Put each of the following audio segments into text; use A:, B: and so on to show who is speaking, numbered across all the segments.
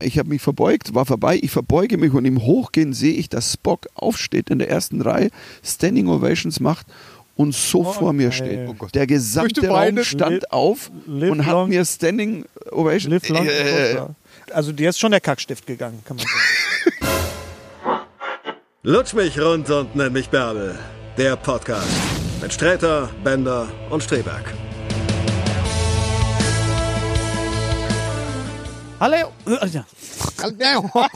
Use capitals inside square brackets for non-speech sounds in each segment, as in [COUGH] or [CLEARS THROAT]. A: Ich habe mich verbeugt, war vorbei, ich verbeuge mich und im Hochgehen sehe ich, dass Spock aufsteht in der ersten Reihe, Standing Ovations macht und so vor mir steht. der gesamte
B: Möchte
A: Raum
B: beide-
A: stand
B: Li-
A: auf
B: live
A: und hat
B: long-
A: mir Standing Ovation.
B: Live long and
A: Äh,
B: prosper. Also dir ist schon der Kackstift gegangen, kann man sagen.
C: Lutsch mich rund und nenn mich Bärbel. Der Podcast mit Sträter, Bender und Streberg.
D: Hallo. Äh,
E: Äh,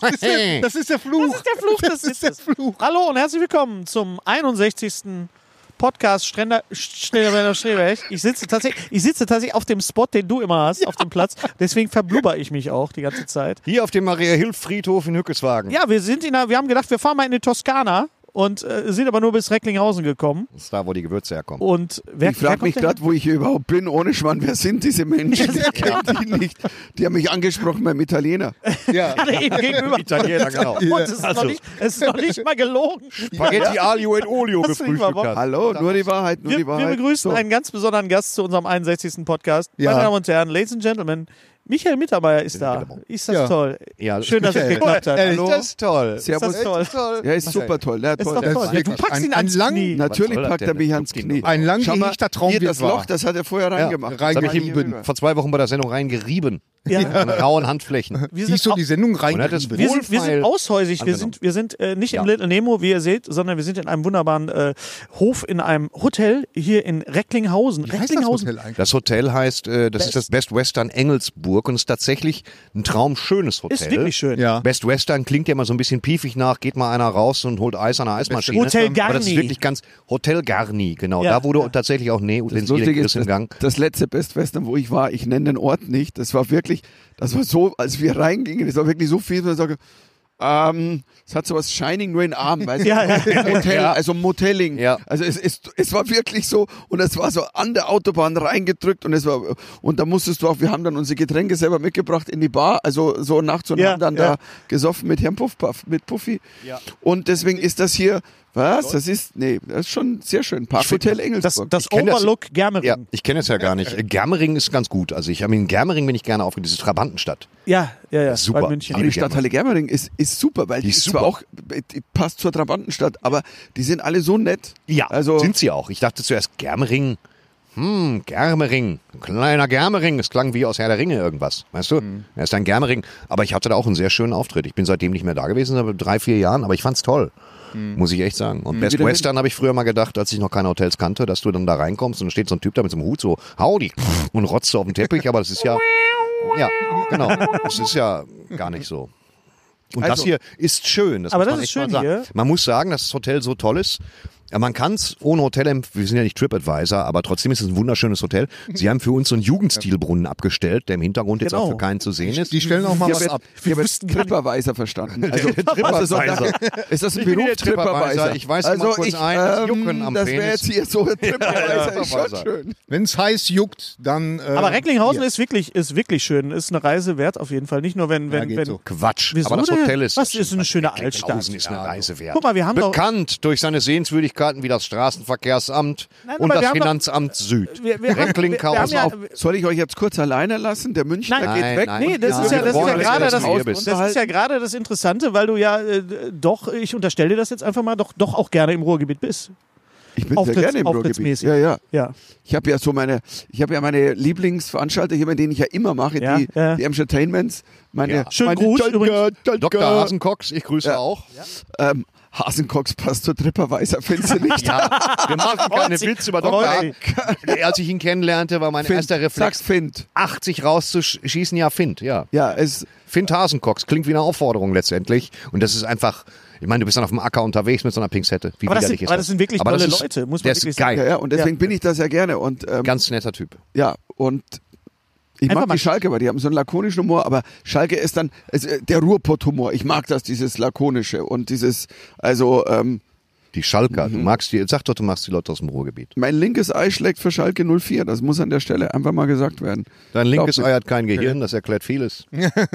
B: Das ist, das ist der Fluch.
D: Das ist der Fluch, das, ist, der Fluch. Hallo und herzlich willkommen zum 61. Podcast Stränder Stränder Streberg. Ich sitze tatsächlich, ich sitze tatsächlich auf dem Spot, den du immer hast, auf dem Platz. Deswegen verblubber ich mich auch die ganze Zeit.
E: Hier auf dem Maria-Hilf-Friedhof in Hückeswagen.
D: Ja, wir sind in der, wir haben gedacht, wir fahren mal in die Toskana und äh, sind aber nur bis Recklinghausen gekommen.
E: Das ist da, wo die Gewürze herkommen.
D: Und wer,
A: Ich frage mich gerade, wo ich hier überhaupt bin, ohne Schwan. Wer sind diese Menschen? Ich kenne die nicht. Die haben mich angesprochen beim Italiener.
E: Ja,
D: gerade eben [LAUGHS]
A: [LAUGHS]
D: gegenüber.
E: Italiener, genau.
D: Und es ist, noch
E: Also.
D: nicht, es ist noch nicht mal gelogen.
E: Spaghetti Aglio in Olio
D: Hast du nicht
E: gefrühstückt
D: mal
E: hat.
A: Hallo, nur die Wahrheit, nur
D: Wir,
A: die Wahrheit.
D: wir begrüßen
A: So.
D: einen ganz besonderen Gast zu unserem 61. Podcast.
E: Ja.
D: Meine Damen und Herren, Ladies and Gentlemen, Michael Mittermeier ist da. Ist das
E: Ja.
D: toll.
E: [LAUGHS] Ja, das
D: Schön,
E: ist
D: dass es
E: Michael.
D: geklappt hat.
E: Ist das toll.
A: Servus.
D: Ist das toll.
A: Ja, ist super toll. Ja,
D: Ist
A: toll.
D: doch
A: Ja,
D: toll.
E: ist
D: Ja, du
E: wirklich
D: packst
E: ein-
D: ihn ans
E: lang-
D: Knie.
A: Natürlich
E: Was soll
A: packt
E: das
A: er
E: denn?
A: mich ans
E: Guck ihn
A: Knie.
E: doch.
F: Ein lang
A: Schau mal,
F: gehegter Traum
A: hier
F: wird
A: das
F: wahr.
A: Loch, das hat er vorher reingemacht.
E: Das habe
F: reingemacht.
E: ich ihm vor zwei Wochen bei der Sendung reingerieben.
D: Ja.
E: An rauen Handflächen.
D: Wir
F: Siehst du
D: au-
F: die Sendung
E: Und hat das
F: rein?
D: wir sind, wir
E: wohlfeil
D: sind aushäusig. Wir
E: angenommen.
D: sind, wir sind äh, nicht im Little Nemo, wie ihr seht, sondern wir sind in einem wunderbaren äh, Hof, in einem Hotel hier in Recklinghausen.
F: Wie heißt das
D: Recklinghausen.
F: Hotel eigentlich?
E: Das Hotel heißt, äh, das ist das Best Western Engelsburg und ist tatsächlich ein traumschönes Hotel.
D: Ist wirklich schön.
F: Ja.
E: Best Western klingt ja immer so ein bisschen piefig nach, geht mal einer raus und holt Eis an der Eismaschine.
D: Hotel
E: Aber das ist
D: Garni.
E: wirklich ganz Hotel Garni, genau.
D: Ja.
E: Da wurde tatsächlich auch nee,
A: Das
E: Utensilien
A: Lustige
E: Chris
A: ist, äh,
E: im
A: das,
E: Gang.
A: das letzte Best Western, wo ich war, ich nenne den Ort nicht, das war wirklich, das war so, als wir reingingen, das war wirklich so viel, dass ich sage, ähm, es hat sowas Shining nur in Armen, weißt du?
D: [LAUGHS] Ja, ja.
A: Motel, also Motelling.
E: Ja.
A: Also es, es, es war wirklich so und es war so an der Autobahn reingedrückt und es war, und da musstest du auch, wir haben dann unsere Getränke selber mitgebracht in die Bar, also so nachts und
D: Ja,
A: haben dann
D: ja.
A: da gesoffen mit Herrn Puff, Puff mit Puffy. Und deswegen ist das hier, was, das ist, nee, das ist schon sehr schön. Parkhotel
D: Das,
A: Engelsburg.
D: das
E: Ich kenn das-
D: Overlook Germering.
E: Ja, ich kenne es ja gar nicht. Äh, Germering ist ganz gut. Also ich habe in Germering bin ich gerne aufgegangen. Diese Trabantenstadt.
D: ja, ja. ja.
E: Super.
D: Bei München.
A: Aber die
E: Liebe
A: Stadthalle Germering ist, ist super, weil die,
E: ist
A: ist zwar
E: super.
A: auch die passt zur Trabantenstadt, aber die sind alle so nett. also
E: sind sie auch. Ich dachte zuerst Germering. Hm, Germering. Ein Kleiner Germering. Es klang wie aus Herr der Ringe irgendwas. Weißt du?
D: Mhm.
E: Er ist ein Germering. Aber ich hatte da auch einen sehr schönen Auftritt. Ich bin seitdem nicht mehr da gewesen, aber drei, vier Jahren. Aber ich fand's toll.
D: Mhm.
E: Muss ich echt sagen. Und Best
A: Wieder
E: Western habe ich früher mal gedacht, als ich noch keine Hotels kannte, dass du dann da reinkommst und dann steht so ein Typ da mit so einem Hut so, howdy, und rotzt so auf den Teppich, aber das ist ja, ja, genau. Das ist ja gar nicht so. Und das
A: Also-
E: hier ist schön. Das
D: Aber
E: muss
D: das
E: man
D: ist
E: echt mal
D: schön
E: sagen.
D: hier.
E: Man muss sagen, dass das Hotel so toll ist. Ja, Man kann es ohne Hotel, empf- wir sind ja nicht TripAdvisor, aber trotzdem ist es ein wunderschönes Hotel. Sie haben für uns so einen Jugendstilbrunnen abgestellt, der im Hintergrund jetzt
D: Genau.
E: auch für keinen zu sehen ist.
F: Die stellen auch mal
A: ich
F: was
A: habe
F: ab.
A: hab jetzt Tripperweiser verstanden.
E: [LAUGHS]
A: Also, also so,
E: TripAdvisor.
A: ist das ein
E: Ich bin
A: Beruf
E: der Tripperweiser.
A: Tripperweiser?
E: Ich weise mal kurz ein, das Jucken am
A: ähm, das wäre
E: Penis.
A: jetzt hier
E: [LAUGHS]
A: so Tripperweiser.
E: ja,
A: ist schon
E: Tripperweiser.
A: schön.
F: Wenn es heiß juckt, dann. Äh,
D: Aber Recklinghausen
F: hier.
D: ist wirklich, ist wirklich schön. Ist eine Reise wert auf jeden Fall. Nicht nur wenn, wenn,
F: geht
D: wenn.
F: so.
E: Quatsch.
D: Wieso
E: aber das
D: denn?
E: Hotel ist.
D: Was ist eine schöne
E: Recklinghausen
D: Altstadt?
E: ist eine Reise wert.
D: Guck mal, wir haben doch-
E: Bekannt durch seine Möglichkeiten wie das Straßenverkehrsamt
D: Nein,
E: und
D: aber wir
E: das
D: haben doch-
E: Finanzamt Süd.
D: Wir- wir haben-
E: Recklinghausen.
D: wir- wir haben ja-
E: Auf-
A: Soll ich euch jetzt kurz alleine lassen? Der Münchner
D: Nein.
A: geht
E: Nein,
A: weg.
E: nein.
D: Nee, das
E: Ja,
D: ist ja,
E: wir
D: das ist
E: wollen
D: ja
E: jetzt
D: gerade
E: erst
D: das,
E: mal hier
D: und
E: bist.
D: das ist ja gerade das Interessante, weil du ja äh, doch, ich unterstelle das jetzt einfach mal, doch, doch auch gerne im Ruhrgebiet bist.
A: Ich bin sehr
D: Auftritts-
A: gerne im Ruhrgebiet.
D: auftrittsmäßig.
A: Ja, ja.
D: Ja.
A: Ich habe ja so meine, ich habe ja meine Lieblingsveranstalter hier, bei denen ich ja immer mache,
D: Ja,
A: die,
D: ja.
A: die Entertainments. Meine,
E: Ja.
D: Schönen
A: meine
D: Gruß
A: danke,
D: übrigens.
A: danke.
E: Dr. Hasenkox, ich grüße
A: Ja.
E: auch.
A: Ähm, Hasenkox passt zur Tripperweiser, findest du nicht?
E: [LAUGHS] Ja, wir machen keine
D: Rotzig.
E: Witze über Dr.
D: Rotzig.
E: Hasenkox. Als ich ihn kennenlernte, war mein erster
A: Sag's
E: Reflex,
A: Find.
E: 80 rauszuschießen. Ja, Find, ja.
A: Ja, es,
E: Find Hasenkox klingt wie eine Aufforderung letztendlich. Und das ist einfach, ich meine, du bist dann auf dem Acker unterwegs mit so einer Pinksette. Wie
D: Aber das
E: widerlich
D: sind-
E: ist
D: aber das sind wirklich
E: aber das
D: tolle
E: ist,
D: Leute, muss man
E: der
D: wirklich
E: ist
D: sagen.
E: geil.
A: ja, ja, und deswegen bin ich das ja gerne. Und ähm,
E: Ganz netter Typ.
A: Ja, und ich
D: Einfach
A: mag
D: mal-
A: die Schalke, weil die haben so einen lakonischen Humor, aber Schalke ist dann also, äh, der Ruhrpott-Humor. Ich mag das, dieses lakonische und dieses, also ähm,
E: Die Schalker.
D: Mhm.
E: Du magst die, sag doch, du magst die Leute aus dem Ruhrgebiet.
A: mein linkes Ei schlägt für Schalke 04. Das muss an der Stelle einfach mal gesagt werden.
E: Dein linkes
A: Glaubt mir.
E: Ei hat kein Gehirn, das erklärt vieles.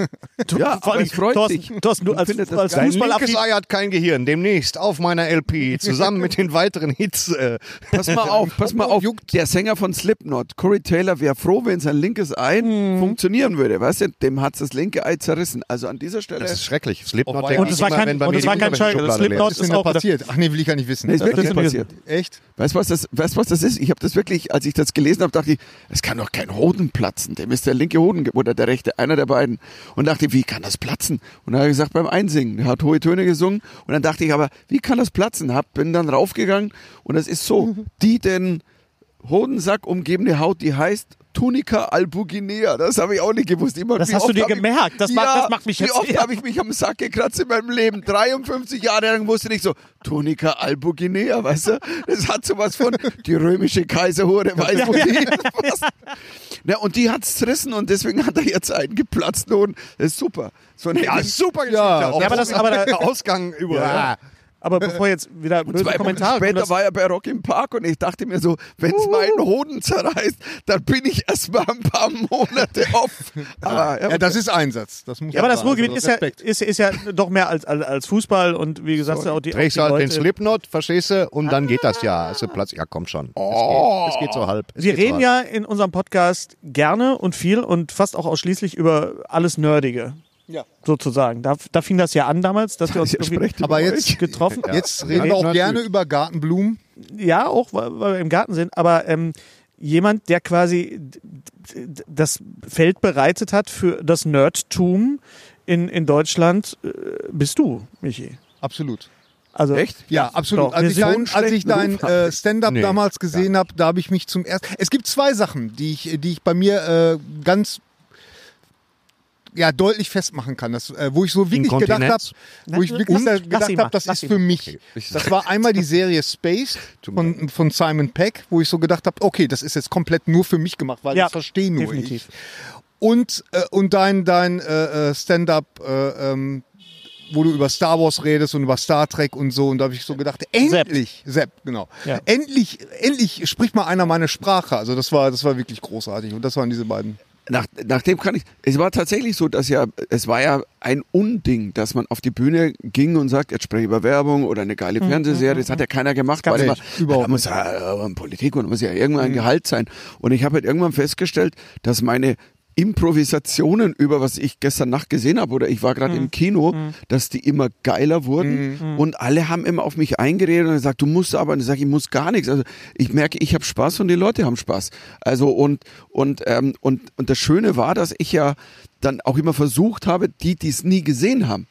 A: Ja,
D: Vor
A: aber
D: allem,
A: es freut
D: Thorsten,
A: sich.
D: Thorsten, du
A: Ich
D: als,
A: finde das
D: als
A: geil.
E: Dein linkes
D: Fußballaffin.
E: Ei hat kein Gehirn. Demnächst auf meiner LP zusammen mit den weiteren Hits. Äh,
A: Pass mal auf, pass mal auf. Der Sänger von Slipknot, Corey Taylor, wäre froh, wenn sein linkes Ei funktionieren würde. Weißt du, dem hat das linke Ei zerrissen. Also an dieser Stelle.
E: das ist schrecklich. Slipknot
G: Und
E: denke
D: es
E: ich
D: war
E: immer,
D: kein-
E: wenn bei
D: und
E: mir
D: es
E: die
D: war kein
E: Unterwäsche-
D: Schalke,
E: Schublade leer
D: Slipknot
G: Was ist denn da
D: auch-
G: passiert? Ach nee, will ich gar nicht wissen.
A: Nee, ist wirklich
D: ist mir
A: passiert.
G: Echt?
A: Weißt du, was das, weißt, du, was das ist? Ich habe das wirklich, als ich das gelesen habe, dachte ich, es kann doch kein Hoden platzen. Dem ist der linke Hoden ge- oder der rechte, einer der beiden. Und dachte, wie kann das platzen? Und dann habe ich gesagt, beim Einsingen. Er hat hohe Töne gesungen. Und dann dachte ich aber, wie kann das platzen? Hab, bin dann raufgegangen und das ist
D: [LAUGHS]
A: so. Die den Hodensack umgebende Haut, die heißt Tunica albuginea. Das habe ich auch nicht gewusst. Immer,
D: Das
A: wie
D: hast du
A: oft
D: dir
A: hab ich-
D: gemerkt. Das macht- das macht mich
A: wie
D: jetzt- [LAUGHS]
A: oft habe ich mich am Sack gekratzt in meinem Leben. 53 Jahre lang wusste ich so, Tunica albuginea, weißt du? Das hat sowas von, die römische Kaiserhure weiß wo die hinpasst. Na, und die hat's zerrissen und deswegen hat er jetzt einen geplatzt. Und das ist super. So eine
E: Ja, super Geschichte. Auch
D: Ja, aber das-
E: vom
D: aber da-
E: Ausgang
D: [LAUGHS]
E: über.
D: Ja. Aber bevor jetzt wieder böse
A: Zwei Wochen
D: Kommentare kommen,
A: später
D: das-
A: war er bei Rock im Park und ich dachte mir so, wenn es meinen Hoden zerreißt, dann bin ich erst mal ein paar Monate off. Aber,
G: Ja, das ist Einsatz. Das muss
D: ja, aber
G: man
D: das
G: sagen.
D: Ruhrgebiet
G: Also
D: ist ja,
G: Respekt.
D: ist, ist ja doch mehr als, als, als Fußball und wie gesagt, auch die, auch die
E: Trägst halt den
D: Leute. Ah.
E: Slipknot, verstehst du? Und dann geht das ja. Hast du Platz? Ja, komm schon. Es, geht, es geht so halb. Es
D: Oh. Wir
E: geht so
D: reden
E: halb.
D: ja in unserem Podcast gerne und viel und fast auch ausschließlich über alles Nerdige.
G: Ja.
D: Sozusagen. Da, da fing das ja an damals, dass wir uns
A: Ihr
D: irgendwie
A: sprecht über
G: Aber jetzt,
A: euch.
D: getroffen.
G: jetzt reden wir auch
E: natürlich.
G: gerne über Gartenblumen.
D: ja, auch weil weil wir im Garten sind, aber ähm, jemand, der quasi d- d- das Feld bereitet hat für das Nerdtum in, in Deutschland, äh, bist du, Michi.
G: Absolut.
D: Also,
A: Echt?
G: Ja, absolut.
D: Doch, wir
G: als, ich
D: sind
G: dein, als ich
A: schlechten
G: dein
A: Ruf haben.
G: äh, Stand-up
E: Nee,
G: damals gesehen habe, da habe ich mich zum ersten. Es gibt zwei Sachen, die ich, die ich bei mir äh, ganz ja deutlich festmachen kann, das, äh, wo ich so wirklich gedacht habe,
E: Inkontinenz.
G: wo ich wirklich
D: Und?
G: da
D: Lass ihn
G: gedacht
D: mal,
G: habe, das
D: lass
G: ist
D: ihn
G: für mich. Das war einmal die Serie Space von, von Simon Peck, wo ich so gedacht habe, okay, das ist jetzt komplett nur für mich gemacht, weil
D: Ja,
G: das verstehe nur ich
D: definitiv.
G: und, äh, und dein, dein äh, äh, Stand-up, äh, ähm, wo du über Star Wars redest und über Star Trek und so. Und da habe ich so gedacht, endlich, Sepp, genau.
D: Ja.
G: Endlich, endlich spricht mal einer meine Sprache. Also das war, das war wirklich großartig. Und das waren diese beiden.
A: Nach, nachdem kann ich. Es war tatsächlich so, dass ja, es war ja ein Unding, dass man auf die Bühne ging und sagt, jetzt spreche ich über Werbung oder eine geile Fernsehserie. Das hat ja keiner gemacht, weil immer, da muss ja äh, Politik und muss ja irgendwann ein Gehalt sein. Und ich habe halt irgendwann festgestellt, dass meine Improvisationen über was ich gestern Nacht gesehen habe oder ich war gerade
D: Mhm.
A: im Kino, dass die immer geiler wurden und alle haben immer auf mich eingeredet und gesagt, du musst aber, und ich sage, ich muss gar nichts. Also ich merke, ich habe Spaß und die Leute haben Spaß. Also und und ähm, und und das Schöne war, dass ich ja dann auch immer versucht habe, die, die es nie gesehen haben,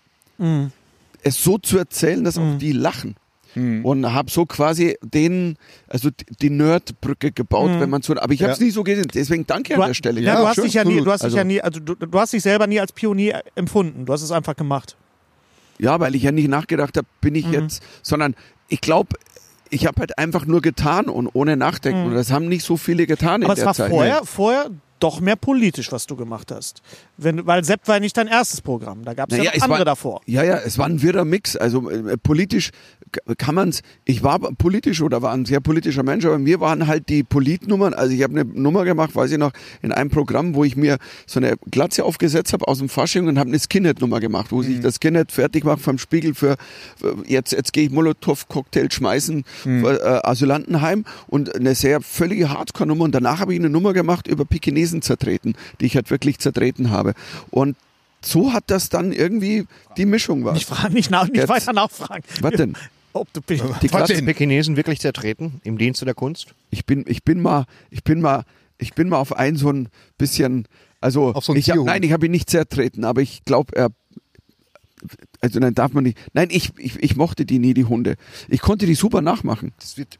A: es so zu erzählen, dass
D: Mhm.
A: auch die lachen. Und habe so quasi den, also die- die Nerdbrücke gebaut, wenn man so. Aber ich habe es nie so gesehen. Deswegen danke an der Stelle.
D: Ja, Mhm. du hast dich ja nie, du hast
A: Also-
D: dich ja nie, also du, du hast dich selber nie als Pionier empfunden. Du hast es einfach gemacht.
A: Ja, weil ich ja nicht nachgedacht habe, bin
D: Mhm.
A: ich jetzt, sondern ich glaube, ich habe halt einfach nur getan und ohne nachdenken. Und das haben nicht so viele getan
D: Mhm.
A: in
D: Aber es
A: der
D: war
A: Zeit.
D: vorher, vorher doch mehr politisch, was du gemacht hast. Wenn, weil Sepp war ja nicht dein erstes Programm, da gab es ja noch andere
A: war,
D: davor.
A: Ja, ja, es war ein wirrer Mix. Also äh, politisch k- kann man's. Ich war politisch oder war ein sehr politischer Mensch, aber mir waren halt die Politnummern. Also ich habe eine Nummer gemacht, weiß ich noch, in einem Programm, wo ich mir so eine Glatze aufgesetzt habe aus dem Fasching und habe eine Skinhead-Nummer gemacht, wo
D: Mhm.
A: sich das Skinhead fertig macht vom Spiegel für, für jetzt jetzt gehe ich Molotow-Cocktail schmeißen
D: Mhm.
A: für, äh, Asylantenheim und eine sehr völlige Hardcore-Nummer. Und danach habe ich eine Nummer gemacht über Pekinesen zertreten, die ich halt wirklich zertreten habe. Und so hat das dann irgendwie die Mischung war.
D: Ich frage nicht, nach, nicht
A: Jetzt.
D: weiter nachfragen.
A: Was denn?
D: [LAUGHS] Ob du bist.
A: Die
E: Hat
A: Glatze,
E: den Pekinesen wirklich zertreten im Dienste der Kunst?
A: ich bin, ich bin mal, ich bin mal, ich bin mal auf einen so ein bisschen, also
G: Auf so einen
A: ich hab,
G: Tierhund.
A: nein, ich habe ihn nicht zertreten, aber ich glaube, er, also nein, darf man nicht, nein, ich, ich, ich mochte die nie, die Hunde. Ich konnte die super nachmachen.
E: Das wird.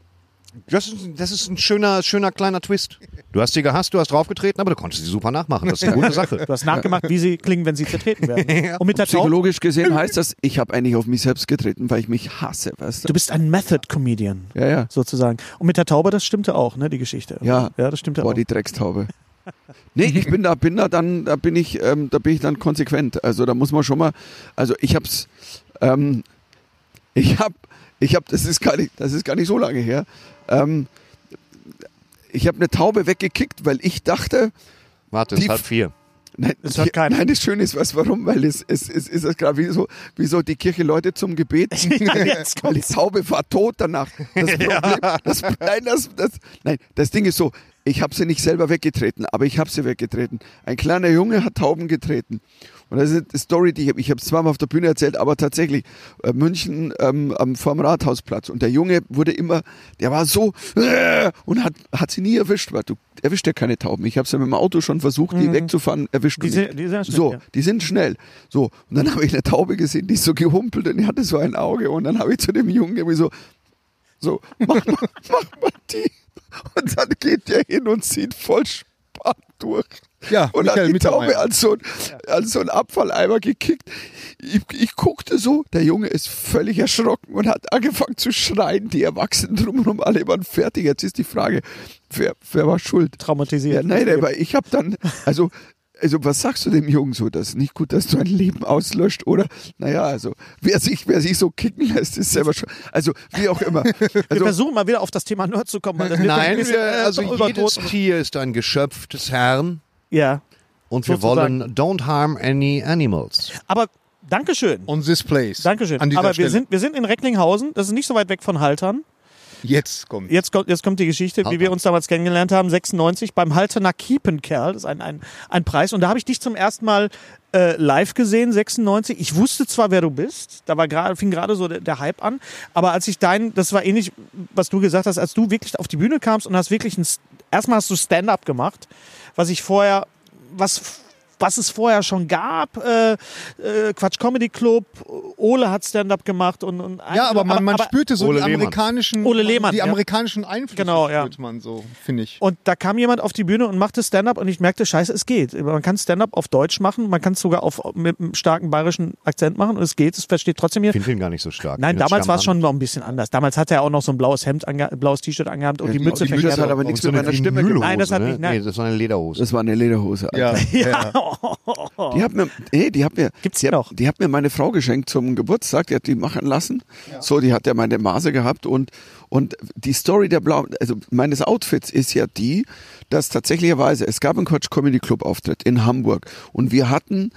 E: Das ist, das ist ein schöner, schöner kleiner Twist. Du hast sie gehasst, du hast draufgetreten, aber du konntest sie super nachmachen. Das ist eine gute Sache. [LAUGHS]
D: Du hast nachgemacht, wie sie klingen, wenn sie zertreten
A: [LAUGHS]
D: werden. Und mit der Taube,
A: Psychologisch gesehen heißt das, ich habe eigentlich auf mich selbst getreten, weil ich mich hasse, weißt du?
D: du bist ein Method-Comedian,
A: Ja, ja.
D: sozusagen. Und mit der Taube, das stimmte auch, ne, die Geschichte.
A: Ja.
D: Ja, das stimmte
A: Boah,
D: auch.
A: die Dreckstaube. Nee, ich bin da, bin da dann, da bin ich, ähm, da bin ich dann konsequent. Also da muss man schon mal, also ich hab's, ähm, ich hab, ich hab, das ist gar nicht, das ist gar nicht so lange her. Ähm, ich habe eine Taube weggekickt, weil ich dachte,
E: Warte, es ist
A: Die-
E: halb vier.
A: Nein,
D: Das hört
A: die-
D: keiner.
A: Nein, das Schöne ist, was warum? Weil es, es, es ist das gerade wie so, wie so die Kirche Leute zum Gebet.
D: [LAUGHS]
A: [LAUGHS]
D: jetzt
A: weil die Taube war tot danach.
D: [LAUGHS]
A: Das Problem, das, nein, das, das, nein, das Ding ist so, ich habe sie nicht selber weggetreten, aber ich habe sie weggetreten. Ein kleiner Junge hat Tauben getreten. Und das ist eine Story, die ich, ich habe es zweimal auf der Bühne erzählt, aber tatsächlich, äh, München ähm, am, vor dem Rathausplatz. Und der Junge wurde immer, der war so äh, und hat, hat sie nie erwischt, weil du erwischt ja keine Tauben. Ich habe es ja mit dem Auto schon versucht, die wegzufahren, erwischt
D: Mhm. Die
A: du
D: sind-
A: nicht.
D: die sind schnell,
A: so,
D: ja.
A: die sind schnell. So, und dann habe ich eine Taube gesehen, die ist so gehumpelt und die hatte so ein Auge. Und dann habe ich zu dem Jungen irgendwie so, so, mach mal, [LAUGHS] mach mal die. Und dann geht der hin und zieht voll Spaß durch.
G: Ja,
A: und
G: Michael
A: hat die Taube
G: Mittermeier.
A: an so, ein, an so einen Abfalleimer gekickt. Ich, ich guckte so, der Junge ist völlig erschrocken und hat angefangen zu schreien. Die Erwachsenen drumherum alle waren fertig. Jetzt ist die Frage, wer, wer war schuld? Ja,
D: Traumatisiert.
A: nein, aber ich habe dann, also, also was sagst du dem Jungen so? Das ist nicht gut, dass du ein Leben auslöscht, oder? Naja, also wer sich, wer sich so kicken lässt, ist selber schon. Also wie
G: [LAUGHS]
A: auch immer.
D: Wir
A: Also,
D: versuchen mal wieder auf das Thema Nerd zu kommen. Weil das wird ein
E: Nein,
D: bisschen,
E: wir,
D: äh,
E: also jedes
D: überdroht.
E: Tier ist ein Geschöpf des Herrn
D: Ja.
E: und wir
D: Sozusagen.
E: wollen don't harm any animals.
D: Aber Dankeschön.
G: On this place.
D: Dankeschön.
G: An dieser
D: Aber
G: Stelle.
D: wir sind, wir sind in Recklinghausen, das ist nicht so weit weg von Haltern.
G: Jetzt kommt.
D: Jetzt kommt, jetzt kommt die Geschichte, wie wir uns damals kennengelernt haben, 96 beim Haltener Kiepenkerl, das ist ein, ein, ein Preis. Und da habe ich dich zum ersten Mal äh, live gesehen, 96. Ich wusste zwar, wer du bist, da war gerade, fing gerade so der, der Hype an, aber als ich dein, das war ähnlich, was du gesagt hast, als du wirklich auf die Bühne kamst und hast wirklich ein, S- erstmal hast du Stand-up gemacht, was ich vorher, was was es vorher schon gab, äh, äh, Quatsch Comedy Club, Ole hat Stand-up gemacht und, und
G: Ja, aber man, man spürte so
E: Ole
G: die
E: Lehmann.
G: amerikanischen,
D: Ole Lehmann,
G: die
D: ja.
G: amerikanischen Einflüsse
D: Genau, ja.
G: spürt man so, finde ich.
D: Und da kam jemand auf die Bühne und machte Stand-up und ich merkte, scheiße, es geht. Man kann Stand-up auf Deutsch machen, man kann es sogar auf, mit einem starken bayerischen Akzent machen und es geht, es versteht trotzdem
E: Ich
D: jeder.
E: finde ihn gar nicht so stark.
D: Nein,
E: Ich find's
D: damals war es schon
E: Stammhand.
D: noch ein bisschen anders. Damals hatte er auch noch so ein blaues Hemd, ange blaues T-Shirt angehabt und die, Mütze
A: die Mütze
D: verkehrt.
A: hat aber
D: [LAUGHS]
A: nichts mit meiner Stimme gemacht.
D: Nein, das hat
E: ne?
D: nicht- nein.
E: Nee, das war eine Lederhose.
A: das war eine Lederhose. Alter.
G: Ja, ja.
A: Die hat mir, nee, die hat mir,
D: Gibt's
A: die,
D: die noch?
A: Hat, die hat mir meine Frau geschenkt zum Geburtstag. Die hat die machen lassen. So, die hat ja meine Maße gehabt und und die Story der blauen, also meines Outfits ist ja die, dass tatsächlicherweise es gab einen Quatsch Comedy Club Auftritt in Hamburg und wir hatten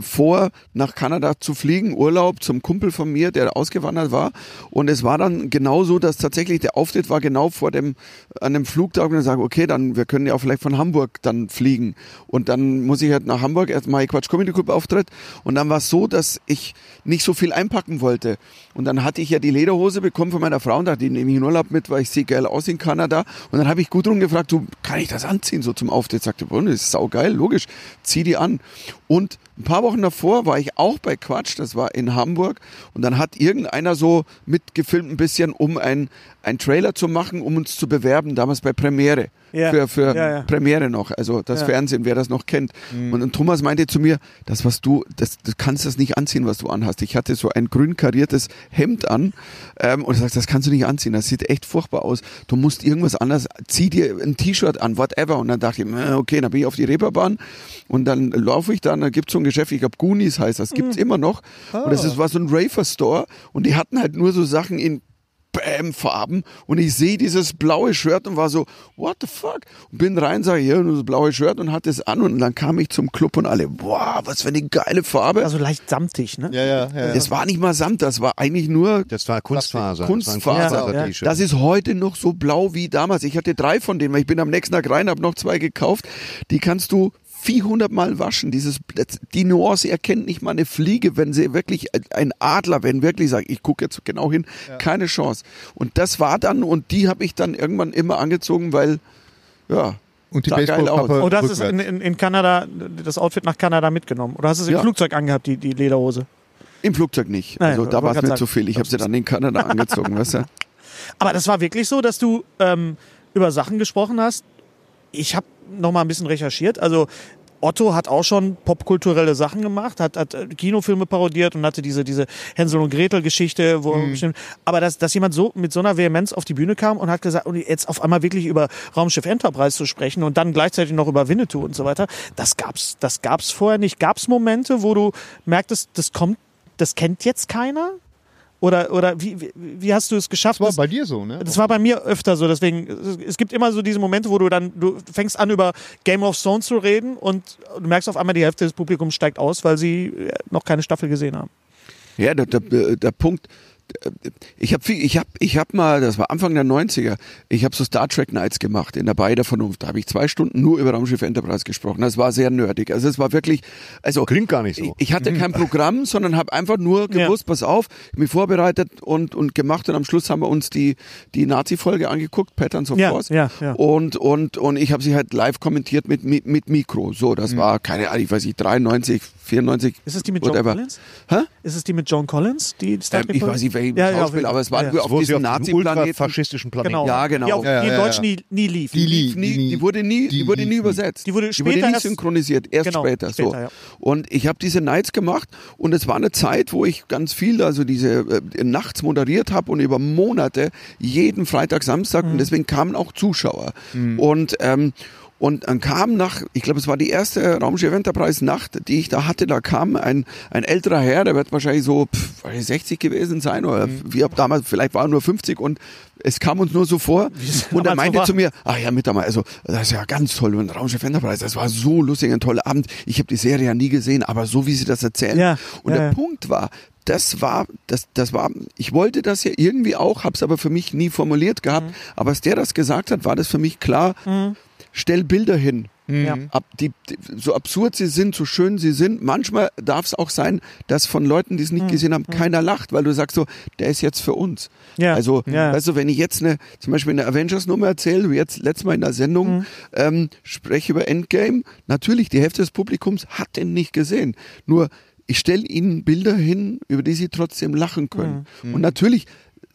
A: vor, nach Kanada zu fliegen, Urlaub zum Kumpel von mir, der ausgewandert war. Und es war dann genau so, dass tatsächlich der Auftritt war genau vor dem, an dem Flugtag und dann sagen, okay, dann, wir können ja auch vielleicht von Hamburg dann fliegen. Und dann muss ich halt nach Hamburg erstmal Quatsch Comedy Club Auftritt. Und dann war es so, dass ich nicht so viel einpacken wollte. Und dann hatte ich ja die Lederhose bekommen von meiner Frau und dachte, die nehme ich in Urlaub mit, weil ich sehe geil aus in Kanada. Und dann habe ich Gudrun gefragt, du, kann ich das anziehen so zum Auftritt? Sagte, boah, das ist saugeil, logisch, zieh die an. Und ein paar Wochen davor war ich auch bei Quatsch, das war in Hamburg. Und dann hat irgendeiner so mitgefilmt ein bisschen um ein, einen Trailer zu machen, um uns zu bewerben, damals bei Premiere.
D: Ja.
A: Für, für
D: Ja, ja.
A: Premiere noch, also das
D: Ja. Mhm.
A: Fernsehen, wer das noch kennt. Und, und Thomas meinte zu mir, das, was du, das, du kannst das nicht anziehen, was du anhast. Ich hatte so ein grün kariertes Hemd an ähm, und er sagt, das kannst du nicht anziehen, das sieht echt furchtbar aus. Du musst irgendwas anders, zieh dir ein T-Shirt an, whatever. Und dann dachte ich, "Äh, okay, dann bin ich auf die Reeperbahn und dann laufe ich dann, da gibt es so ein Geschäft, ich glaube Goonies heißt das,
D: Mhm.
A: gibt es immer noch. Und
D: Oh.
A: das ist, war so ein Rafer-Store und die hatten halt nur so Sachen in Bäm Farben und ich sehe dieses blaue Shirt und war so what the fuck und bin rein sage hier nur das blaue Shirt und hatte es an und dann kam ich zum Club und alle wow was für eine geile Farbe
D: [LAUGHS] Also leicht samtig, ne?
G: Ja, ja, ja.
A: das war nicht mal Samt das war eigentlich nur
E: Das war Kunstfaser.
A: Kunstfaser
D: Ja, ja.
E: t shirt
A: das ist heute noch so blau wie damals ich hatte drei von denen weil ich bin am nächsten Tag rein habe noch zwei gekauft die kannst du 400 Mal waschen. Dieses, das, die Nuance erkennt nicht mal eine Fliege, wenn sie wirklich äh, ein Adler, wenn wirklich sagt, ich gucke jetzt genau hin, keine Chance. Und das war dann, und die habe ich dann irgendwann immer angezogen, weil, ja.
G: Und die
A: sah geil aus.
G: Baseballkappe
D: Oh, das ist in,
G: rückwärts.
D: in, in Kanada, das Outfit nach Kanada mitgenommen. Oder hast du es im
A: Ja.
D: Flugzeug angehabt, die, die Lederhose?
A: Im Flugzeug nicht.
D: Nein,
A: also da
D: wollte
A: war es
D: grad
A: mir
D: sagen.
A: zu viel. Ich habe sie dann in Kanada angezogen, weißt du?
D: Aber das war wirklich so, dass du ähm, über Sachen gesprochen hast. Ich habe noch mal ein bisschen recherchiert. Also Otto hat auch schon popkulturelle Sachen gemacht, hat, hat äh, Kinofilme parodiert und hatte diese, diese Hänsel und Gretel-Geschichte. wo
G: Mhm.
D: bestimmt- Aber dass, dass jemand so mit so einer Vehemenz auf die Bühne kam und hat gesagt, und jetzt auf einmal wirklich über Raumschiff Enterprise zu sprechen und dann gleichzeitig noch über Winnetou und so weiter, das gab's, das gab's vorher nicht. Gab's Momente, wo du merktest, das kommt, das kennt jetzt keiner? Oder, oder wie, wie, wie hast du es geschafft?
G: Das war
D: dass-
G: bei dir so, ne?
D: das war bei mir öfter so, deswegen, es- es gibt immer so diese Momente, wo du dann, du fängst an über Game of Thrones zu reden und du merkst auf einmal, die Hälfte des Publikums steigt aus, weil sie äh, noch keine Staffel gesehen haben.
A: Ja, der, der, der Punkt. Ich habe ich hab, ich hab mal, das war Anfang der 90er, ich habe so Star Trek Nights gemacht in der Beider Vernunft. Da habe ich zwei Stunden nur über Raumschiff Enterprise gesprochen. Das war sehr nerdig. Also es war wirklich, also
E: Klingt gar nicht so.
A: ich hatte
D: Mhm.
A: kein Programm, sondern habe einfach nur gewusst, pass auf, mich vorbereitet und, und gemacht und am Schluss haben wir uns die, die Nazi-Folge angeguckt, Patterns of
D: Ja,
A: Force.
D: ja, ja.
A: Und, und, und ich habe sie halt live kommentiert mit, Mi- mit Mikro. So, das war, keine Ahnung, ich weiß nicht, 93, 94,
D: Mhm. Ist es die mit John
A: whatever.
D: Collins?
A: Hä?
D: Ist es die mit John Collins, die Star
A: Ähm,
D: Trek
A: ich
D: Folge?
A: weiß nicht, welchen
D: Ja, ja, auf
A: Schauspiel,
D: jeden
A: aber es war
D: Fall.
A: nur
D: Ja.
A: auf diesem Nazi-Planeten.
E: ultrafaschisten Planeten.
D: Genau.
A: Ja, genau.
D: Die, auf,
A: Ja,
D: die in
G: ja,
D: Deutsch
G: ja.
D: nie, nie lief.
G: Die lief.
A: Die, nie, die wurde nie, die, wurde nie übersetzt.
D: Die wurde
A: wurde
D: später
A: nie
D: erst-
A: synchronisiert, erst
D: Genau,
A: später. so.
D: später, ja.
A: Und ich habe diese Nights gemacht und es war eine Zeit, wo ich ganz viel, also diese äh, nachts moderiert habe und über Monate jeden Freitag, Samstag
D: Mhm.
A: und deswegen kamen auch Zuschauer. Und ähm, und dann kam nach, ich glaube, es war die erste Raumschiff Enterprise Nacht, die ich da hatte, da kam ein, ein älterer Herr, der wird wahrscheinlich so pff, weiß ich, 60 gewesen sein oder
D: Mhm.
A: wie ab damals, vielleicht war er nur 50 und es kam uns nur so vor und er
D: damals so
A: meinte
D: war.
A: zu mir, ach ja, mit einmal, also das ist ja ganz toll und Raumschiff Enterprise, das war so lustig, ein toller Abend. Ich habe die Serie ja nie gesehen, aber so wie sie das erzählen.
D: Ja,
A: und
D: ja,
A: der
D: ja.
A: Punkt war, das war, das, das war, ich wollte das ja irgendwie auch, hab's aber für mich nie formuliert gehabt,
D: Mhm.
A: aber als der das gesagt hat, war das für mich klar, stell Bilder hin.
D: Ja.
A: Ab, die, die, so absurd sie sind, so schön sie sind, manchmal darf es auch sein, dass von Leuten, die es
D: Mhm.
A: nicht gesehen haben, keiner lacht, weil du sagst so, der ist jetzt für uns.
D: Ja.
A: Also,
D: Ja.
A: weißt du, wenn ich jetzt eine, zum Beispiel eine Avengers-Nummer erzähle, wie jetzt letztes Mal in der Sendung,
D: Mhm.
A: ähm, spreche über Endgame, natürlich, die Hälfte des Publikums hat den nicht gesehen. Nur, ich stelle ihnen Bilder hin, über die sie trotzdem lachen können.
D: Mhm.
A: Und natürlich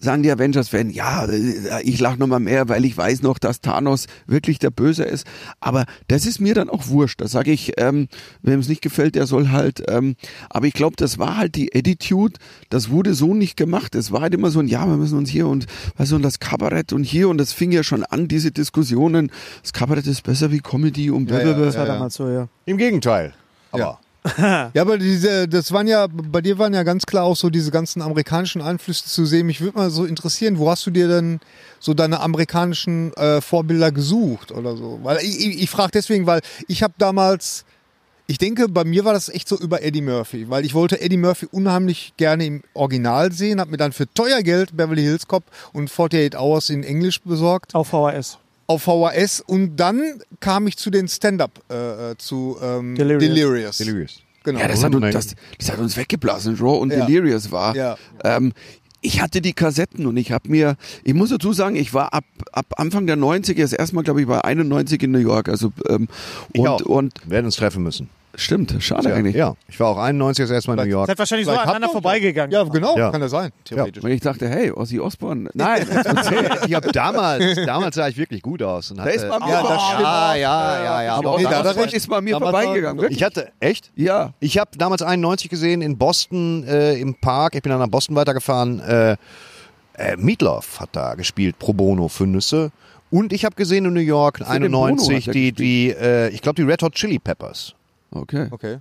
A: sagen die Avengers-Fan, ja, äh, ich lache nochmal mehr, weil ich weiß noch, dass Thanos wirklich der Böse ist. Aber das ist mir dann auch wurscht. Da sage ich, ähm, wem es nicht gefällt, der soll halt. Ähm, aber ich glaube, das war halt die Attitude, das wurde so nicht gemacht. Es war halt immer so ein, ja, wir müssen uns hier und, weißt du, und das Kabarett und hier und das fing ja schon an, diese Diskussionen. Das Kabarett ist besser wie Comedy und blablabla.
D: Das war damals so, ja.
E: Im Gegenteil. Aber
G: Ja. Ja, aber diese, das waren ja, bei dir waren ja ganz klar auch so diese ganzen amerikanischen Einflüsse zu sehen. Mich würde mal so interessieren, wo hast du dir denn so deine amerikanischen äh, Vorbilder gesucht oder so? Weil ich, ich, ich frage deswegen, weil ich habe damals, ich denke, bei mir war das echt so über Eddie Murphy, weil ich wollte Eddie Murphy unheimlich gerne im Original sehen, habe mir dann für teuer Geld Beverly Hills Cop und 48 Hours in Englisch besorgt
D: Auf VHS.
G: auf VHS und dann kam ich zu den Stand-up äh, äh, zu ähm,
D: Delirious.
G: Delirious.
E: Delirious.
G: Genau.
A: Ja, das hat, uns,
E: Nein.
A: das, das hat uns weggeblasen, Raw und
G: Ja.
A: Delirious war.
G: Ja.
A: Ähm, ich hatte die Kassetten und ich habe mir, ich muss dazu sagen, ich war ab, ab Anfang der 90er, das erste Mal, glaube ich, war 91 in New York. Also, ähm,
E: Ich
A: und,
E: auch.
A: und
E: Wir werden uns treffen müssen.
A: Stimmt, schade eigentlich.
E: Ja, ich war auch 91 das erste Mal in New
D: [LAUGHS]
E: York.
D: Seid wahrscheinlich so
G: Vielleicht
D: aneinander
G: habt ihr-
D: vorbeigegangen.
G: Ja, genau,
E: Ja.
G: kann das sein, theoretisch.
A: Wenn ich dachte, hey, Ozzy
E: [LAUGHS]
A: Osbourne. Nein, das ist
E: Ich habe damals, damals sah ich wirklich gut aus. Und hatte,
A: ist man-
E: ja,
A: Ja,
E: das
A: das
E: stimmt. Ja, ja, ja, ja.
A: aber
E: auch
A: auch
G: da hat er
A: das
G: recht.
A: ist bei mir
E: damals
A: vorbeigegangen.
E: war-
A: Wirklich?
E: Ich hatte, echt?
A: ja.
E: Ich habe damals 91 gesehen in Boston äh, im Park. Ich bin dann nach Boston weitergefahren. Äh, äh, Meatloaf hat da gespielt, pro bono für Nüsse. Und ich habe gesehen in New York
A: den Bono hat
E: 91
A: er
E: die,
A: gespielt.
E: die äh, ich glaube die Red Hot Chili Peppers.
A: Okay.
G: Okay.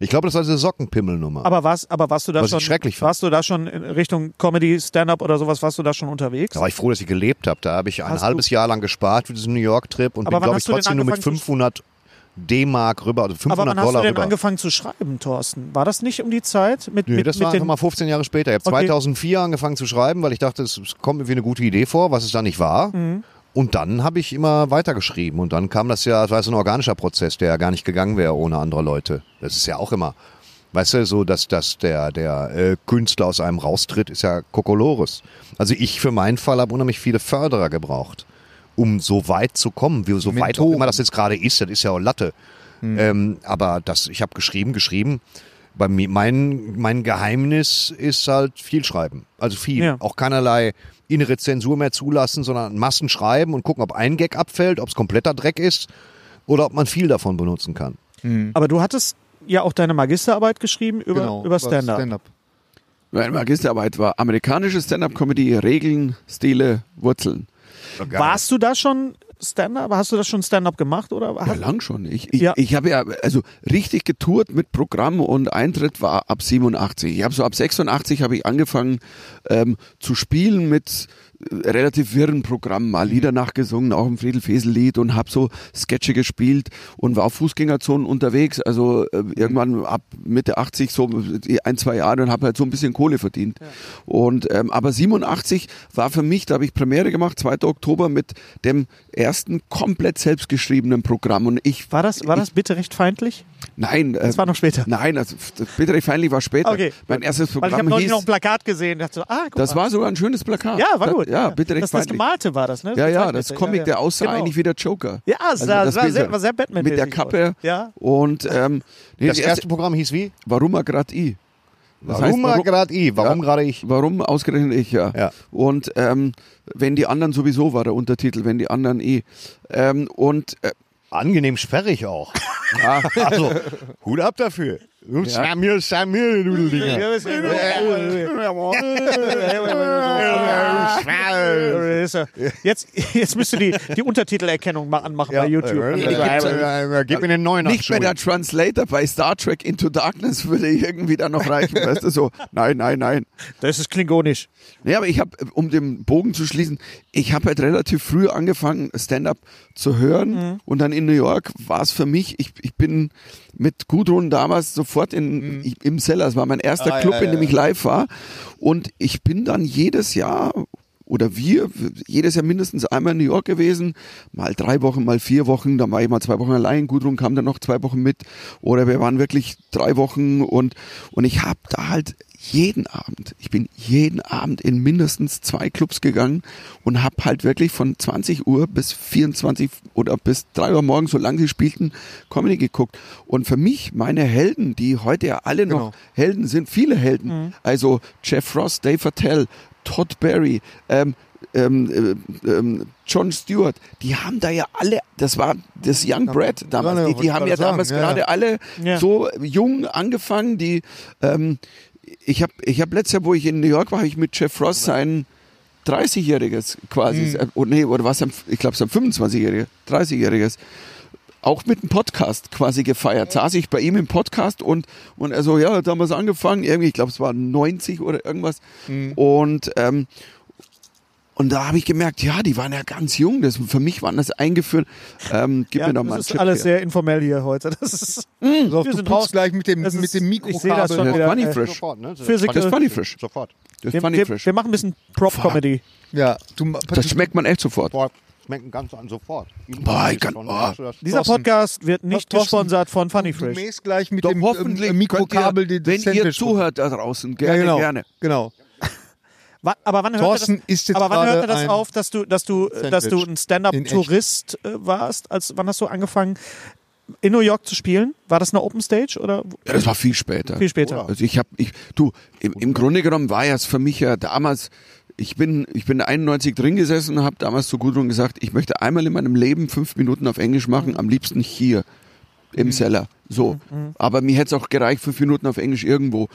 E: Ich glaube, das war diese Sockenpimmelnummer.
D: Aber warst, aber warst du da
E: Was ich
D: schon
E: schrecklich fand.
D: warst du da schon in Richtung Comedy, Stand-up oder sowas, warst du da schon unterwegs?
E: da war ich froh, dass ich gelebt habe. Da habe ich ein
D: Hast
E: halbes Jahr lang gespart für diesen New York-Trip und
D: Aber
E: bin,
D: wann
E: glaube ich,
D: hast du denn
E: trotzdem nur mit
D: angefangen zu-
E: 500 D-Mark rüber, also 500
D: aber wann hast du
E: Dollar
D: denn
E: rüber.
D: angefangen zu schreiben, Thorsten? War das nicht um die Zeit mit
E: Nö,
D: mit,
E: das
D: mit
E: war
D: den
E: einfach mal 15 Jahre später. Ich habe
D: Okay.
E: 2004 angefangen zu schreiben, weil ich dachte, es es kommt mir wie eine gute Idee vor, was es da nicht war.
D: Mhm.
E: Und dann habe ich immer weitergeschrieben. Und dann kam das ja, das war so ein organischer Prozess, der ja gar nicht gegangen wäre ohne andere Leute. Das ist ja auch immer. Weißt du, so dass, dass der, der äh, Künstler aus einem raustritt, ist ja Kokolores. Also ich für meinen Fall habe unheimlich viele Förderer gebraucht, um so weit zu kommen, wie so weit auch
G: Mentoren.
E: immer das jetzt gerade ist, das ist ja auch Latte. Ähm, aber das, ich habe geschrieben, geschrieben. Bei mir, mein, mein Geheimnis ist halt viel schreiben. Also viel.
D: Ja.
E: Auch keinerlei innere Zensur mehr zulassen, sondern Massen schreiben und gucken, ob ein Gag abfällt, ob es kompletter Dreck ist oder ob man viel davon benutzen kann.
D: Aber du hattest ja auch deine Magisterarbeit geschrieben über,
G: Genau,
D: über Stand-up.
A: Meine Magisterarbeit war amerikanische Stand-up-Comedy, Regeln, Stile, Wurzeln.
D: Warst du da schon Stand-up? Hast du das schon Stand-up gemacht oder?
A: Ja,
D: Hast,
A: lang schon. Ich, ich,
D: Ja.
A: ich habe ja, also richtig getourt mit Programm und Eintritt war ab 87. Ich habe so ab 86 habe ich angefangen ähm, zu spielen mit äh, relativ wirren Programmen. Mal
D: Mhm.
A: Lieder nachgesungen, auch ein Friedel-Fesel-Lied und habe so Sketche gespielt und war auf Fußgängerzonen unterwegs. Also äh, irgendwann ab Mitte 80, so die ein, zwei Jahre und habe halt so ein bisschen Kohle verdient. Und ähm, aber 87 war für mich, da habe ich Premiere gemacht, 2. Oktober mit dem ersten komplett selbstgeschriebenen Programm. Und ich
D: War das, war das bitte recht feindlich?
A: Nein, äh,
D: Das war noch später.
A: nein, also das Bittere Feindlich war später.
D: Okay.
A: Mein erstes
D: Weil ich habe
A: Programm
D: neulich
A: hieß.
D: noch ein Plakat gesehen. Dachte, so, ah, guck
A: das
D: mal.
A: war sogar ein schönes Plakat.
D: ja, war
A: Da-
D: gut.
A: Ja, Bittere
D: das, das
A: Feindlich.
D: gemalte war das, ne?
A: ja, ja,
D: gezeichnete.
A: das Comic, der aussah
D: Genau.
A: eigentlich wie der Joker.
D: Ja, es sah- es war
A: Bild-
D: sehr- war sehr
A: Mit
D: Batman-mäßig
A: der Kappe.
D: aus. Ja.
A: Und ähm, nee,
E: Das erste Programm hieß wie?
A: Warum er grad i? Das heißt,
E: Warum gerade ich? Warum
A: Ja.
E: gerade ich?
A: Warum ausgerechnet ich, ja.
E: Ja.
A: Und ähm, wenn die anderen sowieso war der Untertitel, wenn die anderen eh. Ähm, und äh,
E: Angenehm
A: [LAUGHS]
E: sperrig auch. also, Hut ab dafür. Du Samuel, Samuel, du Dinger.
D: Jetzt, jetzt müsst ihr die, die Untertitelerkennung mal anmachen bei YouTube.
E: Gib mir den neuen
A: nicht mehr der Translator bei Star Trek Into Darkness würde irgendwie dann
G: [LAUGHS]
A: noch reichen, weißt du, so, nein, nein, nein.
D: Das ist klingonisch.
A: Ja, aber ich habe, um den Bogen zu schließen, ich habe halt relativ früh angefangen, Stand-up zu
G: Mhm.
A: hören. Und dann in New York war es für mich, ich, ich bin mit Gudrun damals sofort in, ich, im Cellar. Es war mein erster
G: Mhm. Ah,
A: Club,
G: ja,
A: in
G: ja,
A: dem
G: ja.
A: ich live war. Und ich bin dann jedes Jahr oder wir, jedes Jahr mindestens einmal in New York gewesen, mal drei Wochen, mal vier Wochen, dann war ich mal zwei Wochen allein, Gudrun kam dann noch zwei Wochen mit oder wir waren wirklich drei Wochen und, und ich habe da halt jeden Abend, ich bin jeden Abend in mindestens zwei Clubs gegangen und habe halt wirklich von 20 Uhr bis 24 oder bis 3 Uhr morgens, solange sie spielten, Comedy geguckt. Und für mich, meine Helden, die heute ja alle
G: Genau.
A: noch Helden sind, viele Helden,
G: Mhm.
A: also Jeff Ross, Dave Attell, Todd Berry, ähm, ähm, äh, ähm, John Stewart, die haben da ja alle, das war das Young Bread damals,
G: gerade,
A: die,
G: wollte
A: die haben
G: ich
A: ja
G: gerade
A: damals
G: sagen, ja,
A: gerade
G: ja.
A: alle
D: Ja.
A: so jung angefangen, die ähm, ich habe ich hab letztes Jahr, wo ich in New York war, habe ich mit Jeff Ross
D: Oh
A: sein 30-jähriges
D: Mhm.
A: quasi, äh, oh, nee, oder was, ich glaube sein 25-jähriges, 30-jähriges auch mit einem Podcast quasi gefeiert. Saß ich bei ihm im Podcast und, und er so, ja, damals angefangen, irgendwie, ich glaube, es war 90 oder irgendwas.
D: Mhm.
A: Und, ähm, und da habe ich gemerkt, ja, die waren ja ganz jung. Das, für mich waren das eingeführt. Ähm, gib mir
D: Ja,
A: doch mal
D: das
A: einen
D: ist
A: Tipp
D: alles
A: hier.
D: sehr informell hier heute. Das ist
G: So,
D: Hm, Wir
G: du
D: sind
G: putzt
D: raus.
G: gleich mit dem,
D: Das
G: mit
D: ist-
G: dem
D: ich sehe das schon
G: Mikrokabel.
A: Das
D: wieder,
A: ist Funny
D: äh,
A: Fresh.
E: ne?
A: Das ist
D: Physical.
A: Funny Fresh.
E: Sofort.
A: Das ist
D: Wir,
A: Funny
D: wir,
A: Fresh.
D: wir machen ein bisschen Prop-Comedy.
G: Ja, du,
A: Das schmeckt man echt sofort.
E: Boah, schmecken ganz an sofort. Ihnen
A: Boah, ich
E: ist
A: kann-
E: schon-
A: boah.
E: merkst du das?
D: Dieser
G: Thorsten.
D: Podcast wird nicht
G: Thorsten,
D: gesponsert von Funny
G: du
D: Fresh.
G: mähst gleich mit
A: Doch
G: dem
A: hoffentlich
G: ähm, Mikrokabel
A: könnt ihr,
G: den
A: wenn ihr
G: Sandwich-
A: zuhört da draußen, gerne,
G: Ja, genau.
A: gerne.
G: Genau.
D: Wa- Aber wann hört
G: Thorsten
D: das,
G: isst jetzt
D: aber wann
G: gerade
D: hörte das
G: ein
D: auf, dass du, dass du, dass du
G: Sandwich.
D: ein
G: In echt.
D: Stand-up-Tourist äh, warst? Als, wann hast du angefangen, in New York zu spielen? War das eine Open Stage oder
A: Ja, das war viel später.
D: Viel später.
A: Also ich habe, ich, du, im, im Grunde genommen war ja es für mich ja damals, ich bin, ich bin 91 drin gesessen und habe damals zu Gudrun gesagt, ich möchte einmal in meinem Leben fünf Minuten auf Englisch machen, am liebsten hier im
G: Mhm.
A: Cellar. So. Aber mir hätte es auch gereicht, fünf Minuten auf Englisch irgendwo.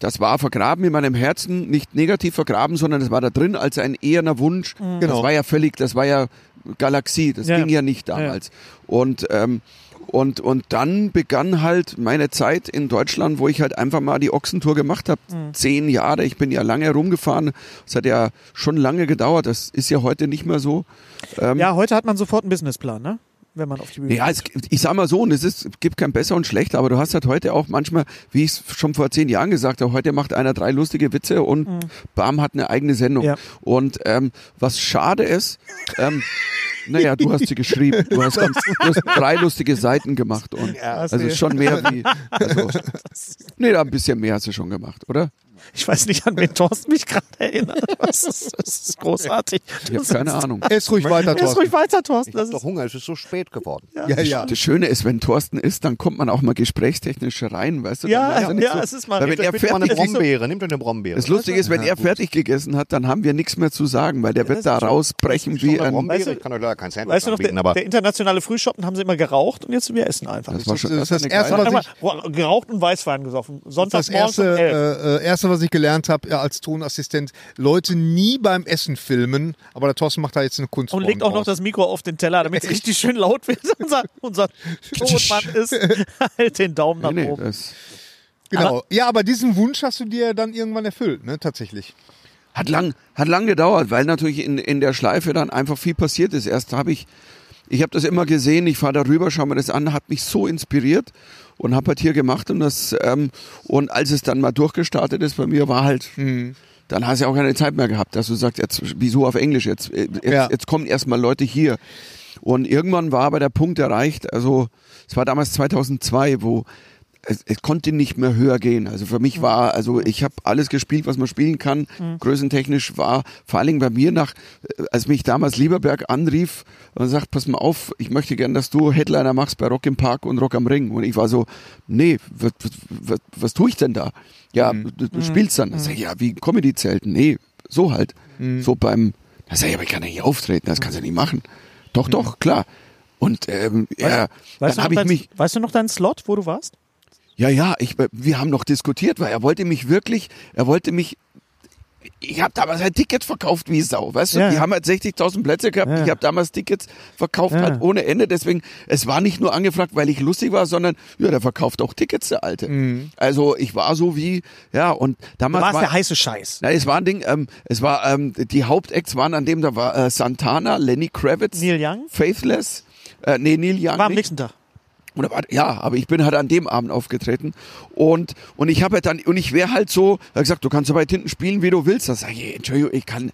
A: Das war vergraben in meinem Herzen, nicht negativ vergraben, sondern das war da drin als ein eherner Wunsch. Das war ja völlig, das war ja Galaxie, das
D: Ja,
A: ging
D: ja.
A: ja nicht damals. Und, ähm, und, und dann begann halt meine Zeit in Deutschland, wo ich halt einfach mal die Ochsentour gemacht habe. Zehn Jahre, ich bin ja lange rumgefahren. Es hat ja schon lange gedauert, das ist ja heute nicht mehr so.
D: Ja, heute hat man sofort einen Businessplan, ne? Wenn man auf die Bühne
A: Ähm. Ja, es, gibt- ich sag mal so, und es, ist, es gibt kein besser und schlechter, aber du hast halt heute auch manchmal, wie ich es schon vor zehn Jahren gesagt habe, heute macht einer drei lustige Witze und bam, hat eine eigene Sendung.
D: Mhm. Ja.
A: Und ähm, was schade ist, ähm, naja, du hast sie geschrieben, du hast, ganz, du hast drei lustige Seiten gemacht und also schon mehr wie,
D: [LAUGHS]
A: also, nee, da ein bisschen mehr hast du schon gemacht, oder?
D: Ich weiß nicht, an wen Thorsten mich gerade erinnert. Das ist, das ist großartig.
A: Ich habe
D: Das
A: keine
D: ist,
A: Ahnung.
G: Ess ruhig weiter,
D: Lass
G: Thorsten.
D: ruhig weiter, Thorsten.
E: Ich
D: Das ist,
E: hab doch Hunger, es ist so spät geworden.
G: Ja, ja.
A: Das Schöne ist, wenn Thorsten ist, dann kommt man auch mal gesprächstechnisch rein, weißt du?
D: Ja,
A: dann ist
D: ja,
A: nicht
D: ja, es ist mal-
A: Weil wenn
D: Bitte,
A: er
E: Bitte mal
A: fertig
E: eine
A: ist,
E: Brombeere, nimmt eine Brombeere.
A: Das Lustige ist, wenn er fertig gegessen hat, dann haben wir nichts mehr zu sagen, weil der wird da rausbrechen wie
E: eine
A: ein.
E: Brombeere,
D: Weißt du-
E: ich kann euch leider kein Sandwich
D: weißt du noch,
E: anbieten,
D: der,
E: aber
D: der internationale Frühschoppen haben sie immer geraucht und jetzt sind wir essen einfach.
A: Das war schon
G: Das ist das
A: eine
G: erste,
A: geile-
G: was
D: Einmal
G: ich,
D: geraucht und Weißwein gesoffen.
G: das
D: Sonntagsmorgens um
G: erste,
D: 11.
G: äh, äh, erste, was ich gelernt habe ja, als Tonassistent, Leute nie beim Essen filmen, aber der Thorsten macht da jetzt eine Kunst.
D: Und legt auch noch das Mikro auf den Teller,
A: [LAUGHS]
D: damit es richtig schön laut wird. [LAUGHS] Unser, unser Todmann ist, [LAUGHS] halt den Daumen nach
A: Nee, äh, nee,
D: oben.
A: das
G: Genau. ja, aber diesen Wunsch hast du dir dann irgendwann erfüllt, ne? Tatsächlich.
A: hat lang, hat lang gedauert, weil natürlich in, in der Schleife dann einfach viel passiert ist. Erst habe ich, ich habe das immer gesehen, ich fahre darüber, schaue mir das an, hat mich so inspiriert und habe halt hier gemacht und das ähm, und als es dann mal durchgestartet ist bei mir war halt, dann hast du ja auch keine Zeit mehr gehabt, dass du sagst, jetzt wieso auf Englisch jetzt, äh, jetzt,
G: Ja.
A: jetzt kommen erstmal Leute hier. Und irgendwann war aber der Punkt erreicht, also es war damals 2002, wo es, es konnte nicht mehr höher gehen. Also für mich war, also ich habe alles gespielt, was man spielen kann. Größentechnisch war vor allen Dingen bei mir nach, äh, als mich damals Lieberberg anrief und sagt, pass mal auf, ich möchte gern, dass du Headliner machst bei Rock im Park und Rock am Ring. Und ich war so, nee, was, was, was, was tue ich denn da? Ja, du, du spielst dann. Dann sag ich, ja, wie Comedy-Zelt. Nee, so halt. So beim, da sag ich, aber ich kann ja nicht auftreten, das kannst du nicht machen. Doch, doch, klar. Und ähm, ja,
D: Mhm.
A: dann
D: weißt, du
A: habe
D: noch
A: ich
D: dein,
A: mich,
D: weißt du noch deinen Slot, wo du warst?
A: ja, ja, ich, wir haben noch diskutiert, weil er wollte mich wirklich, er wollte mich, ich habe damals halt Tickets verkauft wie Sau, weißt du?
D: Ja,
A: Die
D: ja.
A: haben halt 60.000 Plätze gehabt, ich habe damals Tickets verkauft halt ohne Ende, deswegen, es war nicht nur angefragt, weil ich lustig war, sondern, ja, der verkauft auch Tickets, der Alte. Also ich war so wie, ja, und damals
D: War es
A: war,
D: Mhm. der heiße Scheiß?
A: Nein, es war ein Ding, ähm, es war, ähm, die Hauptacts waren an dem, da war äh, Santana, Lenny Kravitz,
D: Neil Young?
A: Faithless, äh, nee, Neil Young
D: War am
A: nicht.
D: nächsten Tag.
A: Und da war, ja, aber ich bin halt an dem Abend aufgetreten und und ich habe halt dann und ich wäre halt so, er hat gesagt, du kannst so weit hinten spielen, wie du willst. Da sage ich, Entschuldigung, ich kann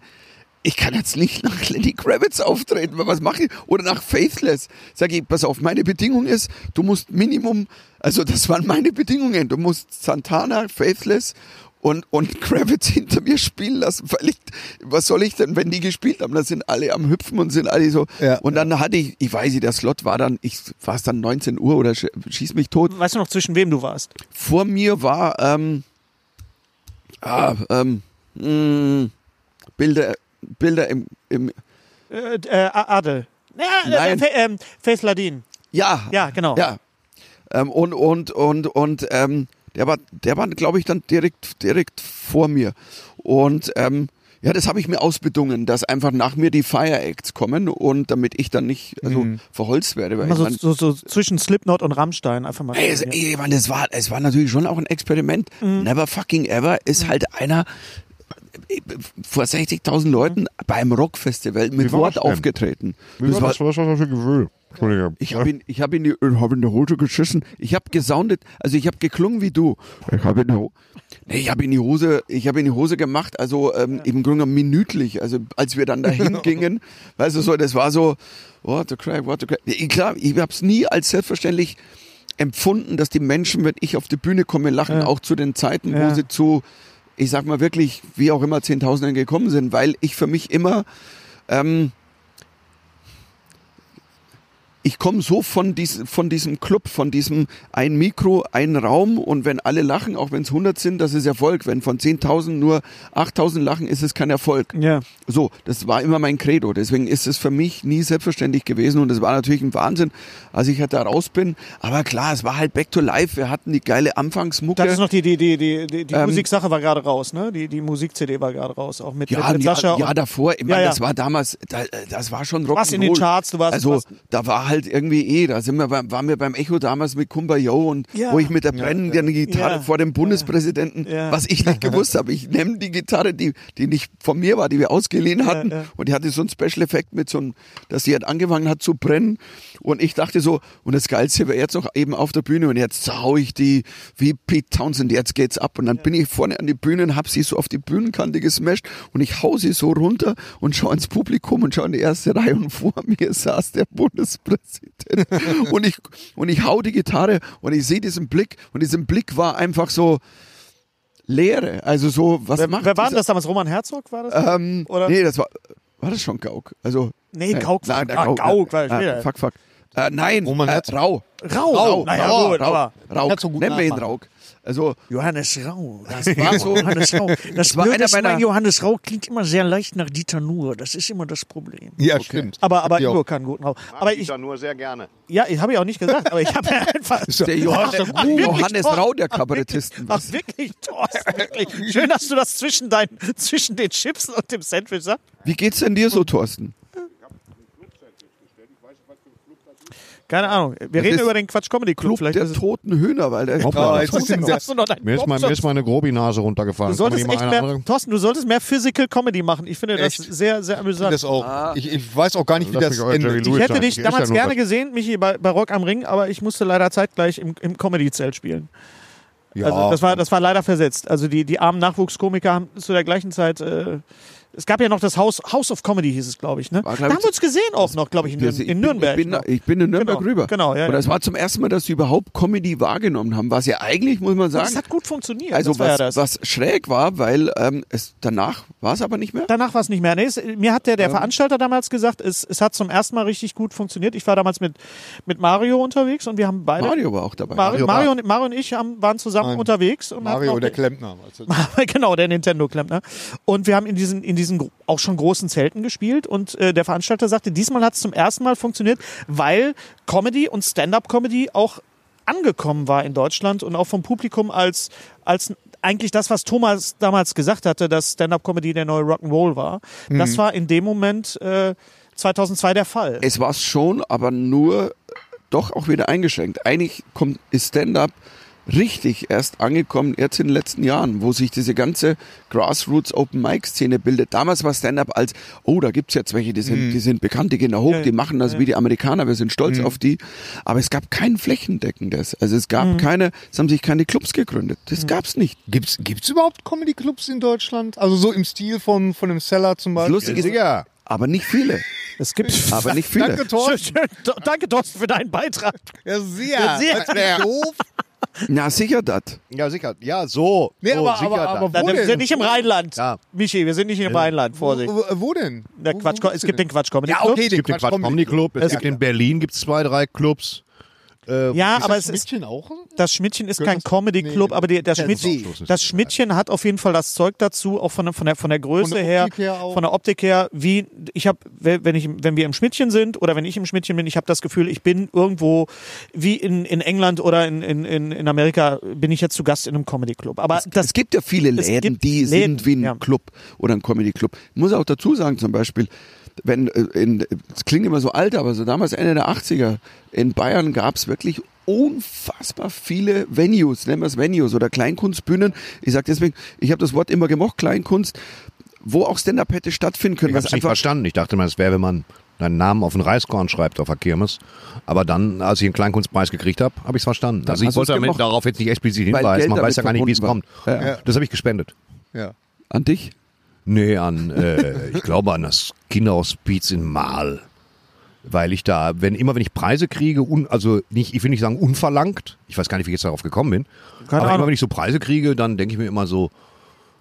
A: ich kann jetzt nicht nach Lenny Kravitz auftreten, weil was mache ich? Oder nach Faithless. Sag ich, pass auf, meine Bedingung ist, du musst Minimum, also das waren meine Bedingungen, du musst Santana, Faithless und, und Kravitz hinter mir spielen lassen, weil ich, was soll ich denn, wenn die gespielt haben, da sind alle am Hüpfen und sind alle so.
G: Ja.
A: und dann hatte ich, ich weiß nicht, der Slot war dann, ich war es dann 19 Uhr oder sch- schieß mich tot.
D: Weißt du noch, zwischen wem du warst?
A: Vor mir war, ähm, ah, ähm, mh, Bilder, Bilder im, im
D: Äh, äh, Adel. Ja,
A: Nein.
D: Äh, Fa- ähm, Faith Ladin.
A: Ja.
D: Ja, genau.
A: Ja. Ähm, und und und und ähm, der war der war glaube ich dann direkt direkt vor mir und ähm, ja, das habe ich mir ausbedungen, dass einfach nach mir die Fire Acts kommen und damit ich dann nicht also verholzt werde, weil
D: Mal
A: ich
D: Mhm. so,
A: mein,
D: so, so zwischen Slipknot und Rammstein einfach mal.
A: Ey, es, ey, ich meine, das war, es war natürlich schon auch ein Experiment.
D: Mhm.
A: Never fucking ever ist halt einer äh, vor 60.000 Leuten
D: Mhm.
A: beim Rockfestival mit
E: war
A: Wort
E: das denn?
A: aufgetreten.
E: das war, das war schon ein Gefühl. Entschuldigung.
A: Ich habe ihn, ich habe ihn, äh, hab in der Hose geschissen. Ich habe gesoundet, also ich habe geklungen wie du. Ich habe in der Hose. Nee, ich habe in die Hose, ich habe in die Hose gemacht, also ähm, im Grunde genommen minütlich. Also als wir dann dahin gingen, weißt du so, das war so, what the crap, what the crap. Nee, klar, ich habe es nie als selbstverständlich empfunden, dass die Menschen, wenn ich auf die Bühne komme, lachen, auch zu den Zeiten, wo
D: Ja.
A: sie zu, ich sag mal wirklich, wie auch immer, Zehntausenden gekommen sind, weil ich für mich immer ähm, ich komme so von, dies, von diesem Club, von diesem ein Mikro, ein Raum und wenn alle lachen, auch wenn es 100 sind, das ist Erfolg. Wenn von 10.000 nur 8.000 lachen, ist es kein Erfolg.
D: Ja.
A: So, das war immer mein Credo. Deswegen ist es für mich nie selbstverständlich gewesen und es war natürlich ein Wahnsinn, als ich halt da raus bin. Aber klar, es war halt Back to Life. Wir hatten die geile Anfangsmucke.
D: Das ist noch die, die, die, die, die,
A: Ähm,
D: die Musiksache war gerade raus, ne? Die, die Musik-CD war gerade raus, auch mit,
A: ja,
D: mit, mit
A: ja,
D: Sascha.
A: ja,
D: und-
A: davor, ich meine,
D: Ja, ja.
A: das war damals, da, das war schon Rock'n'Roll.
D: warst in den Charts, du warst-
A: Also,
D: du warst-
A: da war halt irgendwie eh, da sind wir beim, waren wir beim Echo damals mit Kumba Yo und
D: Ja.
A: wo ich mit der brennenden Gitarre
D: Ja.
A: vor dem Bundespräsidenten,
D: Ja.
A: was ich
D: [LAUGHS]
A: nicht gewusst habe, ich nehme die Gitarre, die, die nicht von mir war, die wir ausgeliehen hatten
D: ja.
A: und die hatte so einen Special-Effekt mit so einem, dass sie halt angefangen hat zu brennen und ich dachte so, und das Geilste war jetzt noch eben auf der Bühne und jetzt zau ich die wie Pete Townsend, jetzt geht's ab und dann bin ich vorne an die Bühne und hab sie so auf die Bühnenkante gesmasht und ich hau sie so runter und schau ins Publikum und schau in die erste Reihe und vor mir saß der
D: [LAUGHS]
A: Bundespräsident und ich, und ich hau die Gitarre und ich sehe diesen Blick und diesen Blick war einfach so, Leere, also so, was
D: Wer,
A: macht
D: wer war denn
A: dieser-
D: das damals? Roman Herzog war das?
A: ähm,
D: Oder-
A: Nee, das war. War das schon Gauk? Also.
D: Nee, Gauck-
A: Nein, der
D: ah,
A: Gauk.
D: Gauck,
A: ne?
D: weil-
A: ah,
D: ja.
A: fuck, fuck. Äh, nein,
G: Roman
A: äh,
G: Herzog.
A: Rau.
D: Rau.
A: Rau.
D: Naja,
A: Rau,
D: gut,
A: Rau,
D: aber-
A: Rau.
G: Herzog gut
A: Nennen wir ihn
G: nachmachen.
A: Rauk.
D: [LAUGHS]
A: Also,
D: Johannes Rau.
A: [LAUGHS]
D: Das
A: war so.
D: Johannes Rau. Das
A: war
D: Blöde
A: einer
D: ist, mein
A: meiner-
D: Johannes Rau klingt immer sehr leicht nach Dieter Nuhr. Das ist immer das Problem.
G: Ja, stimmt.
D: Aber, aber
G: Ja.
D: Ingo kann einen guten Rau. Aber ich,
E: Dieter nur sehr gerne.
D: ja, ich habe ich auch nicht gesagt, aber ich habe ja
A: [LAUGHS]
D: einfach.
A: der Johannes,
D: [LAUGHS] Ach, wirklich,
A: Johannes
D: Thorsten.
A: Rau, der Kabarettisten.
D: [LAUGHS] Ach, wirklich, Thorsten, wirklich. Schön, dass du das zwischen, deinen, zwischen den Chips und dem Sandwich sagst.
A: Wie geht's denn dir so, Thorsten?
D: Keine Ahnung. Wir reden
A: ist
D: über den Quatsch Comedy Club.
A: Club
D: Vielleicht
A: der
D: ist es-
A: toten Hühner, weil der.
G: Hoppla, jetzt ist
A: Genau.
D: Thorsten, hast du noch deinen
E: Mir ist, mein, mir
D: Popsatz?
E: ist meine Grobi-Nase runtergefahren.
D: Du solltest
E: Kann man
D: echt
E: die mal eine
D: mehr,
E: andere-
D: Thorsten, du solltest mehr Physical Comedy machen. Ich finde das
G: Echt?
D: sehr, sehr amüsant.
G: das auch. Ich, ich weiß auch gar nicht, wie
E: Lass
G: das
E: mich euer Jerry
G: endet.
E: Lewis
D: ich hätte
E: sein.
D: dich
E: Hier ist
D: damals
E: ja
D: gerne
E: nur was.
D: gesehen, Michi, bei, bei Rock am Ring, aber ich musste leider zeitgleich im, im Comedy-Zelt spielen.
G: Ja.
D: Also das war, das war leider versetzt. Also die, die armen Nachwuchskomiker haben zu der gleichen Zeit. Äh, es gab ja noch das House, House of Comedy, hieß es, glaube ich. Ne?
A: War, glaub
D: da haben
A: ich,
D: wir uns gesehen auch noch, glaube ich, in,
A: Das-
D: Nürn- in Nürnberg.
A: Also, Ich bin,
D: noch.
A: ich bin in Nürnberg
D: Genau,
A: rüber.
D: genau, ja,
A: Und
D: ja.
A: das war zum ersten Mal, dass sie überhaupt Comedy wahrgenommen haben, was ja eigentlich, muss man
D: das
A: sagen,
D: hat gut funktioniert.
A: also
D: das war
A: was,
D: ja das.
A: was schräg war, weil ähm, es danach war es aber nicht mehr.
D: Danach war es nicht mehr. Nee, es, mir hat
G: Ähm.
D: der, der Veranstalter damals gesagt, es, es hat zum ersten Mal richtig gut funktioniert. Ich war damals mit, mit Mario unterwegs und wir haben beide.
A: Mario war auch dabei.
G: Mario
D: Mario, Mario,
G: war-
D: und, Mario und ich haben, waren zusammen
G: Nein.
D: unterwegs. Und hatten
G: Mario,
D: auch
G: der
D: den-
G: Klempner. weißt du.
D: [LAUGHS] genau, der Nintendo-Klempner. Und wir haben in diesen, in diesen gro- auch schon großen Zelten gespielt und äh, der Veranstalter sagte, diesmal hat es zum ersten Mal funktioniert, weil Comedy und Stand-up-Comedy auch angekommen war in Deutschland und auch vom Publikum als, als eigentlich das, was Thomas damals gesagt hatte, dass Stand-up-Comedy der neue Rock'n'Roll war.
E: Mhm.
D: Das war in dem Moment äh, 2002 der Fall.
A: Es war es schon, aber nur doch auch wieder eingeschränkt. Eigentlich kommt, ist Stand-up richtig erst angekommen, jetzt in den letzten Jahren, wo sich diese ganze Grassroots Open Mic Szene bildet. Damals war Stand-up als, oh, da gibt's jetzt welche, die
D: Hm.
A: sind, die sind bekannt, die gehen da hoch, die machen das wie die Amerikaner, wir sind stolz auf die. Aber es gab kein flächendeckendes. Also es
D: Hm.
A: gab keine, es haben sich keine Clubs gegründet. Das gab's nicht.
G: Gibt's, gibt's überhaupt Comedy-Clubs in Deutschland? Also so im Stil von, von dem Seller zum Beispiel.
A: Lustig ist,
E: Digga.
A: aber nicht viele.
D: Es gibt.
A: Aber nicht viele.
G: Danke, Thorsten.
D: [LAUGHS] Schön, schön. Do- Danke, Thorsten, für deinen Beitrag.
G: Ja, sehr.
D: Sehr.
G: Als wär doof.
A: Na, sicher das.
E: Ja, sicher. Ja, so.
G: Nee,
E: so,
G: aber-
E: sicher
G: aber-
E: dann.
G: aber-
D: Na,
G: Wo
D: wir
G: denn?
D: sind nicht im Rheinland.
E: Ja.
D: Michi, wir sind nicht im Rheinland. Vorsicht.
G: Wo, wo denn?
D: Der
G: Wo- wo
D: Quatsch,
G: bist
D: es
G: du
D: gibt
G: denn?
D: den Quatsch Comedy
G: Ja,
D: Club.
G: okay,
E: Es
G: den
E: gibt den
G: Quatsch
E: Quatsch Comedy Club. Es
D: Es
E: gibt in Berlin gibt's zwei, drei Clubs.
D: Ja, aber es
G: Das
D: ist,
G: Mädchen auch?
D: das Schmidtchen ist
G: Gehört
D: kein
G: das-
D: Comedy Club,
G: Nee.
D: aber die, das,
G: Ja,
D: Schmidtchen,
G: so.
D: das Schmidtchen hat auf jeden Fall das Zeug dazu, auch von, der- von, der, von der Größe
G: Von der
D: her,
G: Optik her auch.
D: von der Optik her, wie ich habe, wenn ich, wenn wir im Schmidtchen sind oder wenn ich im Schmidtchen bin, ich habe das Gefühl, ich bin irgendwo wie in, in England oder in, in, in in Amerika bin ich jetzt zu Gast in einem Comedy Club. Aber das
A: es gibt ja viele
D: es
A: Läden,
D: gibt
A: die
D: Läden,
A: sind wie ein
D: ja.
A: Club oder ein Comedy Club. Ich muss auch dazu sagen, zum Beispiel, wenn äh, in, es klingt immer so alt, aber so damals Ende der 80er in Bayern gab es wirklich unfassbar viele Venues, nennen wir es Venues oder Kleinkunstbühnen. Ich sage deswegen, ich habe das Wort immer gemocht, Kleinkunst, wo auch Stand-up hätte stattfinden können.
E: Ich
A: was
E: hab's nicht
A: einfach-
E: verstanden. Ich dachte mal, es wäre, wenn man deinen Namen auf einen Reiskorn schreibt auf der Kirmes. Aber dann, als ich den Kleinkunstpreis gekriegt habe, habe ich es verstanden. Also ich
A: hast du's
E: wollte damit
A: gemacht.
E: darauf jetzt nicht explizit
A: Weil
E: hinweisen.
A: Geld
E: Man weiß
A: damit
E: ja gar nicht, wie es
A: verbunden
E: kommt.
A: war.
G: Ja.
E: Das habe ich gespendet.
G: Ja.
A: An dich?
E: Nee, an, äh, ich glaube an das Kinderhospiz in Mahl. Weil ich da, wenn immer wenn ich Preise kriege, un, also nicht, ich will nicht sagen unverlangt, ich weiß gar nicht, wie ich jetzt darauf gekommen bin, aber
D: Ahnung.
E: immer wenn ich so Preise kriege, dann denke ich mir immer so,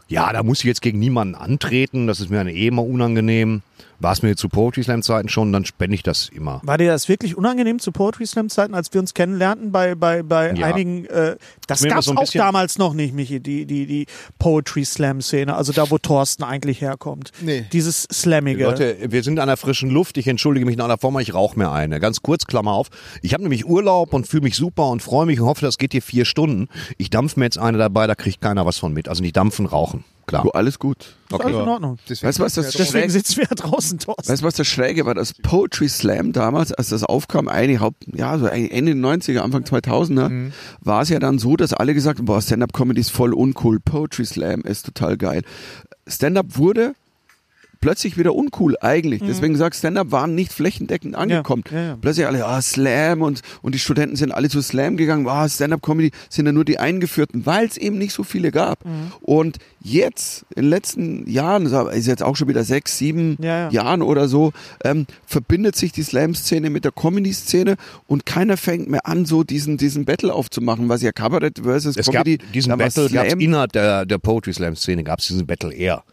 E: ja, da muss ich jetzt gegen niemanden antreten, das ist mir dann eh immer unangenehm. war es mir zu Poetry Slam Zeiten schon, dann spende ich das immer.
D: War dir das wirklich unangenehm zu Poetry Slam Zeiten, als wir uns kennenlernten bei, bei, bei
E: Ja.
D: einigen, äh, das
E: Mir immer
D: gab es
E: so ein
D: auch
E: bisschen-
D: damals noch nicht, Michi, die, die, die Poetry Slam Szene, also da, wo Thorsten eigentlich herkommt.
G: Nee.
D: Dieses Slammige.
E: Leute, wir sind an der frischen Luft. Ich entschuldige mich in aller Form, aber ich rauche mir eine. Ganz kurz, Klammer auf. Ich habe nämlich Urlaub und fühle mich super und freue mich und hoffe, das geht hier vier Stunden. Ich dampfe mir jetzt eine dabei, da kriegt keiner was von mit. Also nicht dampfen, rauchen. Klar.
A: Du, alles gut.
D: Okay. Alles in Ordnung.
A: Weißt du, was das
D: Deswegen
A: Schräge,
D: sitzen wir ja draußen, Thorsten.
A: weißt, du, was das Schräge war? Das Poetry Slam damals, als das aufkam, eigentlich Haupt, ja, so eigentlich Ende der 90er, Anfang 2000er,
D: Mhm.
A: war es ja dann so, dass alle gesagt haben, boah, Stand-Up-Comedy ist voll uncool, Poetry Slam ist total geil. Stand-Up wurde plötzlich wieder uncool eigentlich. Deswegen sagt Stand-up waren nicht flächendeckend angekommen.
D: Mhm. ja, ja.
A: Plötzlich alle, ah, Slam und, und die Studenten sind alle zu Slam gegangen, ah, Stand-up-Comedy sind ja nur die Eingeführten, weil es eben nicht so viele gab.
D: Mhm.
A: Und jetzt, in den letzten Jahren, so, ist jetzt auch schon wieder sechs, sieben
D: Ja, ja.
A: Jahren oder so, ähm, verbindet sich die Slam-Szene mit der Comedy-Szene und keiner fängt mehr an, so diesen, diesen Battle aufzumachen, was ja Kabarett versus
E: Es gab
A: Comedy.
E: diesen
A: dann war
E: Battle, gab es
A: Slam.
E: innerhalb der, der Poetry Slam Szene, gab es diesen Battle eher.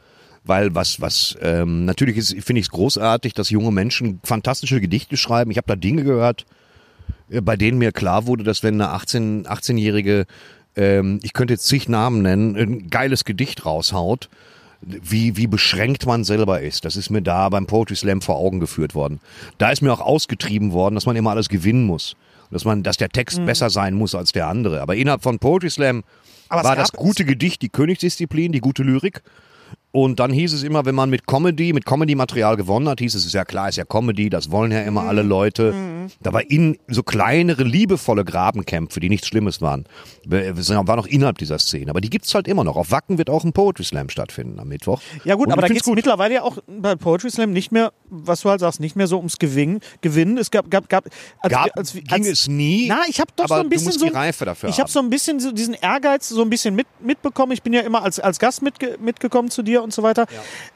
E: Weil was, was, ähm, natürlich ist- finde ich es großartig, dass junge Menschen fantastische Gedichte schreiben. Ich habe da Dinge gehört, äh, bei denen mir klar wurde, dass wenn eine 18, 18-Jährige, ähm, ich könnte jetzt zig Namen nennen, ein geiles Gedicht raushaut, wie, wie beschränkt man selber ist. Das ist mir da beim Poetry Slam vor Augen geführt worden. Da ist mir auch ausgetrieben worden, dass man immer alles gewinnen muss. Dass man, dass der
D: Mhm.
E: Text besser sein muss als der andere. Aber innerhalb von Poetry Slam
D: Aber es
E: war
D: gab-
E: das gute Gedicht, die Königsdisziplin, die gute Lyrik. Und dann hieß es immer, wenn man mit Comedy, mit Comedy-Material gewonnen hat, hieß es, ist ja klar, ist ja Comedy, das wollen ja
D: Mhm.
E: immer alle Leute. Da war in so kleinere, liebevolle Grabenkämpfe, die nichts Schlimmes waren, äh, war noch innerhalb dieser Szene. Aber die gibt's halt immer noch. Auf Wacken wird auch ein Poetry Slam stattfinden am Mittwoch.
D: Ja gut,
E: Und
D: aber
E: ich
D: da
E: find's
D: geht es mittlerweile ja auch bei Poetry Slam nicht mehr, was du halt sagst, nicht mehr so ums Gewinn, Gewinnen. Es gab, gab, gab, als,
E: Gab,
D: wir- als, wir-
E: ging
D: als,
E: es nie.
D: Na, ich habe doch
E: aber
D: so ein bisschen
E: du musst
D: so
E: die Reife dafür
D: Ich habe
E: haben.
D: so ein bisschen so diesen Ehrgeiz so ein bisschen mit, mitbekommen. Ich bin ja immer als, als Gast mitge mitgekommen zu dir und so weiter.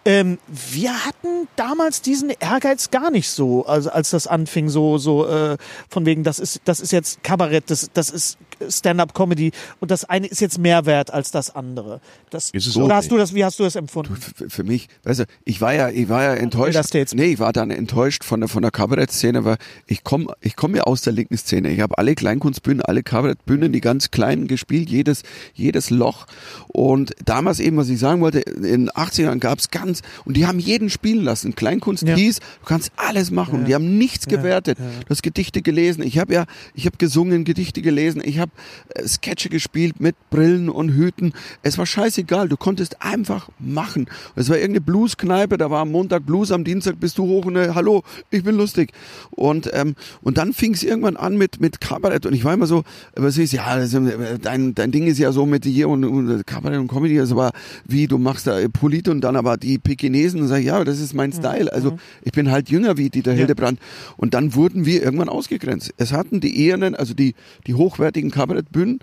D: Ähm, wir hatten damals diesen Ehrgeiz gar nicht so, also als das anfing, so, so äh, von wegen, das ist, das ist jetzt Kabarett, das, das ist Stand-up-Comedy und das eine ist jetzt mehr wert als das andere. Das,
E: Ist es auch
D: oder hast
E: nicht.
D: du das, wie hast du das empfunden?
A: für, für mich, weißt du, ich war ja, ich war ja enttäuscht.
D: das States.
A: Nee, ich war dann enttäuscht von der von der Kabarettszene, weil ich komme ich komme ja aus der linken Szene. Ich habe alle Kleinkunstbühnen, alle Kabarettbühnen, die ganz kleinen gespielt, jedes jedes Loch und damals eben, was ich sagen wollte, in den 80ern gab's ganz und die haben jeden spielen lassen. Kleinkunst
D: Ja.
A: hieß, du kannst alles machen und die haben nichts gewertet. Du hast Gedichte gelesen, ich habe ja ich habe gesungen, Gedichte gelesen, ich habe äh, Sketche gespielt mit Brillen und Hüten. Es war scheißegal, du konntest einfach machen. Es war irgendeine Blueskneipe, da war am Montag Blues, am Dienstag bist du hoch und äh, hallo, ich bin lustig. Und ähm, und dann fing es irgendwann an mit mit Kabarett und ich war immer so, was ist ja, das, ist, äh, dein dein Ding ist ja so mit hier und, und Kabarett und Comedy, also aber wie du machst da äh, Polit und dann aber die Pekinesen und sag ich, ja, aber das ist mein Style. Also ich bin halt jünger wie Dieter Hildebrand und dann wurden wir irgendwann ausgegrenzt. Es hatten die ehernen, also die die hochwertigen Kabarettbühnen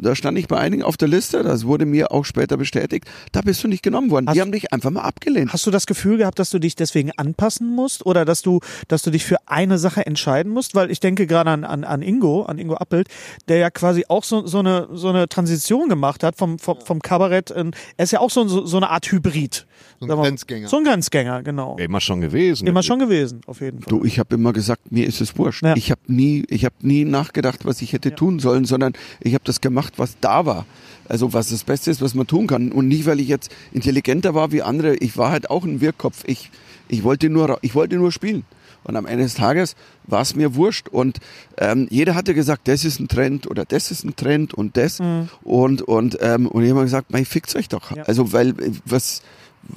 A: da stand ich bei einigen auf der Liste, das wurde mir auch später bestätigt, da bist du nicht genommen worden. die haben dich einfach mal abgelehnt.
D: Hast du das Gefühl gehabt, dass du dich deswegen anpassen musst oder dass du, dass du dich für eine Sache entscheiden musst? Weil ich denke gerade an, an, an Ingo, an Ingo Appelt, der ja quasi auch so, so, eine, so eine Transition gemacht hat vom, vom, vom Kabarett. In, er ist ja auch so, so, so eine Art Hybrid.
G: So ein
D: Sag mal,
G: Grenzgänger.
D: So ein Grenzgänger, genau.
E: Immer schon gewesen.
D: Immer schon gewesen, auf jeden Fall.
A: Du, ich habe immer gesagt, mir ist es wurscht.
D: Ja.
A: Ich habe nie, ich habe nie nachgedacht, was ich hätte tun sollen, sondern ich habe das gemacht, was da war. Also was das Beste ist, was man tun kann. Und nicht, weil ich jetzt intelligenter war wie andere. Ich war halt auch ein Wirkkopf. Ich, ich wollte nur, ra- ich wollte nur spielen. Und am Ende des Tages war es mir wurscht. Und ähm, jeder hatte gesagt, das ist ein Trend oder das ist ein Trend und das. Und, und, ähm, und ich habe gesagt, mei, fickt euch doch. Also, weil, äh, was,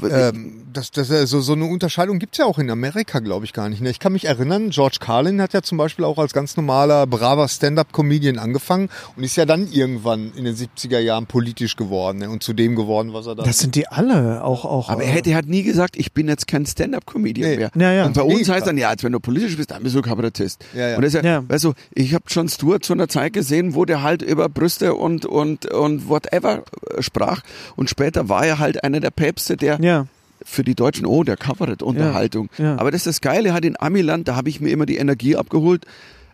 G: Ähm, das, das, äh, so, so eine Unterscheidung gibt's ja auch in Amerika, glaube ich, gar nicht. Ne? Ich kann mich erinnern, George Carlin hat ja zum Beispiel auch als ganz normaler, braver Stand-up-Comedian angefangen und ist ja dann irgendwann in den 70er Jahren politisch geworden ne? und zu dem geworden, was er dann...
D: Das sind die alle, auch, auch.
A: Aber
D: äh,
A: er, hätte, er hat nie gesagt, ich bin jetzt kein Stand-Up-Comedian
G: Nee.
A: mehr.
D: Ja, ja.
A: Und bei uns
G: Nee,
A: heißt dann, ja, als wenn du politisch bist, dann bist du Kabarettist.
G: Ja, ja.
A: Und das ist ja,
D: Ja.
A: weißt du, ich habe John Stewart zu einer Zeit gesehen, wo der halt über Brüste und, und, und whatever äh, sprach. Und später war er halt einer der Päpste, der
D: ja.
A: für die Deutschen, oh, der Kabarett-Unterhaltung.
D: Ja, ja.
A: Aber das ist das Geile, halt in Amiland, da habe ich mir immer die Energie abgeholt.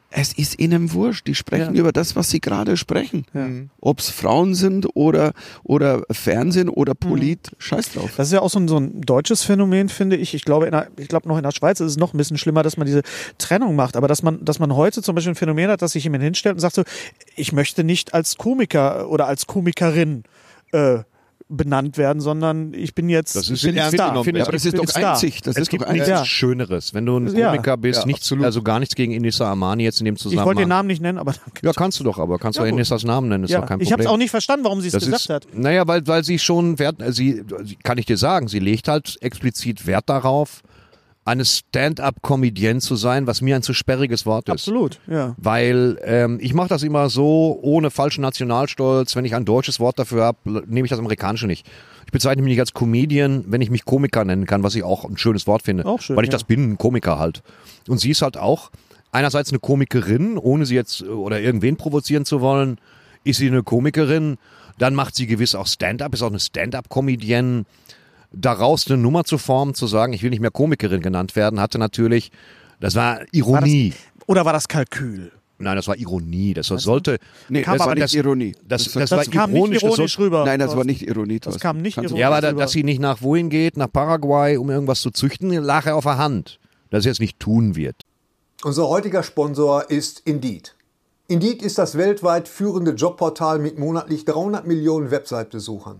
A: es ist ihnen wurscht. Die sprechen über das, was sie gerade sprechen. Ob es Frauen sind oder, oder Fernsehen oder
D: Mhm.
A: Polit, scheiß drauf.
D: Das ist ja auch so ein, so ein deutsches Phänomen, finde ich. Ich glaube, in der, ich glaube, noch in der Schweiz ist es noch ein bisschen schlimmer, dass man diese Trennung macht. Aber dass man, dass man heute zum Beispiel ein Phänomen hat, dass sich jemand hinstellt und sagt so, ich möchte nicht als Komiker oder als Komikerin äh, benannt werden, sondern ich bin jetzt
E: Das ist
D: ich bin
E: in
D: ein
E: Finn
D: Star.
E: genommen. Ja,
A: aber das ist
D: bin
A: doch
D: ein Star.
A: einzig. Das
E: es
A: ist doch
E: gibt
A: einzig.
E: nichts
D: Ja.
E: Schöneres, wenn du ein
D: Ja.
E: Komiker bist,
G: Ja,
E: nicht, also gar nichts gegen Inissa Armani jetzt in dem
D: Ich
E: Zusammenhang.
D: wollte den Namen nicht nennen, aber danke.
E: ja, kannst du doch, aber kannst du
D: gut.
E: Inissas Namen nennen, ist
D: Ja,
E: doch kein Problem.
D: ich habe es auch nicht verstanden, warum sie es
E: Das
D: gesagt
E: ist,
D: hat.
E: Naja, weil, weil sie schon Wert, äh, sie, sie- kann ich dir sagen, sie legt halt explizit Wert darauf, eine Stand-up-Comedienne zu sein, was mir ein zu sperriges Wort ist.
D: Absolut, ja.
E: Weil ähm, ich mache das immer so, ohne falschen Nationalstolz. Wenn ich ein deutsches Wort dafür habe, nehme ich das amerikanische nicht. Ich bezeichne mich nicht als Comedian, wenn ich mich Komiker nennen kann, was ich auch ein schönes Wort finde.
D: Auch schön,
E: weil ich
D: ja.
E: das bin, ein Komiker halt. Und sie ist halt auch einerseits eine Komikerin, ohne sie jetzt äh, oder irgendwen provozieren zu wollen, ist sie eine Komikerin. Dann macht sie gewiss auch Stand-up, ist auch eine Stand-up-Comedienne daraus eine Nummer zu formen, zu sagen, ich will nicht mehr Komikerin genannt werden, hatte natürlich, das war Ironie.
D: Oder war das Kalkül?
E: Nein, das war Ironie. Das sollte.
A: Nee,
E: Kam
A: das war
E: aber
A: nicht
E: das-
A: Ironie.
E: Das, das,
D: Das,
E: war
D: kam
E: ironisch.
D: nicht ironisch
E: das
D: rüber.
A: Nein, das war
D: Thorsten.
A: nicht Ironie. Thorsten.
D: kam nicht
A: Kannst du-
D: ironisch.
E: ja, aber da,
D: rüber.
E: dass sie nicht nach wohin geht, nach Paraguay, um irgendwas zu züchten, lag er auf der Hand. Dass sie es nicht tun wird.
H: Unser heutiger Sponsor ist Indeed. Indeed ist das weltweit führende Jobportal mit monatlich 300 Millionen Website-Besuchern.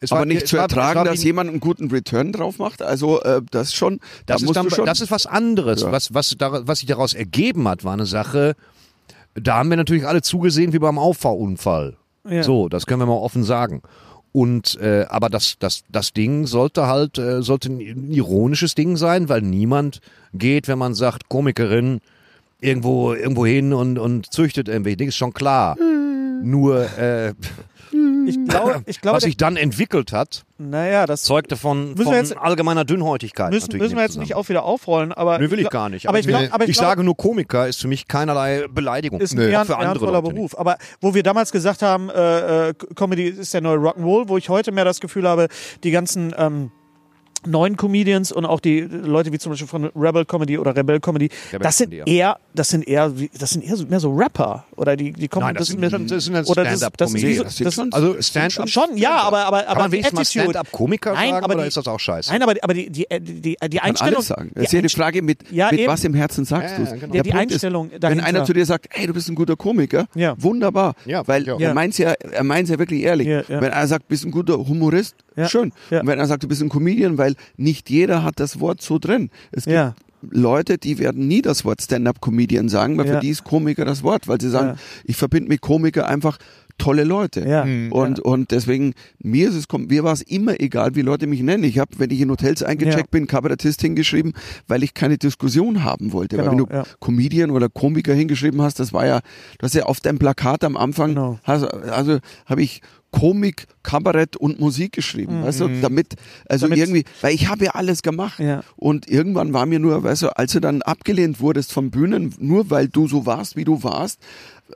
E: Es
A: aber
E: war-
A: nicht
E: es
A: zu
E: war- es
A: ertragen,
E: war wie-
A: dass jemand einen guten Return drauf macht. Also äh, das schon,
E: Das,
A: da
E: ist,
A: musst
E: dann,
A: du schon.
E: das ist was anderes.
A: Ja.
E: Was, was, dar- was sich daraus ergeben hat, war eine Sache, da haben wir natürlich alle zugesehen wie beim Auffahrunfall.
D: Ja.
E: So, das können wir mal offen sagen. Und äh, aber das, das, das Ding sollte halt, äh, sollte ein ironisches Ding sein, weil niemand geht, wenn man sagt, Komikerin, irgendwo, irgendwo hin und, und züchtet irgendwelche Dinge, ist schon klar. Nur äh,
D: Ich glaube, Hm. ich glaube
E: [LAUGHS] was sich dann entwickelt hat,
D: der- naja, das
E: zeugte von,
D: Müssen wir
E: von
D: jetzt-
E: allgemeiner Dünnhäutigkeit.
D: müssen,
E: natürlich
D: müssen wir
E: in dem
D: jetzt nicht
E: Zusammenhang.
D: auch wieder aufrollen. Aber
E: Nö, will ich
D: gla-
E: gar nicht.
D: Aber ich, glaub, aber ich,
E: ich
D: glaub,
E: sage nur, Komiker ist für mich keinerlei Beleidigung.
D: ist ein
E: Auch
D: ehren,
E: für andere
D: ehrenvoller
E: Leute
D: Beruf. Aber wo wir damals gesagt haben, äh, äh, Comedy ist der neue Rock'n'Roll, wo ich heute mehr das Gefühl habe, die ganzen ähm, neuen Comedians und auch die Leute wie zum Beispiel von Rebel Comedy oder Rebel Comedy,
E: Rebel
D: das sind
E: Comedy, ja.
D: eher, das sind eher, wie- das sind eher so, mehr so Rapper oder die, die kommen
E: Nein, das sind
D: mehr-
E: schon- das sind halt dann
D: oder das- das ist wie so-
E: Stand-up-Comedians.
A: sind
D: das-
A: schon-
E: nicht. Also Stand-up.
D: Schon, ja, aber aber
E: Kann
D: aber
E: man wenigstens mal
D: Attitude-
E: Stand-up-Komiker
D: Nein,
E: sagen,
D: aber
E: oder
D: die,
E: ist das auch scheiße?
D: Nein, aber die aber die die die, die, die
A: kann
D: Einstellung
A: alles sagen.
D: genau. die
A: Es ist ja die
D: Einst-
A: Frage, mit,
D: Ja,
A: mit
D: eben.
A: was im Herzen sagst
E: Ja,
A: du es.
E: ja, genau.
D: Ja, die
A: Punkt
D: Einstellung
A: ist, Wenn
D: dahinter.
A: einer zu dir sagt, hey, du bist ein guter Komiker,
D: Ja.
A: wunderbar.
E: Ja,
A: weil
E: ja.
A: er meint ja, er meint's ja wirklich ehrlich.
D: Ja, ja.
A: Wenn einer sagt, du bist ein guter Humorist,
D: Ja,
A: schön.
D: ja.
A: Und wenn einer sagt, du bist ein Comedian, weil nicht jeder hat das Wort so drin. Es gibt
D: Ja.
A: Leute, die werden nie das Wort Stand-up-Comedian sagen, weil
D: Ja.
A: für die ist Komiker das Wort, weil sie sagen,
D: Ja.
A: ich verbinde mit Komiker einfach tolle Leute.
D: Ja.
A: Und, und deswegen, mir ist es, kom- mir war es immer egal, wie Leute mich nennen. Ich habe, wenn ich in Hotels eingecheckt
D: Ja.
A: bin, Kabarettist hingeschrieben, weil ich keine Diskussion haben wollte. weil wenn
D: Genau,
A: du
D: ja.
A: Comedian oder Komiker hingeschrieben hast, das war ja, du hast ja auf deinem Plakat am Anfang,
D: Genau.
A: hast, also habe ich Komik, Kabarett und Musik geschrieben, weißt du, damit, also
D: Mhm. Damit-
A: irgendwie, weil ich habe ja alles gemacht
D: Ja.
A: und irgendwann war mir nur, weißt du, als du dann abgelehnt wurdest von Bühnen, nur weil du so warst, wie du warst,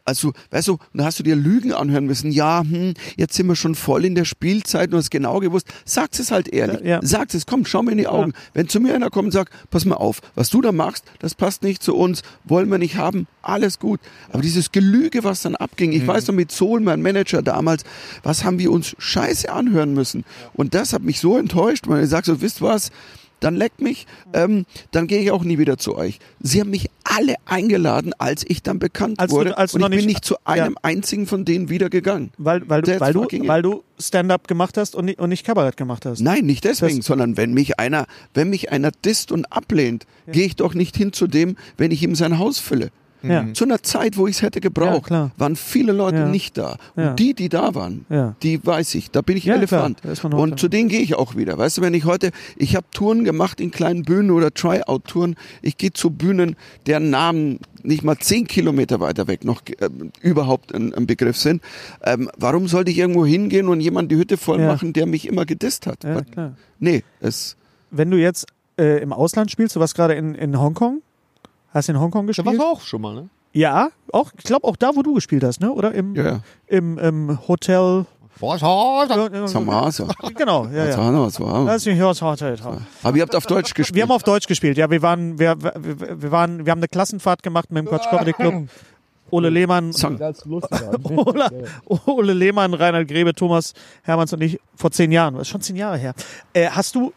A: also, weißt du, dann hast du dir Lügen anhören müssen. Ja, hm, jetzt sind wir schon voll in der Spielzeit und hast genau gewusst. Sagt es halt ehrlich.
D: Ja, ja.
A: Sagt es, komm, schau mir in die Augen. Wenn zu mir einer kommt und sagt, pass mal auf, was du da machst, das passt nicht zu uns, wollen wir nicht haben, alles gut. Aber dieses Gelüge, was dann abging,
D: Mhm.
A: ich weiß noch mit Zohl, mein Manager damals, was haben wir uns scheiße anhören müssen. Und das hat mich so enttäuscht, weil ich sag so, wisst was, dann leckt mich, ähm, dann gehe ich auch nie wieder zu euch. Sie haben mich alle eingeladen, als ich dann bekannt
D: Als du-
A: wurde.
D: als du
A: und ich
D: noch
A: bin
D: nicht-
A: nicht zu einem
D: ja.
A: einzigen von denen wieder gegangen.
D: Weil, weil, du,
A: That's
D: weil, du,
A: fucking it.
D: weil du Stand-up gemacht hast und nicht, und nicht Kabarett gemacht hast.
A: Nein, nicht deswegen,
D: Das-
A: sondern wenn mich einer, wenn mich einer disst und ablehnt, gehe ich doch nicht hin zu dem, wenn ich ihm sein Haus fülle.
D: Ja.
A: Zu einer Zeit, wo ich es hätte
D: Ja,
A: gebraucht,
D: klar.
A: waren viele Leute
D: Ja.
A: nicht da. Und
D: Ja.
A: die, die da waren,
D: Ja.
A: die weiß ich, da bin ich
D: Ja,
A: Elefant.
D: klar, da ist man
A: Und
D: auch
A: zu denen gehe ich auch wieder. Weißt du, wenn ich heute, ich habe Touren gemacht in kleinen Bühnen oder Tryout-Touren, ich gehe zu Bühnen, deren Namen nicht mal zehn Kilometer weiter weg noch ähm, überhaupt ein, ein Begriff sind. Ähm, warum sollte ich irgendwo hingehen und jemand die Hütte voll
D: Ja.
A: machen, der mich immer gedisst hat?
D: Ja,
A: Was-
D: klar.
A: Nee, es.
D: Wenn du jetzt äh, im Ausland spielst, du warst gerade in, in Hongkong. Hast in Hongkong
E: Da
D: gespielt?
E: warst du auch schon mal, ne?
D: Ja, auch, ich glaube auch da, wo du gespielt hast, ne? Oder im,
A: Ja, ja.
D: im, im Hotel.
E: Was? Oh,
A: Samasa.
D: Genau, ja, ja.
A: Ja.
D: Das ist ein Hotel.
A: Aber ihr habt auf Deutsch gespielt.
D: Wir haben auf Deutsch gespielt, ja. Wir waren, wir, wir, wir waren, wir haben eine Klassenfahrt gemacht mit dem Quatsch Comedy Club. Ole Lehmann,
A: Song.
D: [LAUGHS] Ola, Ole Lehmann, Reinhard Grebe, Thomas Hermanns und ich vor zehn Jahren, das ist schon zehn Jahre her. Äh, hast du,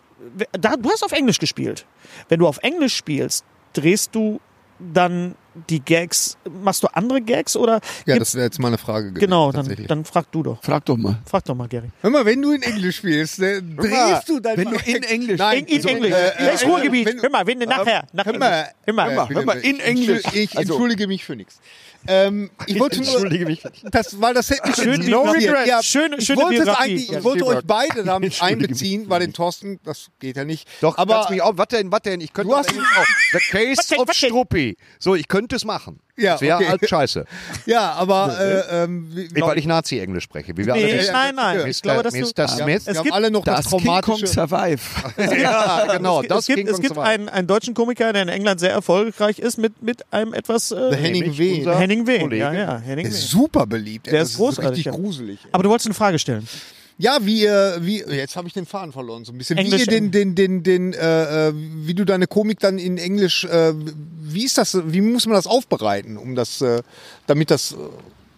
D: da, du hast auf Englisch gespielt. Wenn du auf Englisch spielst, drehst du dann die Gags, machst du andere Gags oder?
G: Ja,
D: gibt's-
G: das wäre jetzt mal eine Frage gewesen.
D: genau, dann,
G: tatsächlich.
D: dann frag du doch.
A: Frag doch mal.
D: Frag doch mal, Gary.
G: Hör mal, wenn du in Englisch spielst, ne, drehst du dein
A: Wenn du in Englisch.
G: Nein,
D: In, in
G: also,
D: Englisch.
G: äh, äh,
D: das ist Ruhrgebiet.
G: wenn du-
D: hör mal, wenn, nachher. Nach
G: hör mal,
D: Englisch. Immer.
G: Äh,
A: mal, hör mal, in Englisch.
G: Ich
A: Also-
G: entschuldige mich für nichts. Ähm, ich wollte nur,
E: Entschuldige mich.
G: das, weil das hätte mich
D: Schön
G: jetzt
D: die-
G: interessiert.
D: no regrets. Schöne-
G: ich
D: schöne
G: wollte, es
D: Biografie.
G: eigentlich,
D: Ja,
G: ich wollte euch
E: Spielberg.
G: beide damit
E: Entschuldige
G: einbeziehen, weil den Thorsten, das geht ja nicht.
E: Doch,
G: aber
E: kannst mich auf, warte denn, warte denn, ich könnte
G: Du hast-
E: das auch. The Case
D: Warte,
E: of
D: warte.
E: Struppi. So, ich könnte es machen.
G: Ja,
E: das wäre
G: okay. [LAUGHS]
E: halt scheiße.
G: ja, aber äh, ähm, wie-
E: Ich, weil ich Nazi-Englisch spreche, wie wir alle
D: Nee,
E: wissen.
D: nein, nein.
E: Mr.
D: Ich glaube, dass du.
E: Mr. Smith.
G: wir
D: es
G: haben
D: gibt-
G: alle noch das,
A: Das King Kong
G: traumatische.
A: Survive.
D: [LAUGHS]
E: [LAUGHS] Ja, genau,
D: es,
E: das
D: es gibt,
E: ging
D: es
E: und
D: gibt
E: so weiter.
D: einen, einen deutschen Komiker, der in England sehr erfolgreich ist, mit, mit einem etwas.
G: Der
D: Äh,
G: Henning
E: Nämlich
G: W.
E: unser-
D: Henning Wehn.
E: Kollege.
D: Ja, ja, Henning
G: Der
D: Wehn.
G: ist super beliebt. ey.
D: Der
G: das
D: ist großartig,
G: richtig
D: ja.
G: gruselig. ey.
D: Aber du wolltest eine Frage stellen.
G: Ja, wie, äh, wie jetzt habe ich den Faden verloren so ein bisschen.
D: Englisch-
G: wie ihr den, den, den, den, äh, äh, wie du deine Komik dann in Englisch, äh, wie ist das, wie muss man das aufbereiten, um das, äh, damit das äh,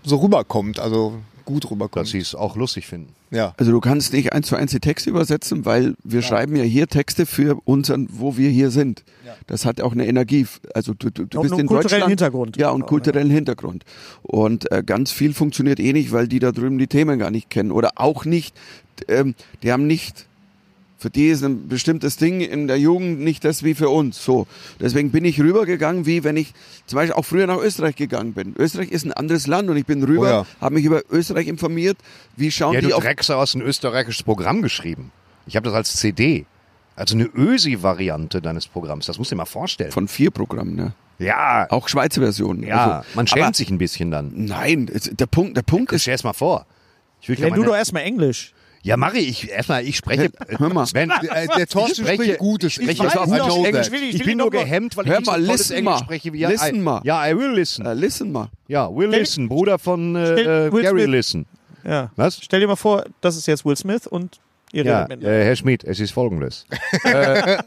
G: so rüberkommt, also gut
E: Dass
G: rüberkommt.
E: sie es auch lustig finden.
G: ja.
A: Also du kannst nicht eins zu eins die Texte übersetzen, weil wir schreiben ja hier Texte für unseren, wo wir hier sind. Das hat auch eine Energie. Also du, du, du
D: Und
A: bist
D: einen
A: in
D: kulturellen
A: Deutschland.
D: Hintergrund.
A: Ja, und kulturellen Hintergrund. Und äh, ganz viel funktioniert eh nicht, weil die da drüben die Themen gar nicht kennen. Oder auch nicht, ähm, die haben nicht für die ist ein bestimmtes Ding in der Jugend nicht das wie für uns. So. Deswegen bin ich rübergegangen, wie wenn ich zum Beispiel auch früher nach Österreich gegangen bin. Österreich ist ein anderes Land und ich bin rüber,
G: Oh ja.
A: habe mich über Österreich informiert, wie schauen
E: Ja,
A: die
E: du
A: auf
E: Drecksau hast ein österreichisches Programm geschrieben. Ich habe das als CD. Also eine Ösi-Variante deines Programms. Das musst du dir mal vorstellen.
A: von vier Programmen, ja.
E: ja,
A: Auch Schweizer Versionen.
E: ja.
A: Also,
E: man
A: aber-
E: schämt sich ein bisschen dann.
A: Nein, es- der Punkt, der Punkt ist,
E: Stell es mal vor. Ich will ja
D: Wenn du
E: meine-
D: doch erstmal Englisch.
E: Ja, mache ich. Erstmal, ich spreche.
A: hör mal.
E: Wenn,
G: Äh, der Thorsten
E: spreche-
G: spricht Gutes.
E: ich, spreche,
D: weiß
E: I
D: doch,
E: know
D: ich will-
E: that.
D: ich will- ich
E: ich
D: will
E: bin
D: ihn
E: nur
D: doch mal-
E: gehemmt, weil
A: Hör
E: ich nicht
A: mal,
E: so tolles
A: listen
E: Englisch
A: mal.
E: spreche. Wie ja,
A: Listen
E: I,
A: mal.
E: Ja, I will listen.
A: äh, listen mal.
E: Ja, Will
D: Stell-
E: Listen, Bruder von äh,
D: Stell- Will
E: Gary
D: Smith.
E: Listen.
D: Ja.
E: Was?
D: Stell dir mal vor, das ist jetzt Will Smith und ihr
E: Ja,
D: redet
E: äh, Herr Schmidt, es
G: [LAUGHS]
E: ist folgendes. äh,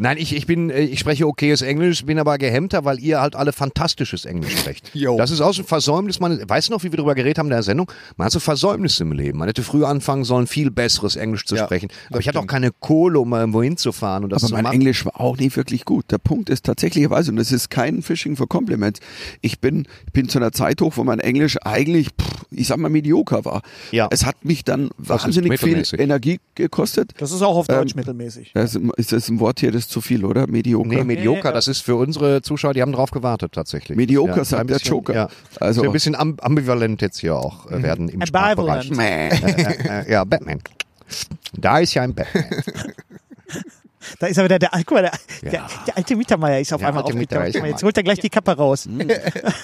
E: nein, ich, ich bin, äh, ich spreche okayes Englisch, bin aber gehemmter, weil ihr halt alle fantastisches Englisch sprecht.
G: Jo.
E: Das ist auch so ein Versäumnis. Man, weißt du noch, wie wir darüber geredet haben in der Sendung? Man hat so Versäumnisse im Leben. Man hätte früher anfangen sollen, viel besseres Englisch zu
G: Ja,
E: sprechen. Aber
G: das
E: ich hatte auch
G: stimmt.
E: keine Kohle, um mal irgendwo hinzufahren und das
A: Aber Also
E: zu
A: mein
E: machen.
A: Englisch war auch nicht wirklich gut. Der Punkt ist tatsächlicherweise, und das ist kein Fishing for Compliments, ich bin, ich bin zu einer Zeit hoch, wo mein Englisch eigentlich, pff, ich sag mal, medioker war.
E: Ja.
A: Es hat mich dann
E: Das ist
A: wahnsinnig viel
E: mittelmäßig.
A: Energie gekostet.
D: Das ist auch auf Deutsch
E: Ähm,
D: mittelmäßig.
A: Das ist, ist das ein Wort hier, das ist zu viel, oder? Medioker.
E: Nee, Medioker, das ist für unsere Zuschauer, die haben drauf gewartet tatsächlich.
A: Medioker sagt
E: ein
A: der
E: bisschen,
A: Joker.
E: Ja.
A: Also- Mhm.
E: Also ein bisschen am- ambivalent jetzt hier auch äh, werden im Sprachbereich.
D: Ambivalent.
E: Äh, äh, [LAUGHS] ja, Batman. Da ist ja
D: [LAUGHS]
E: ein Batman.
D: Da ist aber der, der, guck mal, der, der, der alte Mietermeier ist auf
E: Der
D: einmal
E: alte Hm.
D: aufgetaucht.
E: Mietermeier ist
D: Guck mal, Jetzt
E: mal.
D: holt er gleich die Kappe raus.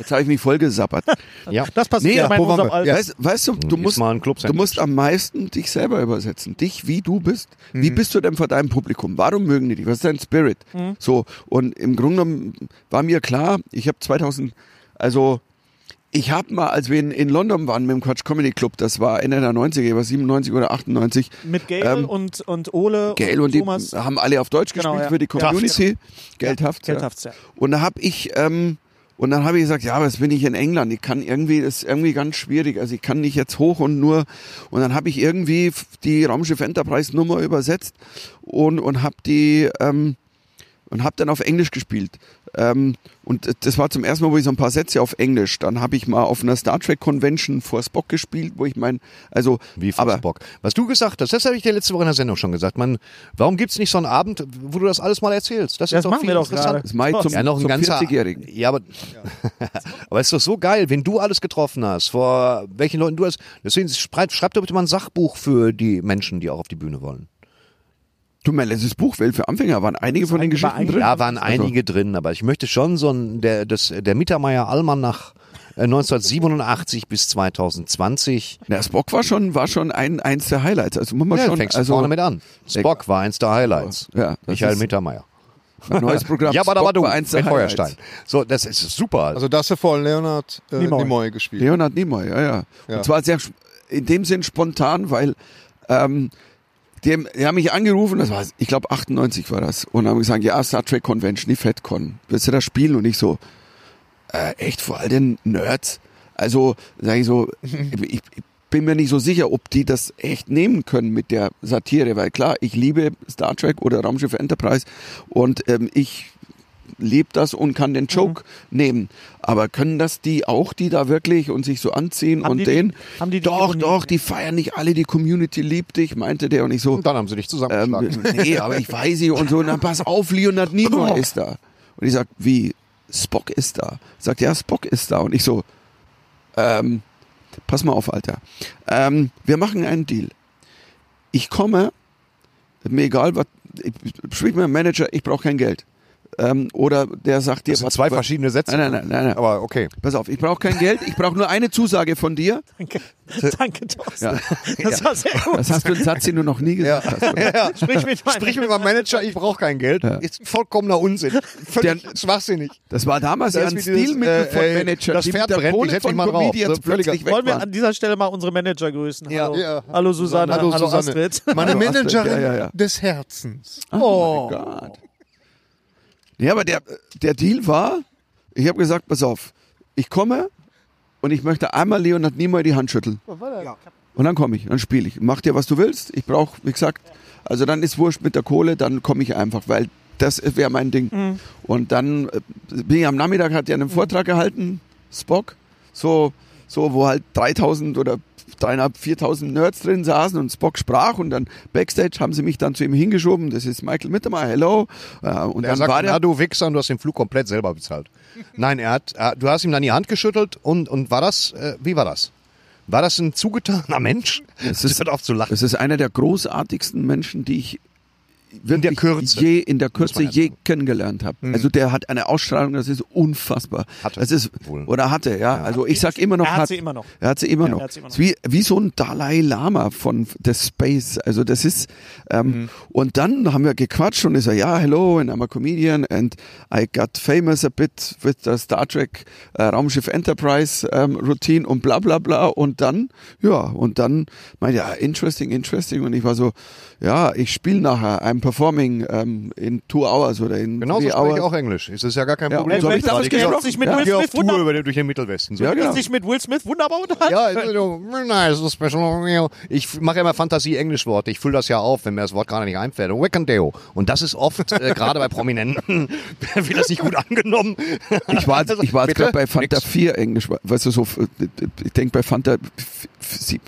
A: Jetzt habe ich mich voll gesappert.
E: Ja.
D: Das passiert
A: Nee,
D: ja, bei
G: wo waren
D: unserem
G: wir?
D: Alter.
A: Weißt, weißt du, du
E: Ist
A: musst,
E: mal ein Club
A: du musst am meisten dich selber übersetzen. Dich, wie du bist. Wie bist du denn vor deinem Publikum? Warum mögen die dich? Was ist dein Spirit? So, und im Grunde genommen war mir klar, ich habe 2000, also Ich habe mal, als wir in, in London waren mit dem Quatsch Comedy Club, das war Ende der 90er, war 97 oder 98,
D: Mit Gail
A: Ähm,
D: und, und Ole
A: Gail und die
D: Thomas.
A: haben alle auf Deutsch
D: Genau,
A: gespielt
D: ja.
A: für die
D: Taft.
A: Community. Geldhaft.
D: Gail Tafts, ja.
A: Und da habe ich ähm, und dann habe ich gesagt, ja, aber jetzt bin ich in England. Ich kann irgendwie, das ist irgendwie ganz schwierig. Also ich kann nicht jetzt hoch und nur. Und dann habe ich irgendwie f- die Raumschiff Enterprise Nummer übersetzt und und habe die ähm, und habe dann auf Englisch gespielt. Ähm, und d- das war zum ersten Mal, wo ich so ein paar Sätze auf Englisch. Dann habe ich mal auf einer Star Trek Convention vor Spock gespielt, wo ich mein, also
E: Wie
A: aber,
E: aber, Bock. Was du gesagt hast, das habe ich dir letzte Woche in der Sendung schon gesagt. Man, warum gibt es nicht so einen Abend, wo du das alles mal erzählst? Das,
D: Das
E: ist doch
D: machen
E: viel
D: wir doch
E: interessanter.
D: gerade.
A: Das Mai zum,
E: ja, noch ein
A: zum
E: ganzer.
A: 40-Jährigen.
E: Ja, aber, [LAUGHS] aber es ist doch so geil, wenn du alles getroffen hast, vor welchen Leuten du hast. Deswegen schreib, schreib doch bitte mal ein Sachbuch für die Menschen, die auch auf die Bühne wollen.
A: Du mein letztes Buch, Welt für Anfänger, waren einige von den Geschichten drin. Also,
E: Da waren einige drin, aber ich möchte schon so ein, der, das, der Mittermeier Almanach äh, 1987 bis 2020.
A: Na, Spock war schon, war schon ein, eins der Highlights. Also muss man
E: Ja,
A: schon,
E: fängst
A: also
E: vorne mit an. Spock war eins der Highlights.
A: Ja, das
E: Michael
A: ist-
E: Mittermeier.
A: ein neues Programm.
E: [LAUGHS] Ja, aber da
A: Spock
E: war du
A: war eins der
E: mit
A: Highlights.
E: Feuerstein. So, das ist super.
G: Also das hast du vor Leonard äh,
D: Nimoy.
G: Nimoy. gespielt.
A: Leonard Nimoy, ja, ja.
G: Ja.
A: Und zwar sehr, sp- in dem Sinn spontan, weil, ähm, die haben, die haben mich angerufen, das war, ich glaube 98 war das, und haben gesagt, ja, Star Trek Convention, die FedCon, willst du das spielen? Und ich so, äh, echt vor all den Nerds? Also, sage ich
D: [LAUGHS]
A: so, ich, ich bin mir nicht so sicher, ob die das echt nehmen können mit der Satire, weil klar, ich liebe Star Trek oder Raumschiff Enterprise und ähm, ich lebt das und kann
D: Mhm.
A: den Joke nehmen. Aber können das die auch, die da wirklich und sich so anziehen
D: Haben
A: und
D: die die-
A: den?
D: haben die die
A: doch,
D: Ironie?
A: doch, die feiern nicht alle, die Community liebt dich, meinte der und ich so.
E: Und dann haben sie dich zusammengeschlagen.
A: Ähm, [LAUGHS]
E: [LAUGHS]
A: nee, aber ich weiß nicht und so. Und dann pass auf, Leonard
E: Oh.
A: Nimoy ist da. Und ich sag, wie? Spock ist da. Sagt, ja, Spock ist da. Und ich so, ähm, pass mal auf, Alter. Ähm, wir machen einen Deal. Ich komme, mir egal, was, ich- sprich mit dem Manager, ich brauche kein Geld. Ähm, oder der sagt dir,
E: das sind
A: was-
E: zwei
A: was-
E: verschiedene Sätze.
A: Nein, nein, nein, nein, nein.
E: Aber okay.
A: Pass auf, ich brauche kein Geld, ich brauche nur eine Zusage von dir.
D: Danke, [LAUGHS] danke Thorsten. Das war sehr gut.
A: Das hast du einen Satz, den du noch
E: [LAUGHS]
A: nie gesagt hast. Oder?
D: Sprich mit meinem-
E: Sprich mit meinem Manager, ich brauche kein Geld. Ist vollkommener Unsinn. Völlig
A: Der-
E: schwachsinnig.
A: Das war damals
E: Das
A: ja
E: ist
A: ein
E: wie dieses,
A: Stilmittel
E: äh,
A: von
E: äh,
A: Manager.
E: das
A: die-
E: Pferd
A: der
E: brennt,
A: Pole
E: ich setz
A: von
E: mich mal drauf.
A: Comedians
E: So, Oh völliger-
A: plötzlich weg
D: Wollen wir
A: waren.
D: an dieser Stelle mal unsere Manager grüßen?
E: Ja.
D: Hallo,
G: Ja.
D: hallo Susanne, hallo,
G: Hallo, Susanne.
D: Astrid.
G: Meine
A: Hallo, Astrid.
G: Managerin
A: Ja, ja, ja.
G: des Herzens.
A: Oh, mein Gott. Ja, aber der, der Deal war, ich habe gesagt, pass auf, ich komme und ich möchte einmal Leonard Nimoy die Hand schütteln. Und dann komme ich, dann spiele ich. Mach dir, was du willst. Ich brauche, wie gesagt, also dann ist Wurscht mit der Kohle, dann komme ich einfach, weil das wäre mein Ding. Und dann äh, bin ich am Nachmittag, hat ja einen Vortrag gehalten, Spock, so, so, wo halt 3000 oder 3.500, 4000 Nerds drin saßen und Spock sprach und dann Backstage haben sie mich dann zu ihm hingeschoben. Das ist Michael Mittermeier, hello. Ja, und
E: Er
A: dann
E: sagt,
A: war
E: na
A: der,
E: du Wichser, und du hast den Flug komplett selber bezahlt. Nein, er hat, äh, du hast ihm dann die Hand geschüttelt und, und war das, äh, wie war das? War das ein zugetaner
A: [LAUGHS]
E: Mensch?
A: Es ist-
E: hört auf zu lachen.
A: das ist einer der großartigsten Menschen, die ich wirklich
E: der Kürze.
A: je in der Kürze
E: man ja Mhm.
A: je kennengelernt habe. Also der hat eine Ausstrahlung, das ist unfassbar.
E: Hatte
A: das ist
E: wohl.
A: oder hatte, ja. Also ich sag immer noch
D: Er hat sie immer noch.
A: Er hat sie immer noch.
D: er hat sie immer noch.
A: Ist Wie, wie so ein Dalai Lama von des Space. Also das ist
E: Mhm.
A: ähm, und dann haben wir gequatscht und ist er ja hello and I'm a comedian and I got famous a bit with the Star Trek äh, Raumschiff Enterprise ähm, Routine und bla bla bla und dann ja und dann meinte er interesting interesting und ich war so ja ich spiele nachher I'm performing ähm, in two hours oder in
E: Genauso
A: three
E: spreche
A: hours.
E: ich auch Englisch. Es ist ja gar kein
A: Ja,
E: Problem.
A: und so hab ich
E: Ich
A: das
E: geh
D: ausgedacht.
E: auf-
D: Sich mit
E: ja,
D: Will
E: geh auf
D: Smith
E: Tour
D: wundern-
E: über den- durch den Mittelwesten. So.
A: Ja, genau.
D: sich mit Will Smith wunderbar unterhalten.
E: Ja, also, nice special. Ich mache immer Fantasie-Englischworte. Ich fülle das ja auf, wenn mir das Wort gerade nicht einfällt. Wackendeo. Und das ist oft, äh, gerade bei Prominenten, [LAUGHS] wird das nicht gut angenommen.
A: Ich war, ich war jetzt
E: Also, Bitte?
A: gerade bei Fanta
E: Nix.
A: 4 Englisch, weißt du, so, ich denke bei Fanta, f- sie-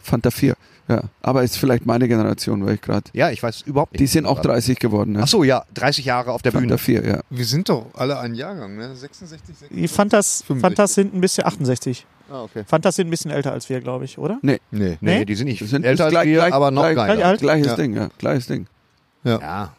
A: Fanta 4, ja. Aber ist vielleicht meine Generation, weil ich gerade,
E: Ja, ich weiß überhaupt nicht.
A: die sind auch 30 geworden, ne?
E: Ach so, ja, 30 Jahre auf der
A: Fanta
E: Bühne.
A: 4, ja.
G: Wir sind doch alle ein Jahrgang, ne? 66, 66.
D: Die Fantas,
G: 65.
D: Fantas sind ein bisschen 68.
G: Ah, okay.
D: Fantas sind ein bisschen älter als wir, glaube ich, oder?
G: Nee.
E: Nee,
D: Nee?
E: die sind nicht
A: Das sind-
E: älter
A: ist
E: als
A: gleich-
E: wir,
A: gleich-
E: aber noch
A: gleich-
E: geiler.
D: gleich alt.
A: Gleiches
G: Ja.
A: Ding, ja, gleiches Ding.
E: Ja.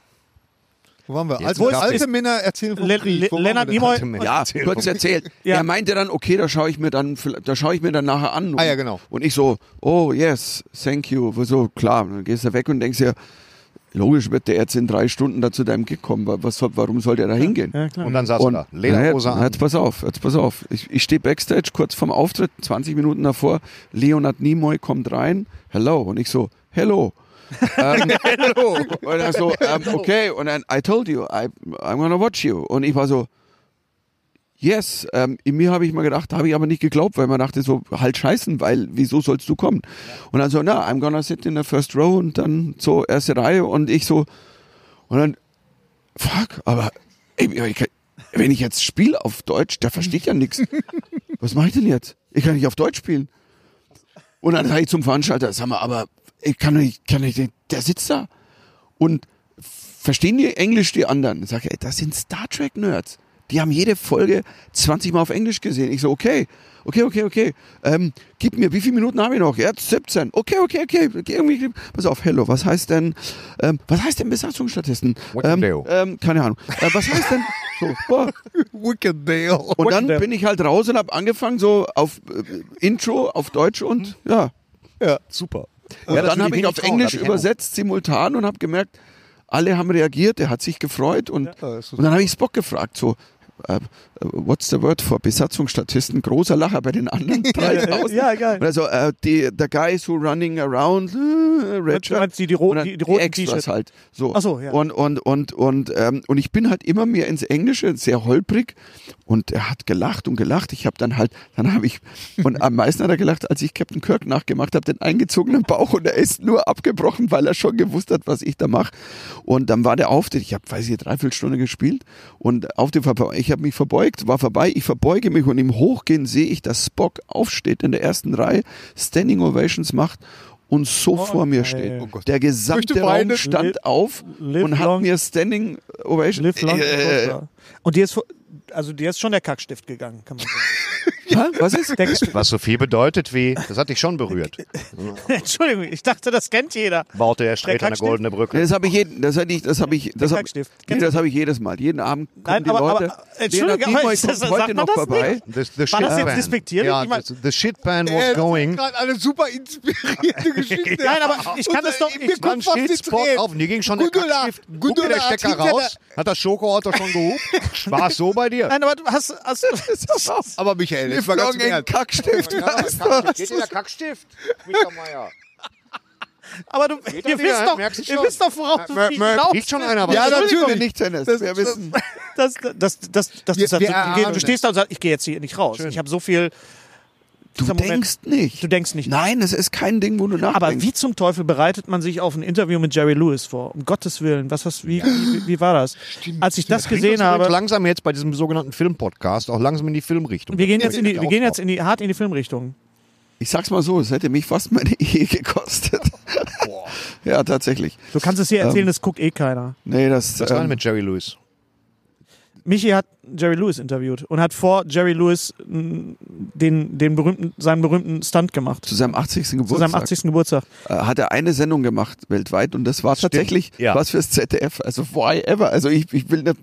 G: Wo waren wir?
E: Jetzt
G: Alte,
E: gab es-
G: alte Männer erzählen vom
D: Le Le
G: Krieg. Wo waren wir
D: Lennart
G: denn?
D: Nimoy,
A: Ja, kurz erzählt.
D: Ja.
A: Er meinte dann, okay, da schaue ich mir dann, vielleicht- da schaue ich mir dann nachher an. Und,
G: Ah, ja, genau.
A: Und ich so, oh yes, thank you. So klar, Und dann gehst du weg und denkst dir, Logisch wird der jetzt in drei Stunden da zu deinem Gig kommen. Wa- Was, soll- warum sollte er da hingehen?
E: Und dann saß er da, Lederhose
A: naja,
E: an.
A: Jetzt pass auf, jetzt pass auf. Ich, ich stehe backstage kurz vorm Auftritt, 20 Minuten davor. Leonard Nimoy kommt rein, hello. Und ich so,
E: [LAUGHS]
A: hello. ähm, hello. Und er so, ähm, okay. Und dann, I told you, I, I'm gonna watch you. Und ich war so, Yes, ähm, in mir habe ich mal gedacht, habe ich aber nicht geglaubt, weil man dachte so, halt scheißen, weil wieso sollst du kommen? Und dann so, na, I'm gonna sit in the first row und dann so erste Reihe und ich so, und dann, fuck, aber ey, ich kann, wenn ich jetzt spiele auf Deutsch, da versteht ja nichts. Was mache ich denn jetzt? Ich kann nicht auf Deutsch spielen. Und dann sage ich zum Veranstalter, sag mal, aber ich kann doch nicht, kann doch nicht, der sitzt da und verstehen die Englisch die anderen? Ich sage, ey, das sind Star Trek Nerds. Die haben jede Folge 20 Mal auf Englisch gesehen. Ich so, okay, okay, okay, okay. Ähm, gib mir, wie viele Minuten habe ich noch? Ja, 17. Okay, okay, okay. Geh Irgendwie, pass auf, hello, was heißt denn, ähm, was heißt denn Besatzungsstatisten?
E: What
A: Ähm,
E: do?
A: ähm, keine Ahnung. Äh, was heißt denn? So, boah,
G: Wicked Dale.
A: und dann bin ich halt raus und habe angefangen so auf äh, Intro auf Deutsch und
D: Mhm.
A: ja.
G: Ja.
A: super. Und dann habe ich auf Englisch übersetzt simultan und habe gemerkt, alle haben reagiert, er hat sich gefreut und,
G: ist so
A: und dann habe ich Spock gefragt so äh, äh, What's the word for Besatzungsstatisten? Großer Lacher bei den anderen 3000.
D: [LAUGHS] Ja, geil.
A: Und also, äh, die, the guys who running around, äh, Red
D: Du meinst die- die roten-
A: Und dann
D: die- die roten
A: Extras
D: T-Shirts.
A: halt. So.
D: Ach so, ja.
A: Und, und, und, und, ähm, und ich bin halt immer mehr ins Englische, sehr holprig. Und er hat gelacht und gelacht. Ich habe dann halt, dann habe ich, und am meisten hat er gelacht, als ich Captain Kirk nachgemacht habe, den eingezogenen Bauch. Und er ist nur abgebrochen, weil er schon gewusst hat, was ich da mache. Und dann war der Auftritt, ich habe, weiß ich, dreiviertel Stunde gespielt. Und auf dem Verbe ich habe mich verbeugt, war vorbei. Ich verbeuge mich und im Hochgehen sehe ich, dass Spock aufsteht in der ersten Reihe, Standing Ovations macht und so
D: Oh
A: vor mir steht. der gesamte
G: Möchte
A: Raum
G: weinen.
A: stand
D: Live-
A: auf
D: live
A: und hat
D: long-
A: mir Standing Ovation.
D: Live long
A: Äh,
D: and prosper. Und dir ist, vor- also dir ist schon der Kackstift gegangen, kann man sagen.
A: hä? was ist?
D: Der Kackstift-
E: Was so viel bedeutet wie, das hat dich schon berührt,
D: [LAUGHS] Entschuldigung, ich dachte, das kennt jeder.
E: baute der Streter eine
D: Kackstift?
E: goldene Brücke.
A: Das habe ich jeden, das hatte ich, das habe ich, das habe nee,
D: Kackstift. Kennst du-
A: das habe ich jedes Mal, jeden Abend kommen
D: Nein,
A: die
D: aber-
A: Leute.
D: aber- Entschuldigung,
A: Leonard
D: aber
A: Nimoy
D: ist
A: kommt
D: das- sagt
A: heute
D: man
A: noch
D: das
A: vorbei.
D: nicht?
E: The, the
D: War das
E: shit
D: jetzt
E: band.
D: despektierlich?
E: Ja,
D: Ich mein-
E: the, the shit band
G: Äh,
E: was going.
G: gerade eine super
E: [LAUGHS]
G: inspirierte Geschichte.
D: Nein, aber ich kann
G: Und,
D: das doch-
G: äh,
D: ich-
G: mir
D: Dann
E: Dann
G: kommt fast
E: steht
G: die
E: Spock
G: Tränen.
E: auf und hier ging schon der
G: Gundula-
E: Kackstift. Guckte der
G: Gundula hat
E: Stecker
G: hinter
E: raus, hat das Schokoauto schon gehupt. War es so bei dir?
D: Nein, aber du hast, hast
G: Aber Michael, jetzt mal ganz im Ernst.
A: Kackstift. weißt du?
E: Geht dir der Kackstift, Mickermeier?
D: aber du,
E: doch
D: ihr
E: wieder,
D: wisst doch,
E: merkst du
D: ihr
E: schon.
D: wisst doch, worauf du
E: Mö- mö-
D: hinaus
E: Riecht schon
D: willst.
E: einer was?
G: Ja,
A: Natürlich.
G: natürlich.
A: nicht, Dennis.
G: Das-
A: Wir wissen.
D: Das, das, das, das, das
G: Wir-
D: ist halt
G: wir
D: so, du, geh-
G: erahnen
D: du stehst da und sagst, ich gehe jetzt hier nicht raus. Ich habe so viel.
A: Du
D: Dieser Moment-
A: denkst nicht.
D: Du denkst nicht.
A: Nein, es ist kein Ding, wo du nachdenkst.
D: Aber wie zum Teufel bereitet man sich auf ein Interview mit Jerry Lewis vor? Um Gottes Willen, was, was, wie, wie, wie war das? Als ich das gesehen habe,
E: langsam jetzt bei diesem sogenannten Filmpodcast auch langsam in die Filmrichtung.
D: wir gehen jetzt in die, wir gehen jetzt in die, hart in die Filmrichtung.
A: Ich sag's mal so, es hätte mich fast meine [LAUGHS] Ehe gekostet. ja, tatsächlich.
D: Du kannst es hier erzählen, das guckt eh keiner.
A: Nee, das.
E: Was war denn
A: Ähm,
E: mit Jerry Lewis?
D: Michi hat Jerry Lewis interviewt und hat vor Jerry Lewis m, den, den berühmten, seinen berühmten Stunt gemacht.
A: zu seinem 80.
D: Zu seinem
A: Geburtstag
D: 80. Geburtstag.
A: äh, hat er eine Sendung gemacht weltweit und das war tatsächlich
E: ja.
A: was fürs ZDF. Also why ever? Also ich, ich will nicht,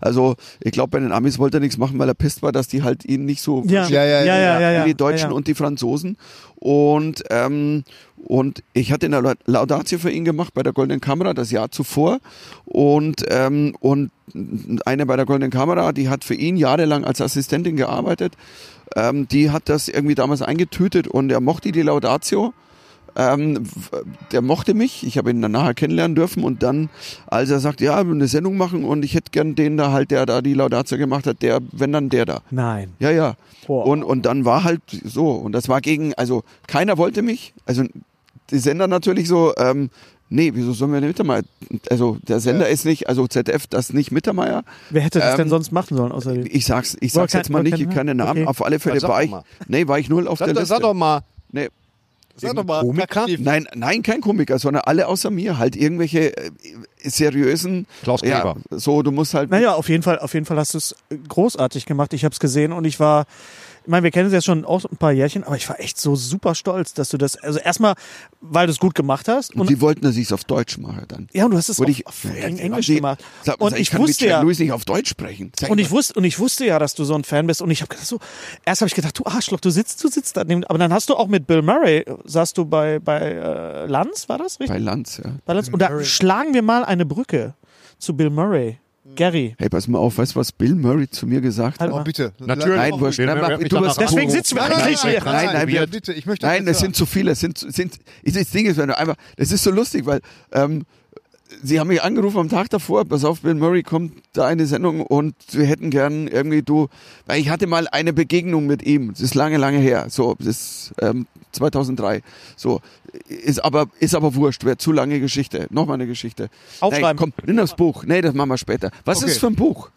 A: also ich glaube bei den Amis wollte er nichts machen, weil er pisst war, dass die halt ihn nicht so
G: Ja, ja, ja,
D: ja,
A: wie die Deutschen
D: ja, ja.
A: und die Franzosen. Und, ähm, und ich hatte eine Lau- Laudatio für ihn gemacht bei der Goldenen Kamera das Jahr zuvor. Und, ähm, und eine bei der Goldenen Kamera, die hat für ihn jahrelang als Assistentin gearbeitet. Ähm, die hat das irgendwie damals eingetütet und er mochte die Laudatio. Ähm, w- der mochte mich, ich habe ihn dann nachher kennenlernen dürfen und dann, als er sagt, ja, eine Sendung machen und ich hätte gern den da halt, der da die Laudatio gemacht hat, der, wenn dann der da.
D: Nein.
A: Ja, ja.
D: Boah.
A: Und, und dann war halt so. Und das war gegen, also keiner wollte mich. Also die Sender natürlich so, ähm, nee, wieso sollen wir denn Mittermeier? Also der Sender ist nicht, also ZF, das nicht Mittermeier.
D: Wer hätte das
A: Ähm,
D: denn sonst machen sollen, außer dir?
A: Ich sag's, ich sag's
D: Wollte
A: jetzt mal
D: kein-
A: nicht,
D: wollte
A: ich keine Namen.
D: okay.
A: Auf alle Fälle
E: Ja, sag
A: war
E: doch
A: ich,
E: mal.
A: nee, war ich null auf
E: Sag,
A: der
E: doch-
A: Liste.
E: sag doch mal,
A: Nee,
G: Sag doch mal.
E: Komiker?
G: Kackstift.
A: nein, nein, kein Komiker, sondern alle außer mir, halt irgendwelche äh, seriösen.
E: Klaus
A: ja,
E: Kleber.
A: so, du musst halt.
D: Naja, auf jeden Fall, auf jeden Fall hast du es großartig gemacht. Ich habe es gesehen und ich war, ich meine, wir kennen es ja schon auch ein paar Jährchen, aber ich war echt so super stolz, dass du das, also erstmal, weil du es gut gemacht hast und
A: die wollten, dass ich es auf Deutsch mache dann.
D: ja, und du hast es
A: Wurde
D: auf,
A: ich,
D: auf,
A: Ja,
D: in
A: die-
D: Englisch
A: die-
D: gemacht.
A: Sag,
D: und
A: sag,
D: ich,
A: kann mit
D: wusste
A: Jack
D: ja,
A: Lewis nicht auf Deutsch sprechen. Sag
D: und
A: mal.
D: ich wusste und ich wusste ja, dass du so ein Fan bist und ich habe gedacht so, erst habe ich gedacht, du Arschloch, du sitzt, du sitzt da neben, aber dann hast du auch mit Bill Murray, saßt du bei bei äh, Lanz, war das richtig?
A: bei Lanz, ja.
D: Bei Lanz und da schlagen wir mal eine Brücke zu Bill Murray. Gary.
A: Hey, pass mal auf, weißt du, was Bill Murray zu mir gesagt hat?
D: Halt
G: Oh,
D: mal.
G: bitte.
E: Natürlich.
A: Nein, wurscht.
E: Wer-
A: Nein,
E: wer-
A: mach-
E: wer-
A: du
E: mich danach
A: warst-
E: anruft.
D: Deswegen sitzen wir
G: Nein, nein,
D: eigentlich
G: nein,
D: hier.
E: nein,
G: nein, nein,
E: wir-
G: nein, bitte, ich möchte
A: Nein,
G: das
A: das sind zu viele. Es sind, sind, ist das Ding ist, wenn du einmal, das ist so lustig, weil ähm, sie haben mich angerufen am Tag davor, pass auf, Bill Murray kommt da eine Sendung und wir hätten gern irgendwie du, weil ich hatte mal eine Begegnung mit ihm, das ist lange, lange her, so, das ist ähm, 2003, so, ist aber, ist aber wurscht, wäre zu lange Geschichte, nochmal eine Geschichte.
D: Aufschreiben.
A: Nein, komm, nimm das Buch, nee, das machen wir später. Was
G: Okay.
A: ist für ein Buch?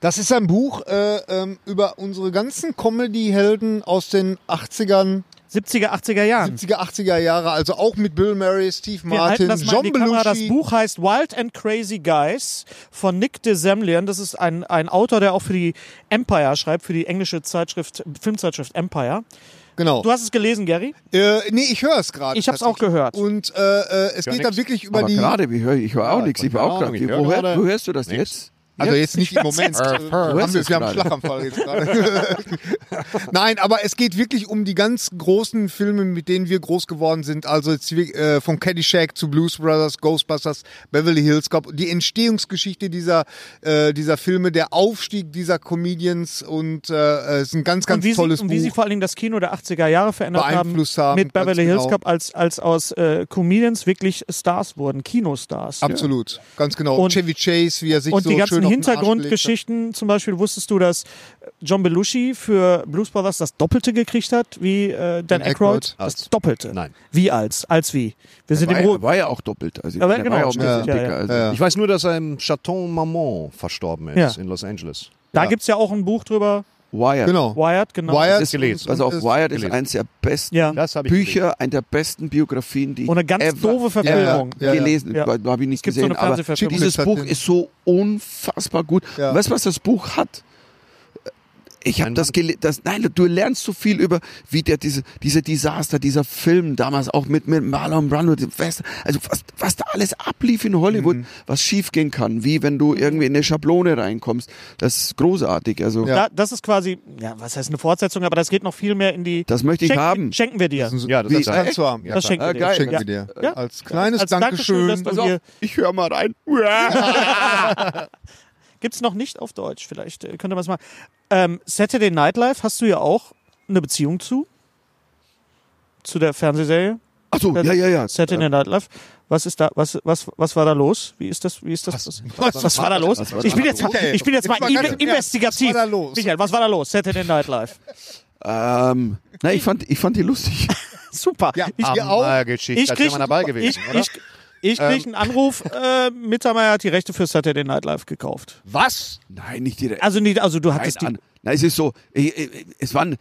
G: Das ist ein Buch äh, ähm, über unsere ganzen Comedy-Helden aus den 80ern,
D: 70er, 80er Jahren.
G: 70er, 80er Jahre, also auch mit Bill Murray, Steve
D: Wir halten
G: Martin,
D: das mal
G: John
D: in die Kamera. Das
G: Belushi.
D: Buch heißt Wild and Crazy Guys von Nick DeSemlian. Das ist ein, ein Autor, der auch für die Empire schreibt, für die englische Zeitschrift, Filmzeitschrift Empire.
G: Genau.
D: Du hast es gelesen, Gary?
G: Äh, nee, ich höre es gerade.
D: Ich hab's auch gehört.
G: Und äh, äh, es geht dann
E: nix.
G: wirklich über
A: Aber
G: die.
A: gerade, wie hör ich, ich höre auch
E: Ja,
A: nichts, ich
E: keine
A: war auch
E: Ahnung,
A: gerade,
E: ich hör
A: wo, hör-
E: gerade
A: wo hörst du das jetzt?
G: [LAUGHS] Also jetzt nicht im Moment.
E: jetzt
G: Äh,
E: gerade.
G: wir haben,
A: Du hörst
G: wir haben
A: es
G: einen Schlaganfall jetzt gerade. [LAUGHS] Nein, aber es geht wirklich um die ganz großen Filme, mit denen wir groß geworden sind. Also jetzt, wir- äh, von Caddyshack zu Blues Brothers, Ghostbusters, Beverly Hills Cop. Die Entstehungsgeschichte dieser, äh, dieser Filme, der Aufstieg dieser Comedians und äh, äh, es ist ein ganz, ganz
D: und wie,
G: tolles
D: sie, und
G: Buch.
D: wie sie vor allen Dingen das Kino der 80er Jahre verändert haben,
G: Beeinflusst haben,
D: mit Beverly
G: ganz
D: Hills
G: genau.
D: Cop, als, als aus äh, Comedians wirklich Stars wurden, Kinostars.
G: Absolut, ganz genau.
D: Und-
G: Chevy Chase, wie er sich
D: Und
G: so
D: die
G: schön auf den Arsch gelegt hat.
D: ganzen Hintergrundgeschichten, zum Beispiel wusstest du, dass John Belushi für Blues Brothers das Doppelte gekriegt hat, wie äh, Dan Aykroyd?
G: Aykroyd?
D: Das
E: Als.
D: Doppelte.
E: Nein.
D: Wie als? Als wie? Wir sind
A: War,
D: im Ruhe.
A: ja- war ja auch doppelt. Also, ich
D: Aber
A: meine,
D: genau,
A: war ja auch ein bisschen
D: stimmt, ja, ja.
A: dicker. Also,
G: Ja.
E: Ich weiß nur, dass er im Chateau Marmont verstorben ist
D: Ja.
E: in Los Angeles.
D: Da gibt's ja auch ein Buch drüber,
A: Wired.
G: Genau.
D: Wired, genau.
G: Wired
A: Das ist
E: gelesen.
A: Also auf
G: ist-
A: Wired ist
E: gelesen.
A: eines der besten
D: Ja.
E: Das habe ich gelesen.
A: Bücher, eine der besten Biografien, die ich
D: Und eine ganz
A: ever
D: doofe Verfilmung.
G: Ja, ja.
A: gelesen
D: Ja.
A: habe. Habe ich nicht
D: gibt so
A: gesehen.
D: eine
A: aber
D: Fernsehverfilmung.
A: dieses
G: Chipmunk
A: Buch
G: hat den-
A: ist so unfassbar gut.
G: Ja.
A: Weißt du, was das Buch hat? Ich habe
E: Ein
A: das
E: Mann.
A: gelesen. Nein, du lernst so viel über, wie der diese diese Desaster, dieser Film damals auch mit mit Marlon Brando, dem West, also was was da alles ablief in Hollywood,
G: Mhm.
A: was schiefgehen kann, wie wenn
D: Mhm.
A: du irgendwie in eine Schablone reinkommst. Das ist großartig. Also
G: Ja.
D: Da, das ist quasi, ja, was heißt eine Fortsetzung, aber das geht noch viel mehr in die.
A: Das möchte ich
D: Schenken-
A: haben.
D: Schenken wir dir.
E: Ja, das
G: Wie,
E: ist
G: kannst du haben. Ja,
D: Das
G: klar.
D: schenken wir
A: Ah,
D: dir.
A: geil.
G: schenken
D: ja.
G: wir dir.
D: Ja.
G: Als kleines
D: Als
G: Dankeschön.
D: Dankeschön, dass du-
A: Pass auf,
D: hier-
A: ich höre mal rein.
D: Gibt's noch nicht auf Deutsch, vielleicht äh, könnte man es mal. Ähm, Saturday Night Live hast du ja auch eine Beziehung zu? Zu der Fernsehserie?
A: Achso, ja, ja, ja.
D: Saturday Night Live. Was ist da, was, was, was war da los? Wie ist das, wie ist das? Was, was, war da los?
A: was war da
D: Ich bin jetzt,
G: los?
D: ich bin jetzt mal
G: Jetzt mal ganz
D: in-
G: im Ernst,
D: investigativ.
G: was war da los?
D: Michael, was war da los? Saturday Night Live.
A: Ähm, na, ich fand, ich fand die
D: [LAUGHS]
A: lustig.
D: Super.
G: Ja,
D: ich,
G: wir auch.
E: Ah, Geschichte,
D: ich
E: als
D: krieg,
E: wäre man dabei gewesen,
D: ich,
E: oder?
D: ich, ich krieg einen Anruf, äh, Mittermeier hat die Rechte für Saturday Night Live gekauft.
E: Was?
A: Nein, nicht direkt.
D: Also, nee, also du hattest die,
A: Nein, an. Nein, es ist so, ich, ich, es waren,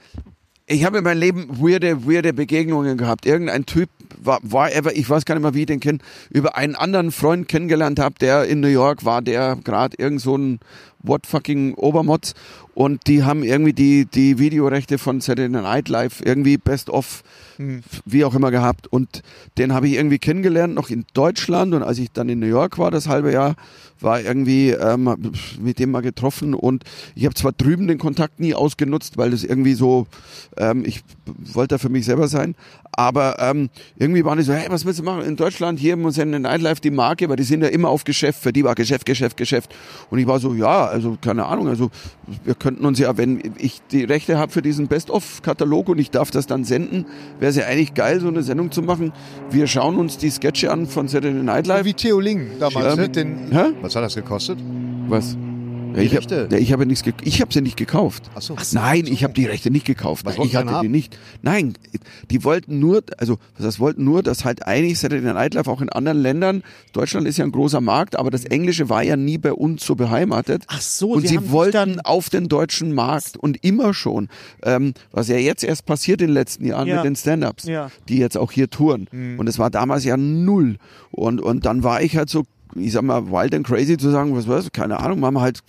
A: ich habe in meinem Leben weirde, weirde Begegnungen gehabt. Irgendein Typ, war, war ever, ich weiß gar nicht mehr, wie ich den kenne, über einen anderen Freund kennengelernt habe, der in New York war, der gerade irgend so ein what fucking Obermotz und die haben irgendwie die, die Videorechte von Saturday Night Live irgendwie best of wie auch immer gehabt und den habe ich irgendwie kennengelernt noch in Deutschland und als ich dann in New York war das halbe Jahr war irgendwie ähm, mit dem mal getroffen und ich habe zwar drüben den Kontakt nie ausgenutzt weil das irgendwie so ähm, ich wollte da für mich selber sein aber ähm, irgendwie waren die so hey was willst du machen in Deutschland hier muss ja in Nightlife die Marke weil die sind ja immer auf Geschäft für die war Geschäft Geschäft Geschäft und ich war so ja also keine Ahnung also wir könnten uns ja wenn ich die Rechte habe für diesen Best of Katalog und ich darf das dann senden wäre es ja eigentlich geil so eine Sendung zu machen wir schauen uns die Sketche an von Saturday Night Live
G: Wie Theo Ling damals,
A: Ähm,
G: ne? den
A: Hä?
E: Was hat das gekostet?
A: Was? Ja, ich habe
E: Rechte.
A: ja, ich habe nichts gek- ich habe sie nicht gekauft.
E: Ach so.
A: Nein, ich habe die Rechte nicht gekauft.
E: Was
A: Nein,
E: wollten
A: ich
E: sie
A: hatte
E: denn
A: die
E: haben?
A: nicht. Nein, die wollten nur, also das wollten nur, dass halt eigentlich Saturday Night Live auch in anderen Ländern, Deutschland ist ja ein großer Markt, aber das Englische war ja nie bei uns so beheimatet.
D: Ach so,
A: Und
D: sie
A: sie
D: haben sich
A: wollten
D: dann-
A: auf den deutschen Markt und immer schon, ähm, was ja jetzt erst passiert in den letzten Jahren
D: Ja.
A: mit den Stand-ups,
D: Ja. Mhm.
A: die jetzt auch hier touren. Und es war damals ja null. Und, und dann war ich halt so ich sag mal, wild and crazy zu sagen, was weiß ich, keine Ahnung, machen wir halt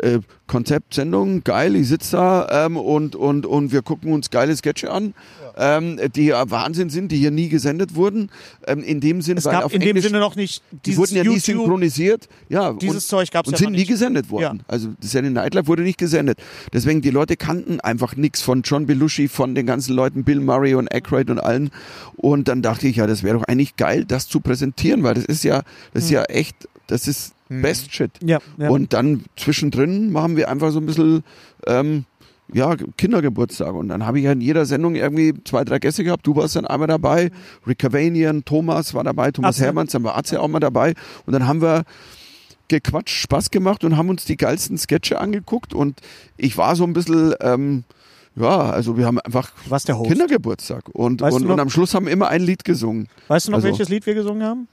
A: äh, Konzeptsendung, geil, ich sitze da ähm, und, und, und wir gucken uns geile Sketche an, ähm, die ja Wahnsinn sind, die hier nie gesendet wurden. Ähm, in dem Sinn,
D: Es
A: weil
D: gab
A: auf
D: in dem
A: Englisch,
D: Sinne noch nicht
A: die
D: dieses
A: wurden ja nie
D: YouTube.
A: synchronisiert. Ja,
D: Dieses
A: und,
D: Zeug gab's
A: Und
D: ja
A: sind
D: noch
A: nie
D: nicht.
A: gesendet worden.
D: Ja.
A: Also Saturday Night Live wurde nicht gesendet. Deswegen, die Leute kannten einfach nichts von John Belushi, von den ganzen Leuten, Bill Murray und Aykroyd und allen. Und dann dachte ich, ja, das wäre doch eigentlich geil, das zu präsentieren, weil das ist ja, das ist ja echt, das ist
D: Hm.
A: Best Shit.
D: ja, ja.
A: Und dann zwischendrin machen wir einfach so ein bisschen, ähm, ja, Kindergeburtstag. Und dann habe ich ja in jeder Sendung irgendwie zwei, drei Gäste gehabt. Du warst dann einmal dabei, Rick Cavanian, Thomas war dabei, Thomas
D: Atze.
A: Hermanns, dann war Atze auch mal dabei. Und dann haben wir gequatscht, Spaß gemacht und haben uns die geilsten Sketche angeguckt. Und ich war so ein bisschen, ähm, ja, also wir haben einfach
D: was der Host.
A: Kindergeburtstag. Und,
D: Weißt du
A: und,
D: noch-
A: und am Schluss haben wir immer ein Lied gesungen.
D: Weißt du noch,
A: Also-
D: welches Lied wir gesungen haben?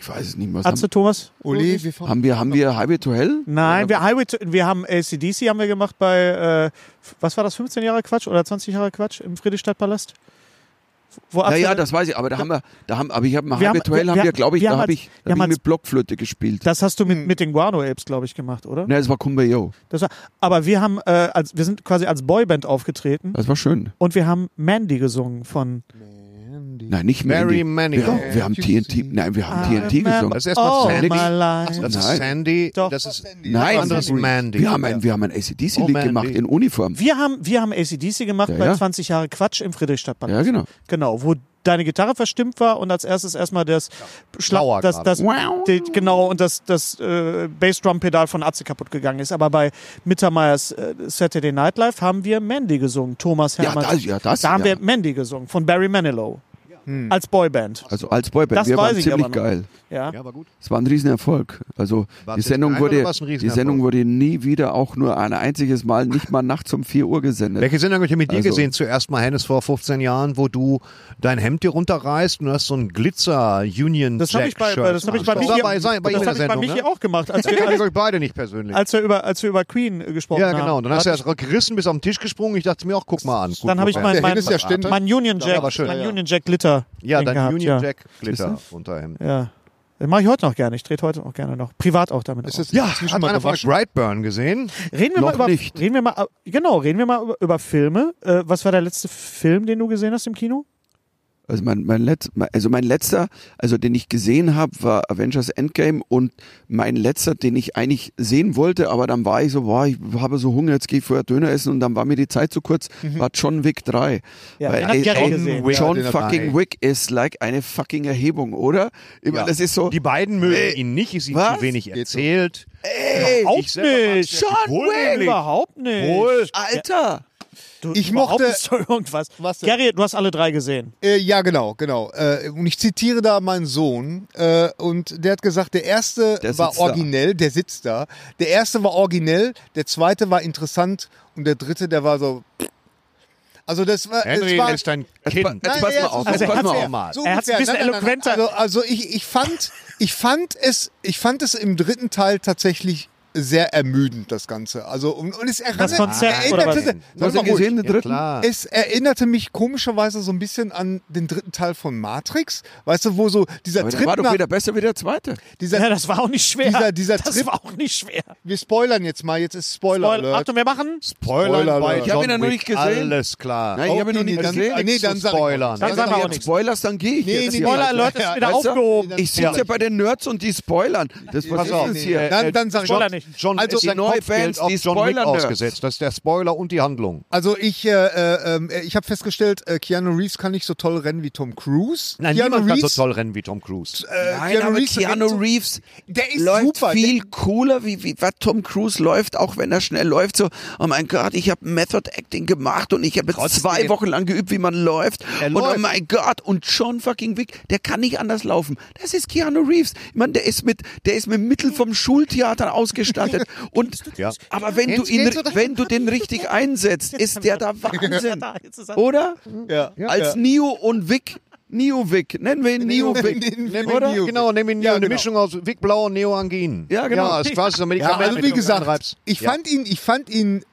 A: Ich weiß es nicht mehr. Was
D: Atze, Thomas?
G: Ole, wie
A: haben, haben wir, haben wir Highway to Hell?
D: Nein, wir, Highway to, wir haben ACDC haben wir gemacht bei, äh, was war das, 15 Jahre Quatsch oder 20 Jahre Quatsch im Friedrichstadtpalast? Wo
A: Ja,
D: Atze-
A: ja, das weiß ich, aber da haben wir, da haben, aber ich habe,
D: Wir haben-
A: Harvey Tuell haben
D: wir-
A: wir, glaube ich,
D: wir
A: da
D: haben
A: habe
D: als-
A: ich,
D: wir
A: da hab
D: haben
A: ich
D: als-
A: mit Blockflöte gespielt.
D: das hast du
A: Hm.
D: mit, mit den Guano-Apes, glaube ich, gemacht, oder?
A: Ne, es war Kumbayo.
D: Das war, aber wir haben, äh, als, wir sind quasi als Boyband aufgetreten
A: Das war schön.
D: und wir haben Mandy gesungen von
A: Nein, nicht
E: Mary Äh,
A: Mandy. Wir,
E: Manigault.
A: wir haben TNT, nein, wir
D: Ah,
A: haben TNT
D: Remember
A: gesungen. Also
E: Das ist erstmal
D: All
E: Sandy.
D: Oh My Life.
E: Das ist
A: Nein.
E: Sandy.
D: Doch.
E: Das ist
A: Nein,
E: das andere ist Mandy.
A: Wir haben ein, wir haben ein ACDC-Lied
E: Oh, Mandy.
A: gemacht in Uniform.
D: Wir haben, wir haben ACDC gemacht
A: Ja,
D: bei
A: ja.
D: 20 Jahre Quatsch im Friedrichstadtpalast.
A: Ja, genau.
D: Genau, wo deine Gitarre verstimmt war und als erstes erstmal das Schlag,
E: Lauer
D: das, das,
A: gerade.
D: die, genau und das das äh, Bassdrum-Pedal von Atze kaputt gegangen ist. Aber bei Mittermeiers äh, Saturday Night Live haben wir Mandy gesungen, Thomas
A: Ja,
D: Hermann.
A: das, ja, das.
D: da haben
A: ja.
D: wir Mandy gesungen von Barry Manilow
E: Hm.
D: als Boyband.
A: also als Boyband,
D: Das
A: wir
D: weiß
A: waren
D: ich
A: ziemlich
D: aber noch.
A: geil.
D: Ja.
E: Ja, war gut.
A: Es war ein Riesenerfolg. Also
E: War's
A: die
E: jetzt
A: Sendung
E: klein
A: wurde,
E: oder war's ein
A: die
E: Riesenerfolg?
A: Sendung wurde nie wieder auch nur ein einziges Mal, nicht mal nachts um 4 Uhr gesendet.
E: Welche Sendung habe ich mit dir
A: Also-
E: gesehen? Zuerst mal Hennes vor 15 Jahren, wo du dein Hemd dir runterreißt und du hast so ein Glitzer Union
D: Das
E: Jack
D: habe ich bei,
E: Shirt
D: bei das habe ich bei
E: an. Das
D: Michi,
E: war bei, sein- bei ihm
D: das
E: in der
D: hab ich bei
E: Sendung.
D: Michi
E: ne?
D: auch gemacht, als wir,
E: Kennen wir
D: als,
E: euch beide nicht persönlich.
D: als wir über als wir über Queen äh, gesprochen
E: ja,
D: haben.
E: genau. Und dann hast du
D: Warte,
E: das gerissen bis am Tisch gesprungen. Ich dachte mir auch, guck mal an. Gut,
D: dann habe ich
E: guck
D: mein,
E: an.
G: Der
D: mein,
G: Hennes ja stimmt.
D: mein Union Jack,
E: aber schön,
D: mein
E: ja.
D: Union Jack Glitter.
E: Ja,
D: Ding
E: dein
D: gehabt,
E: Union
D: ja.
E: Jack Glitter Unterhemd.
D: Ja. Das mache ich heute noch gerne. Ich drehe heute auch gerne noch. Privat auch damit.
G: Ist
D: Auf.
G: das
E: Ja,
G: inzwischen
E: hat
G: mal
E: einer von euch
G: gewaschen?
E: Brightburn gesehen?
D: Reden wir mal
A: noch
D: über
A: nicht.
D: reden wir mal äh, genau, reden wir mal über, über Filme. Äh, was war der letzte Film, den du gesehen hast im Kino?
A: Also mein, mein, Letz, mein- also mein letzter, also den ich gesehen habe, war Avengers Endgame und mein letzter, den ich eigentlich sehen wollte, aber dann war ich so, boah, ich habe so Hunger, jetzt gehe ich vorher Döner essen und dann war mir die Zeit zu kurz, war John Wick 3.
D: Ja,
A: Weil,
D: den hat Gary
A: ey,
D: gesehen.
A: John,
G: Ja, den hat-
A: fucking
E: Nein.
A: Wick ist like eine fucking Erhebung, oder? Ich meine, das ist so,
E: Die beiden mögen ihn nicht, ist ihm
A: was?
E: zu wenig erzählt.
A: ey,
D: Auch
E: ich selber
D: nicht.
E: mag's ja
A: John
D: Wick. Überhaupt nicht.
E: Wohl.
A: Alter!
D: Du,
G: Ich
D: überhaupt
G: mochte-
D: nicht [LAUGHS] so irgendwas.
G: Was denn?
D: Gary, du hast alle drei gesehen.
G: Äh, ja, genau, genau. Äh, und ich zitiere da meinen Sohn äh, und der hat gesagt, der erste
A: Der
G: war
A: sitzt da.
G: originell, der sitzt da. Der erste war originell, der zweite war interessant und der dritte, der war so. Also das war.
E: Henry
G: es war,
E: ist ein
A: Jetzt, pa
E: Kind.
A: jetzt pass
G: er
A: mal
G: ist so-
A: auf, jetzt
D: Also er
A: pass mal
D: hat's-
A: auf.
G: So
D: Er hat's ein
G: ungefähr.
D: bisschen eloquenter.
G: Also, also ich, ich, fand, ich, fand es, ich fand es im dritten Teil tatsächlich sehr ermüdend, das Ganze. Also, und, und es erinnert,
D: Konzept oder was?
G: erinnerte,
A: Du hast
G: Sag
A: ja
G: mal ruhig.
A: gesehen, den
E: Ja,
A: dritten?
E: klar.
G: Es erinnerte mich komischerweise so ein bisschen an den dritten Teil von Matrix. Weißt du, wo so dieser
A: aber der
G: Trip
A: war doch
G: nach,
A: wieder besser wie der zweite.
G: dieser,
D: Ja, das war auch nicht schwer.
G: Dieser- dieser
D: das
G: Trip-
D: war auch nicht schwer.
G: wir spoilern jetzt mal, jetzt ist Spoiler,
D: Spoil-
G: Alert.
D: Achtung, wir machen.
E: Spoiler
G: Spoiler
E: bei
G: Alert.
A: Ich hab
E: John
A: ihn ja noch
E: Wick.
A: nicht gesehen.
E: Alles klar.
A: Nein, ich habe ihn noch
G: nee,
A: nicht
G: dann- Ah,
A: gesehen.
G: nee,
E: Nichts
G: dann
E: zu
G: sag ich-
E: spoilern.
D: Dann
A: Wenn
D: sagen
A: du
D: wir auch
A: jetzt
D: nichts.
A: spoilerst, dann gehe ich
G: Nee,
A: jetzt
G: nee,
A: hier.
G: Spoiler
A: Alter.
D: Alert ist wieder
A: Weißt du,
D: aufgehoben.
A: Ich sitze ja bei den Nerds und die spoilern. Das, was
E: Pass
A: ist
E: auf.
A: das hier?
E: Nee,
G: Dann, dann sag ich
D: Spoiler nicht.
G: Also
E: John äh, also ist
G: die
E: sein
A: neue
E: Kopfgeld
A: Bands,
E: auf
A: die
E: John Wick
A: Spoiler-Nerds.
E: ausgesetzt. Das ist der Spoiler und die Handlung.
G: Also ich, äh, äh, ähm, ich habe festgestellt, äh, Keanu Reeves kann nicht so toll rennen wie Tom Cruise.
E: Nein,
G: Keanu
E: niemand kann
G: Reeves,
E: so toll rennen wie Tom Cruise.
G: Äh,
A: Nein, aber Keanu
G: rennt so-
A: Reeves
G: der ist
A: läuft
G: super.
A: viel cooler, wie, wie was Tom Cruise läuft, auch wenn er schnell läuft. So, oh mein Gott, ich habe Method Acting gemacht und ich habe jetzt
E: Trotzdem.
A: zwei Wochen lang geübt, wie man läuft.
E: Er
A: und oh
E: läuft.
A: mein Gott, und John fucking Wick, der kann nicht anders laufen. Das ist Keanu Reeves. Ich meine, der ist mit, der ist mit Mitteln vom Schultheater ausgestattet. und,
E: Ja.
A: aber wenn du
E: Kennst-
A: ihn,
E: kennst du das?
A: wenn du den richtig einsetzt, ist der da
D: [LAUGHS]
A: Wahnsinn.
D: Da, jetzt ist er-
A: Oder?
G: Ja. Ja.
A: Als Neo und Wick. Neo Wick. Nennen wir ihn Neo Wick.
G: Nehmen wir
A: Oder?
G: Neo Wick.
E: Genau, nimm ihn
G: Ja,
E: eine
G: genau.
E: Mischung aus Wick Blau und Neoangin.
A: Ja, genau.
E: Ja, ist quasi so ein
G: Ja,
E: Medikament.
G: also
E: mit
G: wie
E: dem du
G: gesagt,
E: anreibst.
G: ich
E: Ja.
G: fand ihn, ich fand ihn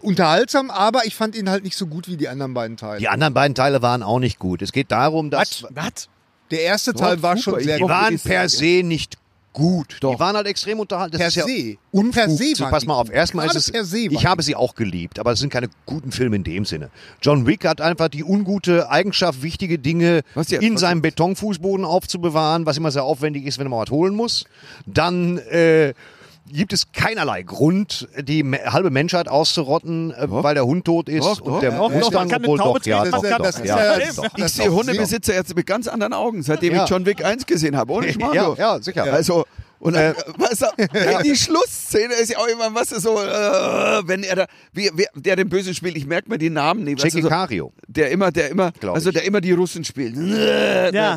G: unterhaltsam, aber ich fand ihn halt nicht so gut wie die anderen beiden Teile.
E: Die anderen beiden Teile waren auch nicht gut. Es geht darum, dass
D: Was?
G: Der erste Teil war
A: super,
G: schon
A: ich
G: sehr
E: die
G: gut.
A: mochte
E: waren
A: die
E: per se nicht gut.
A: Doch.
E: Die waren halt extrem unterhalten. Das
G: Per
E: ist ja
G: se.
E: Unfug.
G: Per se
E: so,
G: waren
E: pass
G: die
E: mal auf.
G: gut.
E: Erstmal ist
G: Gerade
E: es,
G: per se waren
E: ich
G: die
E: habe sie auch geliebt, aber es sind keine guten Filme in dem Sinne. John Wick hat einfach die ungute Eigenschaft, wichtige Dinge
A: Was jetzt?
E: in
A: Was
E: seinem Betonfußboden aufzubewahren, was immer sehr aufwendig ist, wenn man was holen muss. Dann, äh, gibt es keinerlei Grund, die me- halbe Menschheit auszurotten, äh, weil der Hund tot ist
A: Doch,
E: und
A: doch.
E: der
A: Doch,
E: muss
D: doch,
E: dann
D: man kann eine
E: wohl
D: Taube
E: doch, ja,
D: treten,
E: doch,
D: man kann-
E: doch,
D: das ist
E: ja,
D: ja-
E: doch, doch,
A: Ich
E: doch,
A: sehe
E: doch.
A: Hundebesitzer jetzt mit ganz anderen Augen, seitdem
E: Ja.
A: ich John Wick 1 gesehen habe. Ohne Schmarrn.
E: [LAUGHS] Ja,
A: du.
E: ja, sicher. Äh,
A: Also, und dann, weißt du,
E: [LAUGHS]
A: ey, die Schlussszene ist ja auch immer, was ist so, äh, wenn er da, wie, wer, der den Bösen spielt, ich merke mir die Namen nicht. weißt du,
E: Jackie
A: so,
E: Cario.
A: der immer, der immer,
E: Glaub
A: also
E: ich.
A: der immer die Russen spielt. Ja,
D: ja.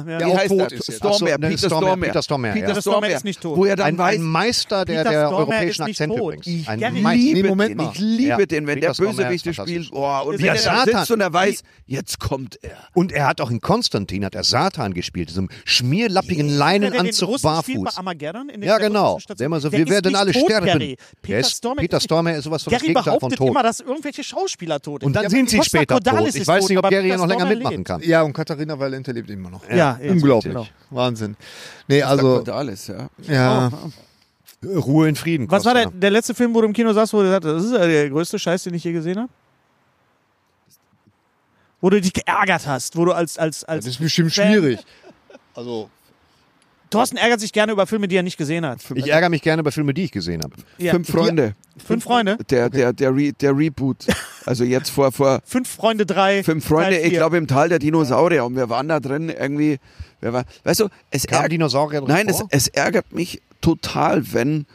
A: Wie
D: Der auch
A: heißt
G: tot
A: der?
G: ist jetzt.
A: Stormer,
E: Ach so, ne,
A: Peter
E: Stormer,
A: Stormer.
E: Peter Stormer, ja.
A: Peter
E: Peter
D: Stormer
A: Stormer
D: ist nicht tot.
A: Wo er dann
E: Ein,
A: weiß,
E: ein Meister der,
D: Peter
E: der
D: Stormer ist
E: europäischen
D: nicht
E: Akzente
D: tot.
E: übrigens. Ein
D: Ja, die
E: Meister.
A: liebe
G: Nee, Moment
A: den,
G: mal.
A: ich liebe
E: Ja,
A: den, wenn
E: Peter
A: der
E: Stormer
A: Bösewichte
E: ist fantastisch.
A: spielt. Boah, und
D: Ist
A: wenn
D: der
A: er da
E: Satan.
A: sitzt und er weiß, jetzt kommt er.
E: Und er hat auch in Konstantin hat er Satan gespielt, diesem schmierlappigen
D: Der, der den
E: Leinenanzug
D: Russen spielt bei
E: barfuß.
D: Armageddon in der-
E: Ja,
D: der
E: genau.
D: russischen Station.
E: Der immer so,
D: Der
E: wir
D: ist
E: werden
D: nicht
E: alle
D: tot,
E: sterben.
D: Gary.
E: Der
D: Peter
E: ist-
D: Stormer
E: Peter
D: ist-
E: Stormer ist sowas von das
D: Gary
E: Gegenteil von
D: behauptet
E: tot.
D: immer, dass irgendwelche Schauspieler tot
E: Und dann
D: Ja,
E: sind sie
D: Costa
E: später
D: Cordalis
E: tot. Ich
D: ist
E: weiß
D: tot,
E: nicht, ob
D: aber
E: Gary
D: Peter
E: ja noch länger
D: Stormer
E: mitmachen
D: lebt.
E: kann.
G: Ja, und Katharina Valente lebt immer noch.
D: Ja, ja,
G: Unglaublich.
D: genau.
G: Wahnsinn. Nee, also,
A: Sagt man da alles, ja.
G: ja.
E: Oh. Äh, Ruhe in Frieden.
D: Was war
E: Costa.
D: der, der letzte Film, wo du im Kino saßt, wo du sagst, das ist ja der größte Scheiß, den ich je gesehen habe? Wo du dich geärgert hast, wo du als, als,
G: Das
D: als
G: ist bestimmt
D: Fan-
G: schwierig. Also,
D: Thorsten ärgert sich gerne über Filme, die er nicht gesehen hat.
E: Ich ärgere mich gerne bei Filmen, die ich gesehen habe.
D: Ja.
A: Fünf Freunde.
D: Fünf Freunde?
A: Der, der, der, Re der Reboot. Also jetzt vor, vor
D: Fünf Freunde, drei.
A: fünf Freunde,
D: drei,
A: ich
D: vier. [LAUGHS]
A: glaube im Tal der Dinosaurier. Und wir waren da drin irgendwie. Wir waren, weißt du, es
E: Kam
A: ärgert,
E: Dinosaurier drin
A: nein, es,
E: vor?
A: es ärgert mich total, wenn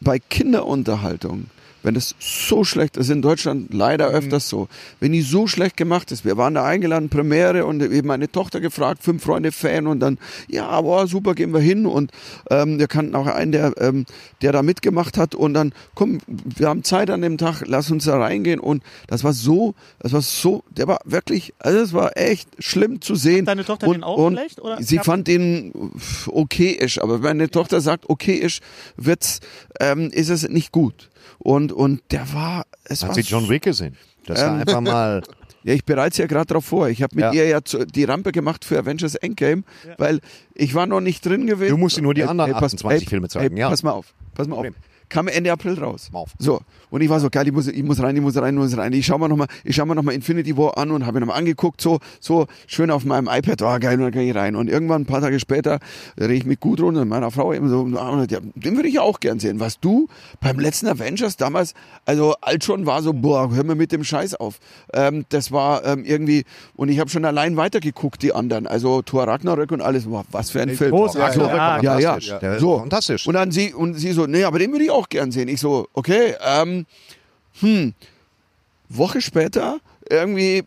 A: bei Kinderunterhaltung, wenn das so schlecht ist, in Deutschland leider
D: Mhm.
A: öfters so, wenn die so schlecht gemacht ist, wir waren da eingeladen, Premiere und eben meine Tochter gefragt, fünf Freunde Fan und dann, ja, boah, super, gehen wir hin und ähm, wir kannten auch einen, der, ähm, der da mitgemacht hat und dann, komm, wir haben Zeit an dem Tag, lass uns da reingehen und das war so, das war so, der war wirklich, also es war echt schlimm zu sehen.
D: deine Tochter
A: und,
D: den auch
A: und
D: schlecht, oder?
A: Sie
D: Ja.
A: fand den pff, okayisch, aber wenn meine Tochter sagt okayisch, wird's, ähm, ist es nicht gut. Und und der war, es
E: Hat
A: war
E: sie John Wick gesehen? Das
D: Ähm.
E: war
D: [LAUGHS]
E: einfach mal.
A: ja, ich bereite es ja gerade drauf vor. Ich habe mit
E: Ja.
A: ihr ja zu, die Rampe gemacht für Avengers Endgame, weil ich war noch nicht drin gewesen.
E: Du musst dir nur die anderen 28
A: ey,
E: Filme zeigen,
A: Ey,
E: ja.
A: Pass mal auf, pass mal auf.
E: Problem.
A: Kam Ende April raus.
E: Mal auf.
A: So. Und ich war so, geil, ich muss, ich muss rein, ich muss rein, ich muss rein. Ich schau mal nochmal, ich schau mal nochmal Infinity War an und habe mir nochmal angeguckt, so, so schön auf meinem iPad, war geil, und dann kann ich rein. Und irgendwann, ein paar Tage später, rede ich mit Gudrun und meiner Frau eben so, und ja, den würde ich ja auch gern sehen. Was du beim letzten Avengers damals, also alt schon war so, boah, hör mir mit dem Scheiß auf. Ähm, das war ähm, irgendwie, und ich habe schon allein weitergeguckt, die anderen. Also Thor Ragnarök und alles, boah, was für ein Film.
D: großartig.
A: So,
D: Ja,
A: ja, ja.
E: fantastisch. Der-
A: So.
E: Fantastisch.
A: Und dann sie, und sie so, nee, aber den würde ich auch gern sehen. Ich so, okay, ähm, hm. Woche später, irgendwie,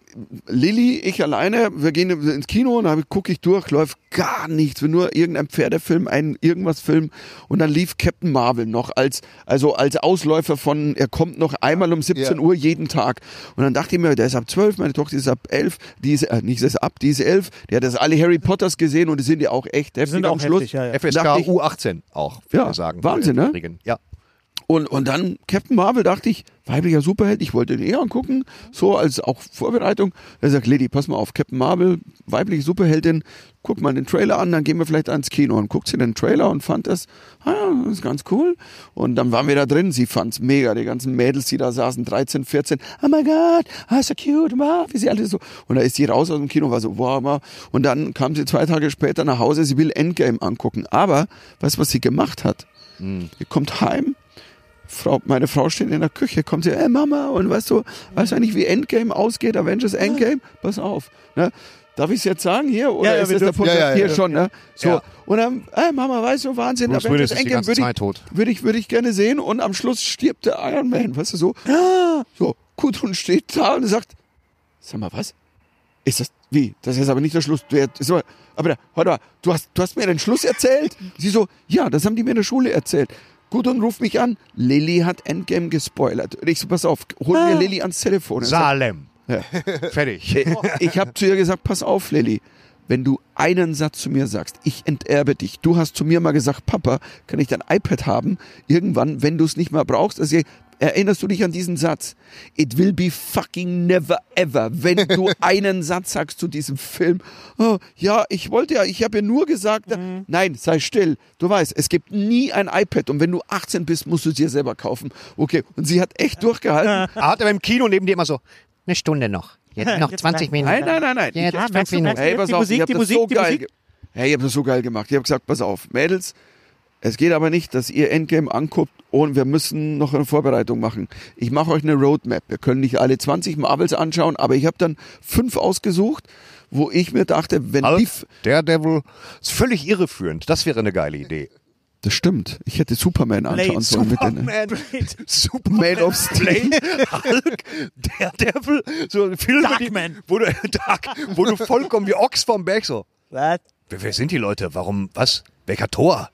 A: Lilly, ich alleine, wir gehen ins Kino und dann gucke ich durch, läuft gar nichts, nur irgendein Pferdefilm, ein irgendwas Film und dann lief Captain Marvel noch als, also als Ausläufer von, er kommt noch einmal um 17
G: Ja.
A: Uhr jeden Tag. Und dann dachte ich mir, der ist ab 12, meine Tochter ist ab 11, die ist, äh, nicht, sie ist ab, die ist 11, die hat das alle Harry Potters gesehen und die sind ja auch echt heftig
D: sind
A: am
D: auch
A: Schluss.
D: heftig, ja, ja.
E: FSK
A: Dachte ich-
E: U18 auch,
A: Ja,
E: wir sagen.
A: Wahnsinn,
E: Im
A: ne?
E: Übrigen. Ja.
A: Und, und dann Captain Marvel dachte ich, weiblicher Superheld, ich wollte den eh angucken, so als auch Vorbereitung. Er sagt, Lady, pass mal auf, Captain Marvel, weibliche Superheldin, guck mal den Trailer an, dann gehen wir vielleicht ans Kino. Und guckt sie den Trailer und fand das, ah ja, das ist ganz cool. Und dann waren wir da drin, sie fand's mega, die ganzen Mädels, die da saßen, 13, 14, oh my God, ah, so cute, wow, wie sie alle so. Und da ist sie raus aus dem Kino, war so, wow, wow. Und dann kam sie zwei Tage später nach Hause, sie will Endgame angucken. Aber, weißt du, was sie gemacht hat? Sie kommt heim, Frau, meine Frau steht in der Küche, kommt sie, ey Mama, und weißt du, weißt du eigentlich, wie Endgame ausgeht, Avengers Endgame? Pass auf. Ne? Darf ich es jetzt sagen hier? Oder
D: Ja, ja,
A: ist
D: wir
A: das der
D: dürfen.
A: Podcast
G: Ja, ja,
A: hier
G: ja.
A: schon? Ne? So.
E: Ja.
A: Und dann, ey Mama, weißt du, Wahnsinn,
E: Bruce
A: Avengers
E: Willis ist die
A: Endgame
E: ganze
A: würde
E: Zeit tot.
A: ich, würde ich, würde ich gerne sehen. Und am Schluss stirbt der Iron Man, weißt du so. So, Kutun steht da und sagt, sag mal, was? Ist das, wie? Das ist aber nicht der Schluss. Du, hätt- ist aber, aber da, warte mal, du hast, du hast mir den Schluss erzählt? Sie so, ja, das haben die mir in der Schule erzählt. Gut, und ruf mich an. Lilly hat Endgame gespoilert. Und ich so, pass auf, hol mir Lilly ans Telefon. Und
E: Salem.
A: Ja.
D: [LAUGHS]
E: Fertig. [LAUGHS]
A: ich habe zu ihr gesagt, pass auf, Lilly. wenn du einen Satz zu mir sagst, ich enterbe dich. Du hast zu mir mal gesagt, Papa, kann ich dein iPad haben? Irgendwann, wenn du es nicht mehr brauchst, also erinnerst du dich an diesen Satz? It will be fucking never ever, wenn du einen Satz sagst zu diesem Film. Oh, ja, ich wollte ja, ich habe ja nur gesagt, nein, sei still. Du weißt, es gibt nie ein iPad und wenn du 18 bist, musst du es dir selber kaufen. Okay, und sie hat echt durchgehalten.
E: Er Ah, hat aber im Kino neben dir immer so, eine Stunde noch. Jetzt noch 20 Minuten.
A: Nein, nein, nein, nein.
E: Jetzt
D: Ja,
E: 20
D: merkst du,
E: Minuten.
D: merkst du,
A: Hm. Hey, pass
D: die
A: auf,
D: Musik,
A: ich hab
D: die
A: das
D: Musik,
A: so
D: die
A: geil
D: Musik.
A: ge- Hey, ich hab das so geil gemacht. Ich hab gesagt, pass auf, Mädels, es geht aber nicht, dass ihr Endgame anguckt und wir müssen noch eine Vorbereitung machen. Ich mache euch eine Roadmap. Wir können nicht alle 20 Marvels anschauen, aber ich habe dann fünf ausgesucht, wo ich mir dachte, wenn die... f-
E: Alf, Daredevil, ist völlig irreführend. Das wäre eine geile Idee.
A: Das stimmt. Ich hätte Superman anschauen
D: Blade,
A: sollen mit denen.
E: Superman,
A: Man
E: Superman
A: of
E: of
A: Steel.
E: Steel, Hulk, Daredevil, so Filme,
D: Darkman.
E: Die, wo, du, [LAUGHS] Dark, wo du vollkommen wie Ochs vom Berg so.
D: Was?
E: Wer, wer sind die Leute? Warum? Was? Welcher Tor?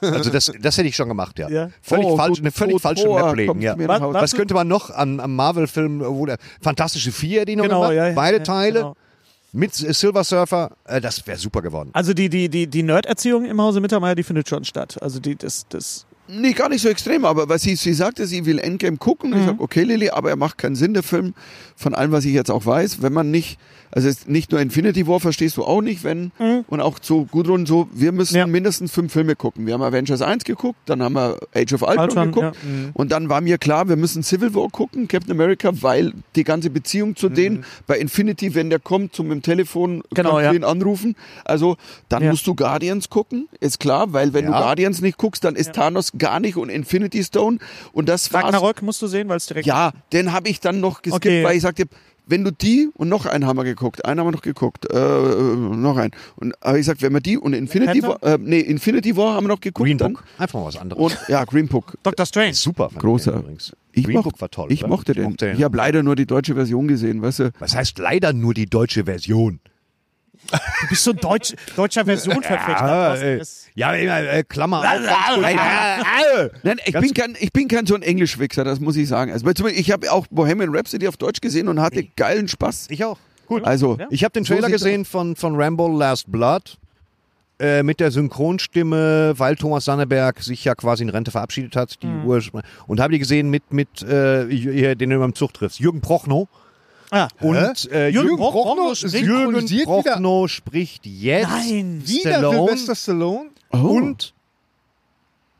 E: Also das, das hätte ich schon gemacht, ja.
D: Mm. Ja.
E: Völlig
A: Oh,
E: falsch,
A: du-
E: eine völlig
A: du
E: falsche
A: Tor,
E: Map legen,
A: kommst
E: ja.
A: du mir nach Hause?
E: Was könnte man noch am, am Marvel-Film, wo der Fantastische Vier, die noch
D: Genau,
E: gemacht?
D: ja, ja,
E: beide
D: ja,
E: Teile
D: genau.
E: mit Silver Surfer, äh, das wäre super geworden.
D: Also die, die, die, die Nerd-Erziehung im Hause Mittermeier, die findet schon statt. Also die, das, das.
A: Nee, gar nicht so extrem, aber was sie, sie sagte, sie will Endgame gucken.
D: Mhm.
A: Ich sag, okay, Lilly, aber er macht keinen Sinn, der Film, von allem, was ich jetzt auch weiß. Wenn man nicht, also es ist nicht nur Infinity War verstehst du auch nicht, wenn, und auch so Gudrun so, wir müssen
D: Mhm. Ja.
A: mindestens fünf Filme gucken. Wir haben Avengers 1 geguckt, dann haben wir Age of Ultron
D: Ultron, Mhm.
A: geguckt und dann war mir klar, wir müssen Civil War gucken, Captain America, weil die ganze Beziehung zu denen, bei Infinity, wenn der kommt, zum im Telefon,
D: Mhm. Genau,
A: kannst
D: ja.
A: du ihn anrufen. Also dann
D: Ja.
A: musst du Guardians gucken, ist klar, weil wenn du
E: Ja.
A: Guardians nicht guckst, dann ist Thanos gar nicht und Infinity Stone und das war's.
D: Ragnarök musst du sehen, weil es direkt.
A: Ja, den habe ich dann noch geskippt,
D: Okay.
A: weil ich sagte, wenn du die und noch einen haben wir geguckt, einen haben wir noch geguckt, äh, äh, noch einen. Und aber ich sag, wenn wir die und Infinity War,
D: Panther?
A: äh, nee, Infinity War haben wir noch geguckt
E: Green
A: dann.
E: Book, einfach mal was anderes.
A: Und ja, Green Book.
D: Dr. Strange.
E: Super. fand ich
A: Großer.
E: den übrigens.
A: Ich,
E: Green
A: moch,
E: Book war toll.
A: ich
E: oder?
A: mochte den.
E: mochte
A: Ich habe leider nur die deutsche Version gesehen, weißt du.
E: Was heißt leider nur die deutsche Version?
D: Du bist so ein Deutsch, deutscher [LAUGHS] Versionverfechter.
E: ey.
D: Das-
E: ja äh, äh, Klammer auf.
A: Nein, ich bin, kein, ich bin kein so ein Englischwichser, das muss ich sagen. Also, zum Beispiel, ich habe auch Bohemian Rhapsody auf Deutsch gesehen und hatte geilen Spaß.
E: Ich auch. Gut.
A: Also,
E: Ich habe den
A: So
E: Trailer
A: sieht's
E: gesehen von, von Rambo Last Blood äh, mit der Synchronstimme, weil Thomas Sanneberg sich ja quasi in Rente verabschiedet hat, die Ursch- und habe die gesehen mit mit äh, hier, den du beim Zug triffst, Jürgen Prochnow.
D: Ah,
E: Und äh,
D: Jürgen
E: Jürgen
D: Prochnow
E: Prochnow
D: spricht-
E: Jürgen
G: synchronisiert wieder-
E: Prochnow spricht jetzt
D: Nein.
G: Wieder
E: Stallone
G: Sylvester Stallone?
A: Oh,
E: und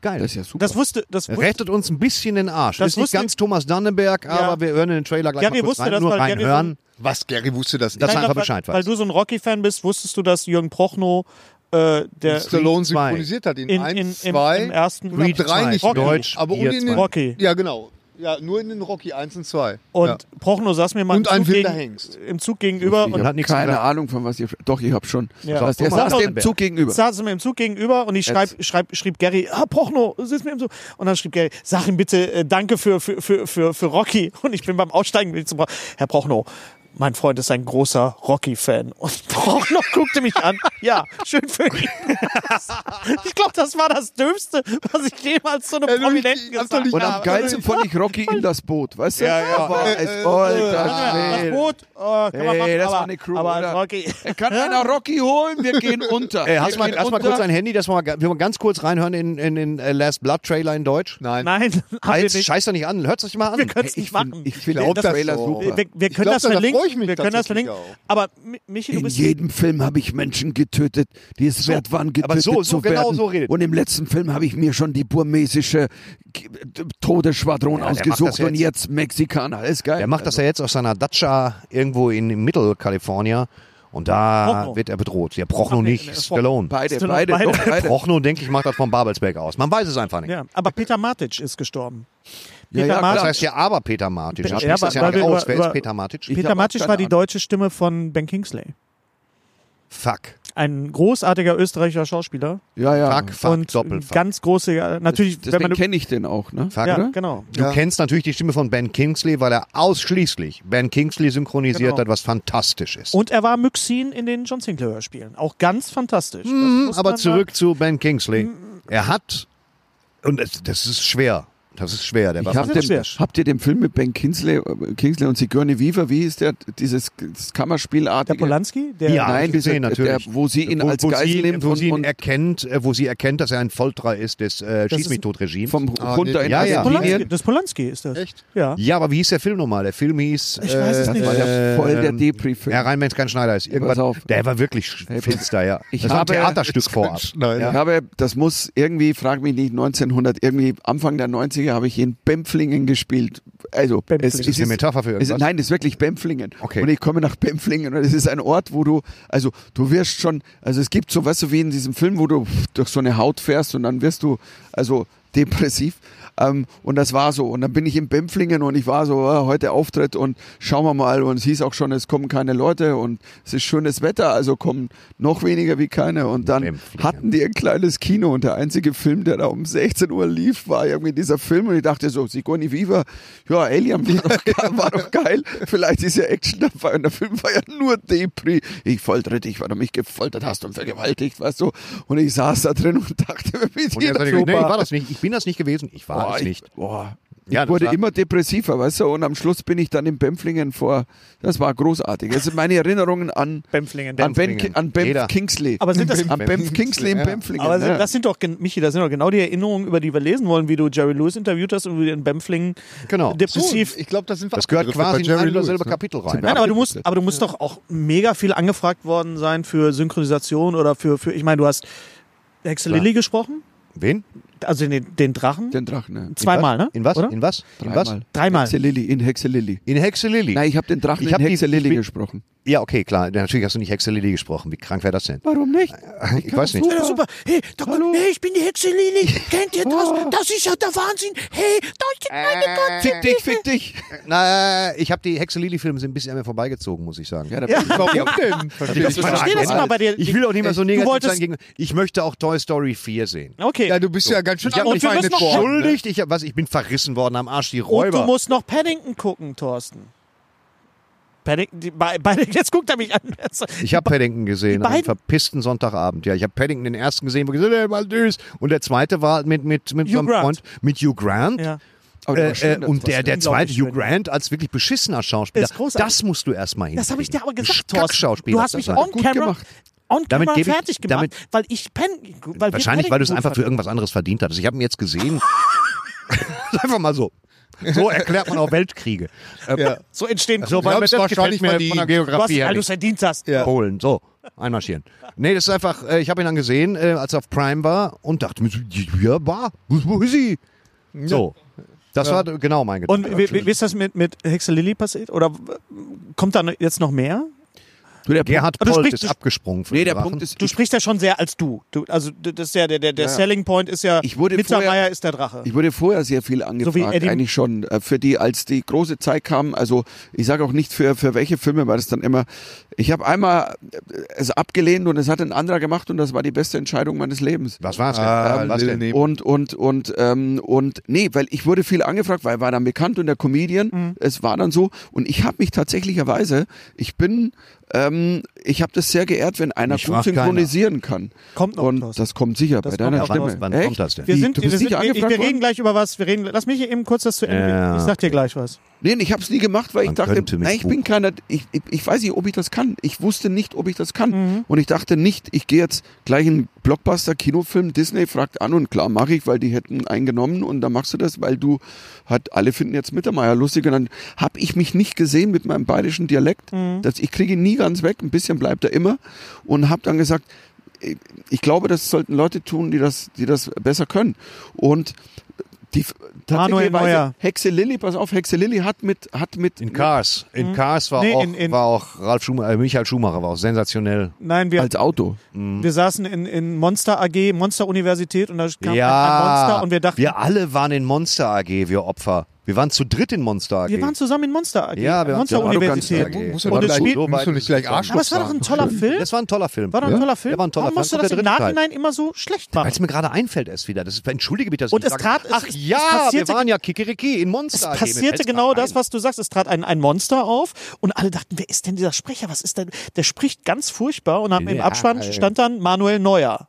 E: geil.
A: das ist ja super.
D: das wusste, das wusste.
E: Rettet uns ein bisschen den Arsch.
D: Das
E: Das ist nicht
D: wusste-
E: ganz Thomas Dannenberg, aber wir hören in den Trailer gleich
D: Ja,
E: mal
D: wir
E: kurz
D: wussten
E: rein,
D: das,
E: nur
D: weil Gary
E: reinhören.
G: Was, Gary wusste das nicht?
E: Das- dass er einfach
D: weil-
E: Bescheid weiß.
D: Weil du so ein Rocky-Fan bist, wusstest du, dass Jürgen Prochnow, äh, der
G: Stallone
E: zwei.
G: synchronisiert hat in
D: in,
G: 1,
D: in, im,
G: 2,
D: im ersten
G: und ab
E: Reed
G: drei
E: zwei.
G: nicht mehr.
E: Deutsch,
G: aber
E: ihr
G: und in den,
E: zwei.
D: Rocky.
G: Ja, genau. Ja, nur in den Rocky 1 und 2.
D: Und
G: ja.
D: Prochnow saß mir mal
G: Und
D: im,
G: ein
D: Zug
G: wilder
D: gegen,
G: Hengst.
D: im Zug gegenüber
E: Ich
D: und
E: hab hat nichts
A: keine
E: gesagt.
A: Ahnung, von was ihr. Doch, ich habe schon.
D: Ja.
A: Was, der
E: Thomas
A: saß dem
E: Dannenberg.
A: Zug gegenüber.
D: saß er mir im Zug gegenüber und ich schreib, schreib, schrieb Gary, ah, Prochno, sitzt mir im Zug. Und dann schrieb Gary, sag ihm bitte äh, Danke für, für, für, für, für Rocky. [LAUGHS] Und ich bin beim Aussteigen bin ich zum Pro Herr Prochno, mein Freund ist ein großer Rocky-Fan. Und [LAUGHS] Prochno guckte mich an. Ja, schön für ihn. [LAUGHS] ich glaube, das war das Dümmste, was ich jemals zu einem
G: Herr Lüthi,
D: Prominenten
G: habt doch
D: gesagt habe.
G: nicht-
A: Und am
G: Ja,
A: geilsten fand ich Rocky in das Boot, weißt du? Ja, ja. Aber es, alter
D: Das
A: Schwede.
D: Boot, äh, kann man
A: Ey,
D: machen,
A: das
D: aber,
A: war eine Crew,
D: aber
A: oder?
D: Rocky. [LAUGHS]
A: Kann einer Rocky holen? Wir gehen unter.
E: Äh, hast
A: Wir
E: du mal,
A: gehen
E: hast mal
A: unter.
E: kurz ein Handy, dass wir mal, ga- wir mal ganz kurz reinhören in den in, den, äh, Last Blood Trailer in Deutsch?
G: Nein.
D: Nein, haben wir
E: Eins,
D: nicht.
E: scheiß doch nicht an, hört euch mal
D: Wir
E: an.
D: können
A: Ich
D: es nicht
A: finde
D: machen.
A: ich find
G: glaub
A: den
G: das
A: Trailer
G: so.
A: super.
D: Wir, wir können
G: glaub,
D: das
G: da freu ich
D: verlinken.
G: mich
D: Wir können das
G: tatsächlich
D: verlinken.
G: auch.
D: Aber M- Michi, du
A: in
D: bist
A: jedem Film habe ich Menschen getötet, die es wert waren,
E: aber
A: getötet
E: so- so
A: zu
E: genau
A: werden.
E: so redet.
A: Und im letzten Film habe ich mir schon die burmesische G- Todesschwadron
E: Ja, der macht das
A: ausgesucht
E: jetzt.
A: und jetzt Mexikaner. Ist geil. Also
E: Er macht das ja jetzt auf seiner Datscha irgendwo in, in Mittelkalifornien und da
D: Prochnow.
E: wird er bedroht. Ja, Prochnow
D: Ach, nee,
E: nicht,
D: nee,
E: Stallone.
A: Beide,
D: Hast du noch
A: beide,
D: beide?
A: beide. Doch, beide.
E: Prochnow, denke ich, macht das von Babelsberg aus. Man weiß es einfach nicht.
D: Ja, aber Peter Matic ist gestorben.
A: Ja,
D: Peter
A: ja,
D: Martic-
E: Das heißt ja aber Peter Martic.
D: Ja,
E: Ich schließe das
D: aber-
E: ja nicht
D: weil wir
E: aus.
D: über-
E: Wer ist
D: über-
E: Peter Martic?
A: Ich
D: Peter
A: hab auch
D: Matsch
A: keine
D: war die
A: Ahnung.
D: deutsche Stimme von Ben Kingsley.
E: Fuck.
D: Ein großartiger österreichischer Schauspieler
A: Ja, ja.
E: Fuck, fuck,
D: und
E: Doppelfuck.
D: ganz große, natürlich, wenn
A: Deswegen
D: man
A: kenne ich den auch, ne?
E: Fuck,
D: ja,
E: oder?
D: genau.
E: Du kennst natürlich die Stimme von Ben Kingsley, weil er ausschließlich Ben Kingsley synchronisiert
D: Genau.
E: hat, was fantastisch ist.
D: Und er war Myxin in den John Sinclair Hörspielen. Auch ganz fantastisch. Das muss
E: Mhm, aber
D: man Mhm.
E: zurück zu Ben Kingsley. Er hat, und das, das ist schwer, Das ist schwer, der
A: Ich hab
E: Waffen.
D: ist
A: dem,
D: schwer.
A: habt ihr den Film mit Ben Kingsley, äh, Kingsley und Sigourney Weaver, wie ist der, dieses das
D: Der
A: Kammerspielartige?
D: Polanski? Der
E: Ja.
A: Nein,
E: hab ich
A: dieser,
E: gesehen, natürlich.
A: Der, wo sie ihn als
E: wo, wo
A: Geisel
E: sie,
A: nimmt
E: wo
A: und,
E: sie ihn
A: und
E: erkennt, äh, wo sie erkennt, dass er ein Folterer ist des äh, Schieß mich tot Regimes.
A: vom
G: Ah,
A: runter
G: nee,
A: in
E: ja, ja.
D: Polanski,
A: Argentinien.
D: das Polanski ist das.
G: Echt?
D: Ja.
E: Ja, aber wie hieß der Film nochmal? Der Film hieß.
D: Ich weiß es
E: äh,
D: nicht.
A: War der
E: äh,
A: voll der
E: ähm,
A: Depri-Film.
E: Ja, Rheinmann kein Schneider ist. Irgendwann,
A: pass auf.
E: Der war wirklich sch-
A: Hey,
E: finster, ja.
A: ich
E: das war ein
A: habe-
E: Theaterstück vorab.
A: [LAUGHS] Ich habe, das muss irgendwie, frag mich nicht, 1900, irgendwie Anfang der 90er habe ich in Bempflingen gespielt. Also,
D: Bempflingen.
A: es,
D: Ist
A: es
D: das
E: eine Metapher für
A: es-
E: irgendwas?
A: Nein, das ist wirklich Bempflingen.
E: Okay.
A: Und ich komme nach Bempflingen und es ist ein Ort, wo du, also, du wirst schon, also es gibt so, weißt du, wie in diesem Film, wo du durch so eine Haut fährst und dann wirst du, also, depressiv. Ähm, und das war so. Und dann bin ich in Bempflingen und ich war so, ah, heute Auftritt und schauen wir mal. Und es hieß auch schon, es kommen keine Leute und es ist schönes Wetter, also kommen noch weniger wie keine. Und dann
E: Bempflingen.
A: hatten die ein kleines Kino und der einzige Film, der da um 16 Uhr lief, war irgendwie dieser Film und ich dachte so, Sigourney Weaver, ja, Alien war doch, ge- war doch geil, vielleicht ist ja Action dabei und der Film war ja nur Depri. Ich foltere dich, weil du mich gefoltert hast und vergewaltigt, weißt du. Und ich saß da drin und dachte mir, wie
E: Und er
A: die
E: sagte, nee, ich war das nicht. Ich bin das nicht gewesen. Ich war
A: Boah,
E: das nicht.
A: Ich, boah. Ich
E: Ja, das
A: wurde
E: war-
A: immer depressiver, weißt du, und am Schluss bin ich dann in Bempflingen vor, das war großartig. Das sind meine Erinnerungen an,
D: Bempflingen.
A: an, ben,
E: Bempflingen.
A: an Benf
E: Jeder.
A: Kingsley.
D: Aber sind das-
A: an Benf ne?
G: Bempflingen.
A: Kingsley in
G: Ja.
A: Bempflingen.
D: Aber
E: ne?
A: ja.
D: sind, das sind doch, gen- Michi, das sind doch genau die Erinnerungen, über die wir lesen wollen, wie du Jerry Lewis interviewt hast und wie du in Bempflingen
E: Genau.
D: depressiv.
G: ich glaube, das sind wir
E: Das gehört
G: abgegriffen bei
E: quasi in ein oder
G: Lewis,
E: selbe
G: ne?
E: Kapitel rein.
D: Nein, aber du musst, aber du musst doch auch mega viel angefragt worden sein für Synchronisation oder für, für ich meine, du hast Hexe
E: Klar.
D: Lilly gesprochen,
E: Wen?
D: also den, den Drachen.
A: den Drachen, ne?
D: Zweimal, ne?
E: In was?
D: Oder?
E: In was? In was?
A: Dreimal.
D: Dreimal.
A: Hexe Lilly, in Hexe Lilly.
E: In Hexe Lilly.
A: Nein, ich habe den Drachen
E: Ich
A: in
E: hab die-
A: Hexe
E: ich
A: Lilly
E: bin-
A: gesprochen.
E: Ja, okay, klar. Natürlich hast du nicht Hexe Lilly gesprochen. Wie krank wäre das denn?
A: Warum nicht?
E: Ich weiß nicht.
D: Ja, das ist super. Hey, da kommt, hey, ich bin die Hexe
E: [LAUGHS]
D: Lilly. Kennt ihr das? Das ist ja der Wahnsinn. Hey, da ist die
E: Äh.
D: meine Gott.
A: Fick dich, fick dich!
E: Na, ich habe die Hexe Lilly-Filme sind ein bisschen an mir vorbeigezogen, muss ich sagen.
A: Ja, da bin ich
G: Warum denn? Verstehe ich
D: Ich verstehe das immer bei dir. Äh,
E: Ich will auch nicht mehr so negativ
D: wolltest-
E: sein gegen. Ich möchte auch Toy Story 4 sehen.
D: Okay.
G: Ja, du bist ja ganz schön
E: Ich hab mich
D: wir müssen
G: angefeindet
D: noch
G: worden.
E: Schuldigt, ich, hab, was, ich bin verrissen worden am Arsch, die
D: Und du
E: Räuber.
D: musst noch Paddington gucken, Thorsten. Paddington, die, bei, bei, jetzt guckt er mich an.
E: Ich habe Paddington gesehen, am
D: beiden-
E: verpissten Sonntagabend. Ja, ich habe Paddington den ersten gesehen, wo ich gesagt, habe, "Ey, mal süß. Und der zweite war mit mit mit
D: Hugh
E: so einem
D: Grant.
E: Freund, mit Hugh Grant.
D: Ja.
A: Aber der war schön,
E: Äh, äh,
A: der
E: und der,
A: Thorsten.
E: der zweite,
D: Unglaublich
E: Hugh
D: schön.
E: Grant, als wirklich beschissener Schauspieler.
D: Ist großartig.
E: Das musst du erstmal hin.
D: Das habe ich dir aber gesagt, Thorsten.
E: Schauspieler.
D: Du hast mich on
A: Gut
D: camera,
A: gemacht.
D: on
E: also Damit
D: camera
E: gebe ich-
D: fertig gemacht,
E: damit-
D: weil ich pen, weil wir
E: Wahrscheinlich, weil du es
D: Paddington
E: einfach für
D: gut fanden.
E: irgendwas anderes verdient hattest. Ich habe ihn jetzt gesehen.
D: [LAUGHS]
E: einfach mal so. So erklärt man auch Weltkriege. Äh,
G: Ja.
D: so entstehen.
E: So, weil mir das
G: wahrscheinlich
E: gefällt mir
G: verdient.
E: von der
D: du hast,
E: Geografie her
D: weil du
E: nicht.
D: es verdient hast.
G: Ja.
E: Polen. So, einmarschieren. Nee, das ist einfach, äh, ich habe ihn dann gesehen, äh, als er auf Prime war und dachte mir so, ja, war, wo wo ist sie? So. Das war genau mein
D: Und
E: Gedanke.
D: wie, wie wie ist das mit, mit Hexe Lilly passiert? Oder äh, kommt da jetzt noch mehr?
A: Du, der
E: Also Gerhard
D: Aber du
E: Polt
D: sprichst-
E: ist abgesprungen von
A: Nee, der
E: Drachen.
A: Punkt ist,
D: Du
A: ich,
D: sprichst ja schon sehr als du. du also d- das ist ja der, der, der
A: Ja, ja.
D: Selling Point ist ja.
A: Ich wurde
D: Mittermeier
A: vorher-
D: ist der Drache.
A: ich wurde vorher sehr viel
D: So wie
A: angefragt,
D: Eddie-
A: eigentlich schon, äh, für die, als die große Zeit kam, also ich sage auch nicht für, für welche Filme, weil das dann immer, ich habe einmal äh, es abgelehnt und es hat ein anderer gemacht und das war die beste Entscheidung meines Lebens.
E: Was war's denn?
G: Ah,
E: Was
G: Lil
E: denn?
G: Nemo.
A: Und, und, und, ähm, und, nee, weil ich wurde viel angefragt, weil war dann bekannt und der Comedian,
D: Mhm.
A: es war dann so. Und ich habe mich tatsächlicherweise, ich bin, ähm, ich habe das sehr geehrt, wenn einer
E: Mich
A: gut
E: fragt
A: synchronisieren kann.
D: Kommt noch,
A: Und
D: Thorsten.
A: das kommt sicher
D: Das
A: bei
D: kommt
A: deiner
D: auch
E: Wann,
A: Stimme.
E: wann
A: Echt?
E: kommt das denn?
D: wir
A: Wie,
D: sind,
A: du bist
D: wir, sind,
A: nicht
D: wir,
A: angefragt
D: wir reden
A: worden?
D: gleich über was. Wir reden, lass mich hier eben kurz das zu Ende.
E: Ja,
D: bringen. ich sag dir gleich was.
A: Nee, ich habe es nie gemacht, weil
E: Man
A: ich dachte,
E: könnte mich
A: nein, ich bin
E: buchen.
A: keiner, ich, ich, ich weiß nicht, ob ich das kann. Ich wusste nicht, ob ich das kann.
D: Mhm.
A: Und ich dachte nicht, ich gehe jetzt gleich einen Blockbuster, Kinofilm, Disney fragt an und klar mache ich, weil die hätten eingenommen und dann machst du das, weil du halt alle finden jetzt Mittermeier lustig und dann habe ich mich nicht gesehen mit meinem bayerischen Dialekt.
D: Mhm.
A: Das, ich kriege ihn nie ganz weg, ein bisschen bleibt er immer und habe dann gesagt, ich- ich glaube, das sollten Leute tun, die das, die das besser können. Und die
D: Manuel Neuer.
A: tatsächlich Hexe Lilly, pass auf, Hexe Lilly hat mit, hat mit,
E: In Cars. In Cars war,
D: Hm? Nee,
E: auch,
D: in- in-
E: war auch Ralf Schumacher, äh, Michael Schumacher war auch sensationell.
D: Nein, wir,
E: Also-
A: als Auto.
D: wir saßen in, in Monster AG, Monster Universität und da kam ein, ein
E: ja,
D: Monster und wir dachten,
E: wir alle waren in Monster AG, wir Opfer. Wir waren zu dritt in Monster AG.
D: wir waren zusammen in Monster AG.
E: ja, wir waren
D: Monster
E: zu dritt in
D: Universität.
E: Monster AG.
G: Muss
D: Und
G: man
D: es
G: gleich,
D: spielt-
G: musst du nicht gleich Arschloch
D: Aber es war doch ein toller Film.
E: Das war ein toller Film.
D: War doch ein
E: Ja.
D: toller Film.
E: Der war ein toller
D: Warum musst du
E: Film.
D: das
E: Und der
D: im
E: dritte Teil.
D: Nachhinein immer so schlecht machen?
E: Als mir gerade einfällt erst wieder. Das ist, entschuldige bitte, dass
D: Und
E: ich
D: es
E: sage,
D: trat- es-
E: ach
D: es
E: ja, wir
D: passierte-
E: waren ja Kikeriki in
D: Es
E: Monster. AG. Mir
D: passierte
E: fällt's
D: genau
E: grad
D: das,
E: ein.
D: was du sagst. Es trat ein, ein Monster auf und alle dachten, wer ist denn dieser Sprecher? Was ist denn? Der spricht ganz furchtbar und am, im
E: Ja,
D: Abspann
E: ey.
D: stand dann Manuel Neuer.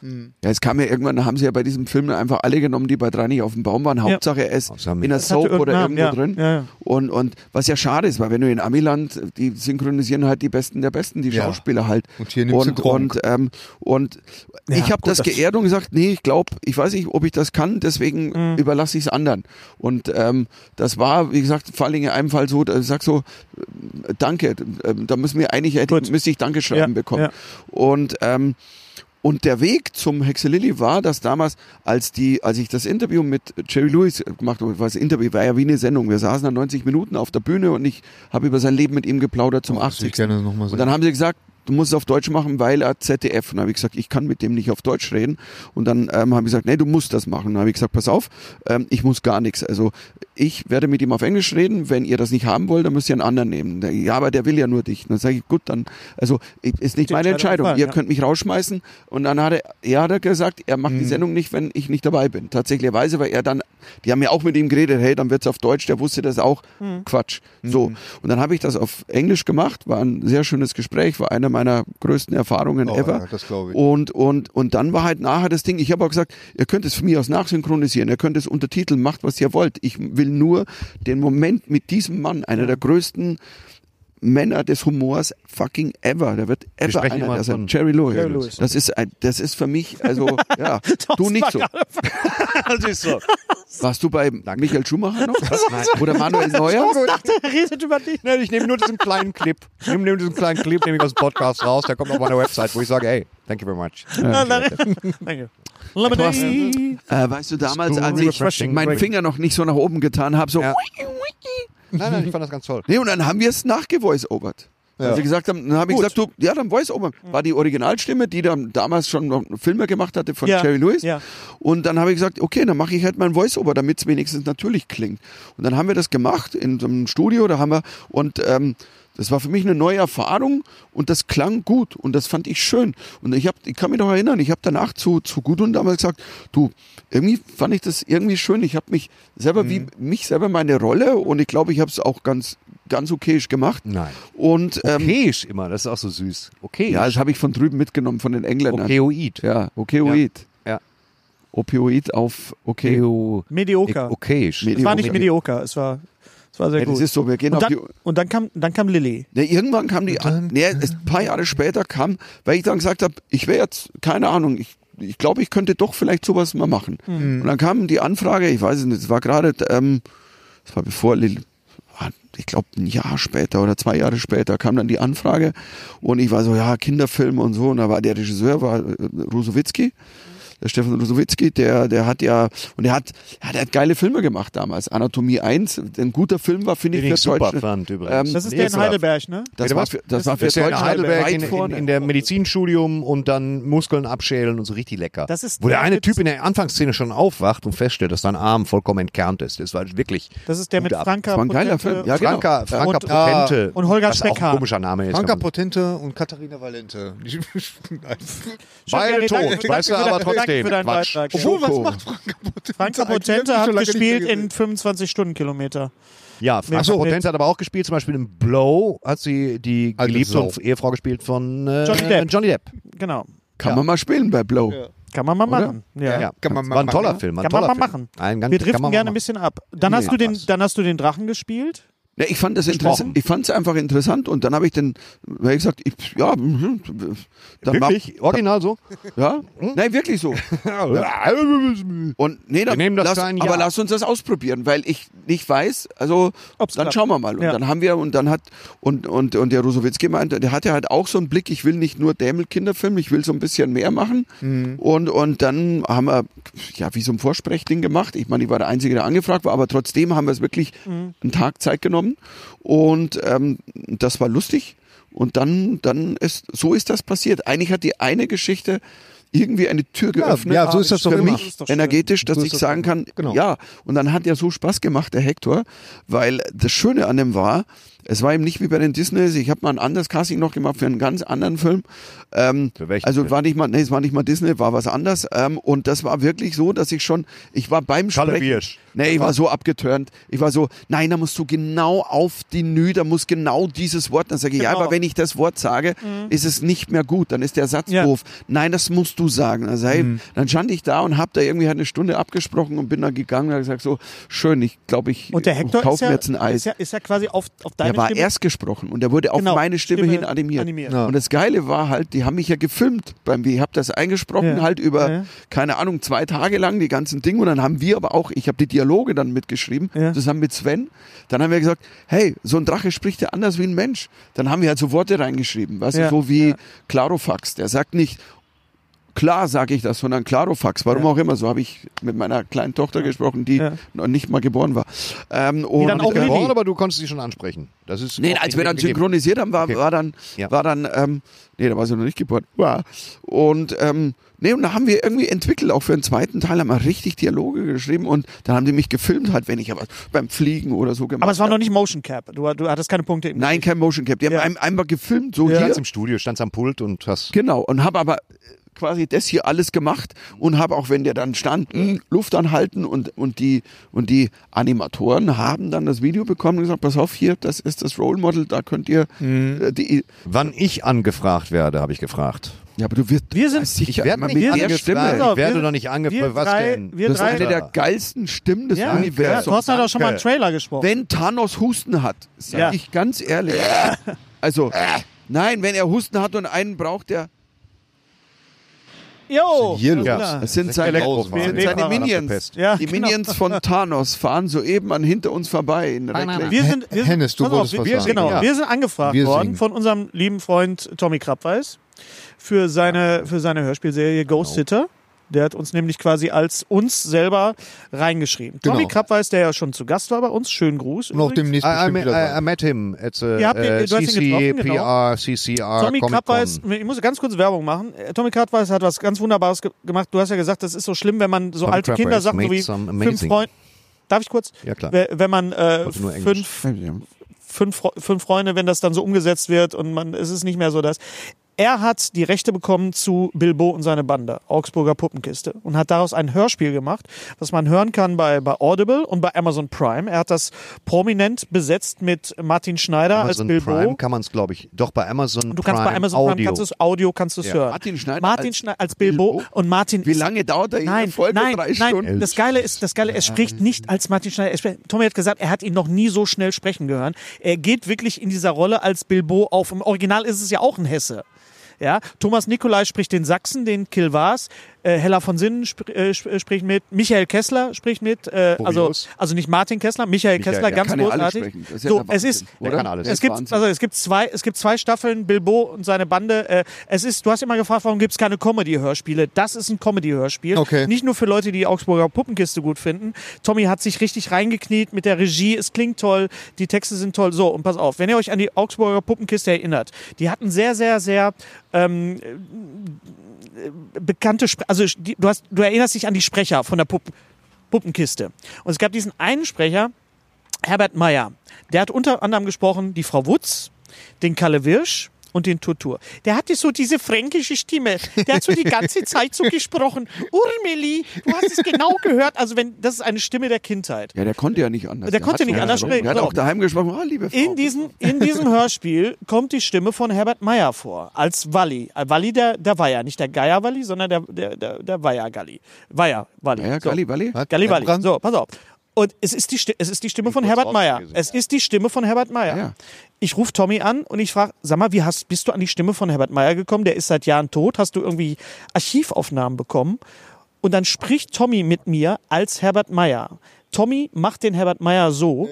A: Ja, es kam ja irgendwann, da haben sie ja bei diesem Film einfach alle genommen, die bei drei nicht auf dem Baum waren. Hauptsache er ist
E: Außer mir.
A: in der
D: hatte
A: Soap oder
D: irgendeinen
A: irgendwo
D: Namen,
A: drin.
D: ja. Ja, ja.
A: Und, und was ja schade ist, weil wenn du in Amiland, die synchronisieren halt die Besten der Besten, die
G: Ja.
A: Schauspieler halt.
G: Und hier nimmst du
A: und,
G: Gronkh.
A: und, ähm, und ich habe das geehrt und gesagt, nee, ich glaube, ich weiß nicht, ob ich das kann,
D: Mhm.
A: deswegen überlasse ich es anderen. Und ähm, das war, wie gesagt, vor allen Dingen in einem Fall so, da- ich sag so, äh, danke, äh, da müssen wir eigentlich, hätte,
D: Gut.
A: müsste ich Danke schreiben
D: Ja,
A: bekommen.
D: ja.
A: Und ähm, und der Weg zum Hexelilly war, dass damals, als die, als ich das Interview mit Jerry Lewis gemacht habe, was Interview war ja wie eine Sendung. Wir saßen da 90 Minuten auf der Bühne und ich habe über sein Leben mit ihm geplaudert zum
G: Oh, Das würde
A: 80.
G: ich gerne noch mal
A: Und dann
G: sehen.
A: haben sie gesagt, du musst es auf Deutsch machen, weil er ZDF. Und dann habe ich gesagt, ich kann mit dem nicht auf Deutsch reden. Und dann ähm, haben sie gesagt, nee, du musst das machen. Und dann habe ich gesagt, pass auf, ähm, ich muss gar nichts. Also ich werde mit ihm auf Englisch reden. Wenn ihr das nicht haben wollt, dann müsst ihr einen anderen nehmen. Der, ja, aber der will ja nur dich. Und dann sage ich, gut, dann, also i- ist nicht
D: Die
A: meine Entscheidung.
D: Entscheidung war,
A: ihr
D: ja.
A: könnt mich rausschmeißen. Und dann hat er, er hat er gesagt, er macht die
G: Mhm.
A: Sendung nicht, wenn ich nicht dabei bin. Tatsächlicherweise, weil er dann, die haben ja auch mit ihm geredet, hey, dann wird's auf Deutsch, der wusste das auch. Quatsch. So.
G: Mhm.
A: Und dann habe ich das auf Englisch gemacht, war ein sehr schönes Gespräch, war eine meiner größten Erfahrungen
G: Oh,
A: ever.
G: ja, das glaub ich.
A: Und, und, und dann war halt nachher das Ding, ich habe auch gesagt, ihr könnt es von mir aus nachsynchronisieren, ihr könnt es untertiteln, macht was ihr wollt. Ich will nur den Moment mit diesem Mann, einer der größten Männer des Humors fucking ever. Der wird ever
E: sprechen
A: einer
E: immer
A: der sein.
E: von
A: Jerry Lewis.
E: Jerry Lewis.
A: Das ist ein, das ist für mich, also
D: [LAUGHS]
A: ja, du
D: Das
A: nicht
D: war
A: so.
D: gerade- [LAUGHS]
E: Also
A: Warst du bei Michael Schumacher
D: [LAUGHS]
A: noch? Oder Manuel Neuer?
D: Ich dachte, er redet über dich.
E: Nein, ich nehme nur diesen kleinen Clip. Ich nehme nur diesen kleinen Clip, nehme ich aus dem Podcast raus. Der kommt auf meiner Website, wo ich sage, hey, thank you very much.
D: [LAUGHS] Danke. Lemonade.
A: Äh, weißt du, damals, als ich
E: refreshing.
A: meinen Finger noch nicht so nach oben getan habe, so.
E: Ja. Nein, nein, ich fand das ganz toll.
A: Nee, und dann haben wir es nachgevoice-overt. Als sie gesagt haben, dann habe ich gesagt, du, ja, dann Voice-Over. War die Originalstimme, die dann damals schon noch Filme gemacht hatte von
D: Ja,
A: Jerry Lewis.
D: ja.
A: Und dann habe ich gesagt, okay, dann mache ich halt mein Voice-Over, damit es wenigstens natürlich klingt. Und dann haben wir das gemacht in so einem Studio, da haben wir, und ähm, das war für mich eine neue Erfahrung und das klang gut und das fand ich schön. Und ich, hab, ich kann mich noch erinnern, ich habe danach zu, zu Gudrun damals gesagt, du, irgendwie fand ich das irgendwie schön. Ich habe mich selber, wie mich selber meine Rolle und ich glaube, ich habe es auch ganz, ganz okayisch gemacht.
E: Nein.
A: Und ähm,
E: Okay, immer, das ist auch so süß. Okay.
A: ja, das habe ich von drüben mitgenommen, von den Engländern.
E: Okeoid.
A: Ja, Okeoid.
E: Ja.
A: Opioid auf okay.
E: Okeo. E-
D: Medioker.
E: Okeisch.
D: Es war nicht medioker, es war, es war sehr
A: Ja,
D: gut.
A: das ist so, wir gehen
D: und,
A: auf
D: dann,
A: die.
D: und dann kam, dann kam Lilly.
A: Ne, irgendwann kam die.
G: dann-
A: Ne, es- ein paar Jahre später kam, weil ich dann gesagt habe, ich wäre jetzt, keine Ahnung, ich, ich glaube, ich könnte doch vielleicht sowas mal machen.
E: Hm.
A: Und dann kam die Anfrage, ich weiß es nicht, es war gerade, ähm, es war bevor Lil. ah, Ich glaube, ein Jahr später oder zwei Jahre später kam dann die Anfrage und ich war so, ja, Kinderfilm und so. Und da war der Regisseur, war äh, Rusowitzki. der Stefan Rusowitzki, der, der hat ja, und der hat, ja, der hat geile Filme gemacht damals. Anatomie 1, ein guter Film war, finde ich,
E: Den ich
A: für Ähm,
E: super
A: Deutschland.
E: fand übrigens.
D: Das ist
E: Nee,
D: der
E: das
D: in
E: war-
D: Heidelberg, ne?
A: Hm, Das
E: Bitte
A: war
E: was?
A: für, das war für
E: Das ist ja in
A: Deutschland
E: Heidelberg
A: weit
E: in, in,
A: vorne.
E: in der Medizinstudium und dann Muskeln abschälen und so richtig lecker.
D: Das ist
E: Wo der
D: der
E: eine
D: mit-
E: Typ in der Anfangsszene schon aufwacht und feststellt, dass sein Arm vollkommen entkernt ist. Das war wirklich.
D: Das ist der mit
E: Hut ab.
D: Franka.
A: das war ein geiler
D: Potente
A: Film. Ja, genau.
E: Franka, Franka
D: Und-
E: Potente.
D: und Holger
E: was auch ein
D: Schweckhahn.
E: komischer Name ist.
G: Franka Potente und Katharina Valente. [LAUGHS] Die-
E: Beide
D: Jerry,
E: tot,
D: danke- danke
E: weißt du,
D: für
E: aber
D: dein- danke
E: trotzdem,
D: für deinen
E: Quatsch.
D: Beitrag.
G: Obwohl, was
A: Schoko.
G: macht Franka Potente?
D: Franka
G: eigentlich? Die hab ich
D: Potente
G: schon
D: hat
G: lange nicht
D: gespielt
G: mehr gesehen.
D: in 25 Stundenkilometer.
E: Ja, Franka
D: so,
E: Potente
D: mit-
E: hat aber auch gespielt, zum Beispiel in Blow hat sie die
G: Alte
E: geliebte
G: Sau.
E: und Ehefrau gespielt von äh,
D: Ah, Johnny Depp.
E: Johnny Depp.
D: Genau.
A: Kann man mal spielen bei Blow.
D: Kann man mal
A: Oder?
D: machen.
E: Ja,
D: Ja.
G: Kann man
E: war ein
G: mal
E: toller
G: machen.
E: Film. War ein
D: Kann man
E: toller
D: mal machen.
E: Film. Ein ganz,
D: Wir
E: kann
D: driften
E: man
D: gerne ein
E: machen.
D: bisschen ab. Dann
E: Ja,
D: hast du den,
E: was.
D: dann hast du den Drachen gespielt.
A: Ne, ich fand das
E: Gesprochen.
A: interessant. Ich fand es einfach interessant und dann habe ich den, weil ich gesagt, ich, ja, mhm, dann mach-
E: Wirklich? Hm? Original so?
A: ja, nein, wirklich
E: [LAUGHS]
A: so.
E: ne?
A: Und nee, dann,
E: Mhm. Wir nehmen das
A: lass,
E: für ein Jahr.
A: aber lass uns das ausprobieren, weil ich nicht weiß, also
D: Ob's
A: dann
D: klappt.
A: schauen wir mal. Und
D: Ja.
A: dann haben wir, und dann hat, und, und, und der Rosowitzki meinte, der hatte halt auch so einen Blick, ich will nicht nur Dämel-Kinderfilm, ich will so ein bisschen mehr machen.
E: Mhm.
A: Und, und dann haben wir, ja, wie so ein Vorsprechding gemacht. Ich meine, ich war der Einzige, der angefragt war, aber trotzdem haben wir es wirklich
E: Mhm.
A: einen Tag Zeit genommen. Und ähm, das war lustig. Und dann, dann ist, so ist das passiert. Eigentlich hat die eine Geschichte irgendwie eine Tür geöffnet.
G: ja, so ist das doch
A: für
G: immer.
A: mich
D: Ah, ist doch schön.
A: energetisch, dass
G: So ist
A: ich
G: das
A: sagen
G: immer.
A: kann,
G: Genau.
A: ja. Und dann hat ja so Spaß gemacht, der Hector, weil das Schöne an dem war, Es war eben nicht wie bei den Disneys. Ich habe mal ein anderes Casting noch gemacht für einen ganz anderen Film. Ähm,
E: Für welchen
A: also
E: Film?
A: war nicht mal, nee, es war nicht mal Disney, war was anderes. Ähm, und das war wirklich so, dass ich schon, ich war beim
E: Kalle
A: Sprechen.
E: Biersch.
A: Nee, ich war so abgeturnt. Ich war so, nein, da musst du genau auf die Nü, da muss genau dieses Wort. Dann sage ich, ja,
D: Genau.
A: aber wenn ich das Wort sage, ist es nicht mehr gut. Dann ist der Satz
D: Mhm. Ja.
A: doof. Nein, das musst du sagen. Dann, sag ich, dann stand ich da und habe da irgendwie halt eine Stunde abgesprochen und bin dann gegangen und hab gesagt, so, schön, ich glaube, ich
D: Und der
A: äh,
D: Hector
A: kauf
D: ist
A: mir
D: ja,
A: jetzt ein Eis.
D: Ist, ja, ist ja quasi auf, auf deine
A: Der war
D: Stimme.
A: erst gesprochen und der wurde auf
D: Genau,
A: meine Stimme,
D: Stimme
A: hin animiert.
D: animiert.
A: Und das Geile war halt, die haben mich ja gefilmt beim Ich habe das eingesprochen
D: Ja.
A: halt über,
D: Ja.
A: keine Ahnung, zwei Tage lang die ganzen Dinge. Und dann haben wir aber auch, ich habe die Dialoge dann mitgeschrieben,
D: Ja.
A: zusammen mit Sven. Dann haben wir gesagt, hey, so ein Drache spricht ja anders wie ein Mensch. Dann haben wir halt so Worte reingeschrieben, weißt
D: Ja.
A: du, so wie
D: Ja.
A: Clarofax. Der sagt nicht, klar sage ich das, sondern Clarofax. Warum auch immer, so habe ich mit meiner kleinen Tochter gesprochen, die
D: Ja.
A: noch nicht mal geboren war. Ähm, und,
D: dann auch
A: äh,
D: Lili.
E: Geboren, aber du konntest sie schon ansprechen. Das ist
A: Nee,
E: auch
A: als
E: nicht
A: wir dann
E: gegeben.
A: synchronisiert haben, war,
E: Okay.
A: war dann,
E: Ja.
A: war dann, ähm, nee, da war sie noch nicht geboren. Wow. Und ähm, nee, und da haben wir irgendwie entwickelt, auch für den zweiten Teil haben wir richtig Dialoge geschrieben und dann haben die mich gefilmt halt, wenn ich aber beim Fliegen oder so gemacht
D: Aber es war
A: hab.
D: noch nicht Motion Cap. Du, du hattest keine Punkte im
A: Nein, kein Motion Cap. Die haben
D: Ja.
A: ein- einmal gefilmt, so
E: Du
A: hier.
E: standst im Studio, standst am Pult und hast.
A: Genau, und habe aber äh, quasi das hier alles gemacht und habe auch, wenn der dann stand, mh, Luft anhalten und, und, die, und die Animatoren haben dann das Video bekommen und gesagt, pass auf, hier, das ist das Role Model, da könnt ihr
D: Mhm.
A: äh, die,
E: Wann ich angefragt werde, habe ich gefragt.
A: Ja, aber du wirst.
D: Wir sind-
A: sicher
E: Ich werde
A: immer
E: nicht
A: mit der
E: angefragt.
D: Pass
A: Stimme.
D: auf,
E: Ich werde
D: wir-
E: doch nicht angefragt.
D: wir
E: Was
D: drei-
E: denn?
D: wir
A: Das ist
D: drei-
A: eine der geilsten Stimmen des
D: Ja, ja,
A: Universums.
D: Thorsten hat halt auch schon mal einen
E: Danke.
D: Trailer gesprochen.
A: wenn Thanos Husten hat, sag
D: Ja.
A: ich ganz ehrlich. Also, nein, wenn er Husten hat und einen braucht, der.
D: Jo!
E: hier
D: alles
E: los?
D: klar.
A: Das sind
E: ist
A: seine,
E: Elektrowagen.
A: das sind
D: Nee,
A: seine
D: Fahrrad
A: Minions.
E: abgepest.
D: Ja,
A: Die
D: genau.
A: Minions von Thanos fahren soeben an hinter uns vorbei. In Reckling.
D: Wir sind, wir sind,
G: Hennes, du
D: pass auf,
G: wolltest
D: wir,
G: was
D: wir,
G: sagen.
D: genau,
E: Ja.
D: wir sind angefragt
G: Wir
D: worden
G: singen.
D: von unserem lieben Freund Tommy Krabweis für seine, für seine Hörspielserie
G: Genau.
D: Ghost Sitter. Der hat uns nämlich quasi als uns selber reingeschrieben. Tommy
G: Genau.
D: Krabweis, der ja schon zu Gast war bei uns, schönen Gruß.
G: Und auch
D: übrigens.
E: I,
G: demnächst
E: I,
G: bestimmt
E: I,
G: wieder
E: I
G: dran.
E: met him at
D: Ihr
E: uh,
D: habt ihn-
E: äh,
D: du hast ihn
E: CC,
D: getroffen, genau.
E: PR, CCR,
D: Tommy
E: Comic
D: Krabweis,
E: Con.
D: ich muss ganz kurz Werbung machen. Äh, Tommy Krabweis hat was ganz Wunderbares ge gemacht. Du hast ja gesagt, das ist so schlimm, wenn man so
E: Tommy
D: alte
E: Krabweis
D: Kinder sagt, so
E: made
D: wie
E: some
D: fünf
E: amazing.
D: Freunde. Darf ich kurz?
E: Ja, klar.
D: Wer- Wenn man äh,
E: Wollte nur Englisch.
D: fünf fünf, Fre- fünf Freunde, wenn das dann so umgesetzt wird und man, es ist nicht mehr so das. Er hat die Rechte bekommen zu Bilbo und seine Bande, Augsburger Puppenkiste, und hat daraus ein Hörspiel gemacht, was man hören kann bei, bei Audible und bei Amazon Prime. Er hat das prominent besetzt mit Martin Schneider
E: Amazon
D: als Bilbo.
E: Prime kann man es, glaube ich, doch bei Amazon
D: du kannst
E: Prime
D: bei Amazon Prime
E: Audio.
D: kannst du's Audio kannst du's
E: Ja.
D: hören.
A: Martin Schneider
D: Martin
A: als
D: Schneider als Bilbo,
A: Bilbo?
D: und Martin
A: Wie
D: ist-
A: lange dauert da jede
D: Nein,
A: Folge?
D: nein,
A: Drei
D: nein.
A: Stunden?
D: Das Geile ist, das Geile, er spricht nicht als Martin Schneider. Er spricht, Tommy hat gesagt, er hat ihn noch nie so schnell sprechen gehört. Er geht wirklich in dieser Rolle als Bilbo auf. Im Original ist es ja auch ein Hesse. Ja, Thomas Nikolai spricht den Sachsen, den Kilvars. Äh, Hella von Sinnen sp äh, sp äh, spricht mit. Michael Kessler spricht mit. Äh, also,
E: Kurios.
D: also nicht Martin Kessler, Michael,
E: Michael,
D: Kessler,
E: der
D: ganz
A: kann ja alle
D: großartig.
A: sprechen. Das ist ja
D: so,
A: der
D: es
A: Wahnsinn,
D: ist,
E: Der
A: oder?
E: kann alles.
D: es gibt,
A: Wahnsinn.
D: also es gibt zwei, es gibt zwei Staffeln, Bilbo und seine Bande. Äh, es ist, du hast immer gefragt, warum gibt es keine Comedy-Hörspiele? Das ist ein Comedy-Hörspiel.
G: Okay.
D: Nicht nur für Leute, die die Augsburger Puppenkiste gut finden. Tommy hat sich richtig reingekniet mit der Regie. Es klingt toll, die Texte sind toll. So, und pass auf, wenn ihr euch an die Augsburger Puppenkiste erinnert, die hatten sehr, sehr, sehr ähm, äh, bekannte, Spre also die, du, hast, du erinnerst dich an die Sprecher von der Puppen Puppenkiste. Und es gab diesen einen Sprecher, Herbert Meyer. Der hat unter anderem gesprochen die Frau Wutz, den Kalle Wirsch und den Tutur. Der hatte so diese fränkische Stimme. Der hat so die ganze Zeit so gesprochen. Urmeli, du hast es genau gehört. Also wenn das ist eine Stimme der Kindheit.
A: ja, der konnte ja nicht anders.
D: Der konnte
A: hat
D: nicht
A: ja
D: anders
A: gesprochen.
D: sprechen.
A: Der hat
D: So.
A: auch daheim gesprochen. Ah, liebe Frau.
D: In diesem, in diesem Hörspiel kommt die Stimme von Herbert Meyer vor, als Walli. Äh, Walli der, der Weiher, nicht der Geier-Walli, sondern der, der, der, der Weiher-Galli. Weiher-Walli.
A: ja,
D: So.
A: Galli, Balli.
D: Gallivali.
G: Rembrandt?
D: So, pass auf. Und es ist die, Sti es ist die Stimme von
E: kurz
D: Herbert Meyer.
E: rausgelesen.
D: Es ist die Stimme von Herbert Meyer.
A: ja.
D: Ich rufe Tommy an und ich frage, sag mal, wie hast, bist du an die Stimme von Herbert Meyer gekommen? Der ist seit Jahren tot. Hast du irgendwie Archivaufnahmen bekommen? Und dann spricht Tommy mit mir als Herbert Meyer. Tommy macht den Herbert Meyer so.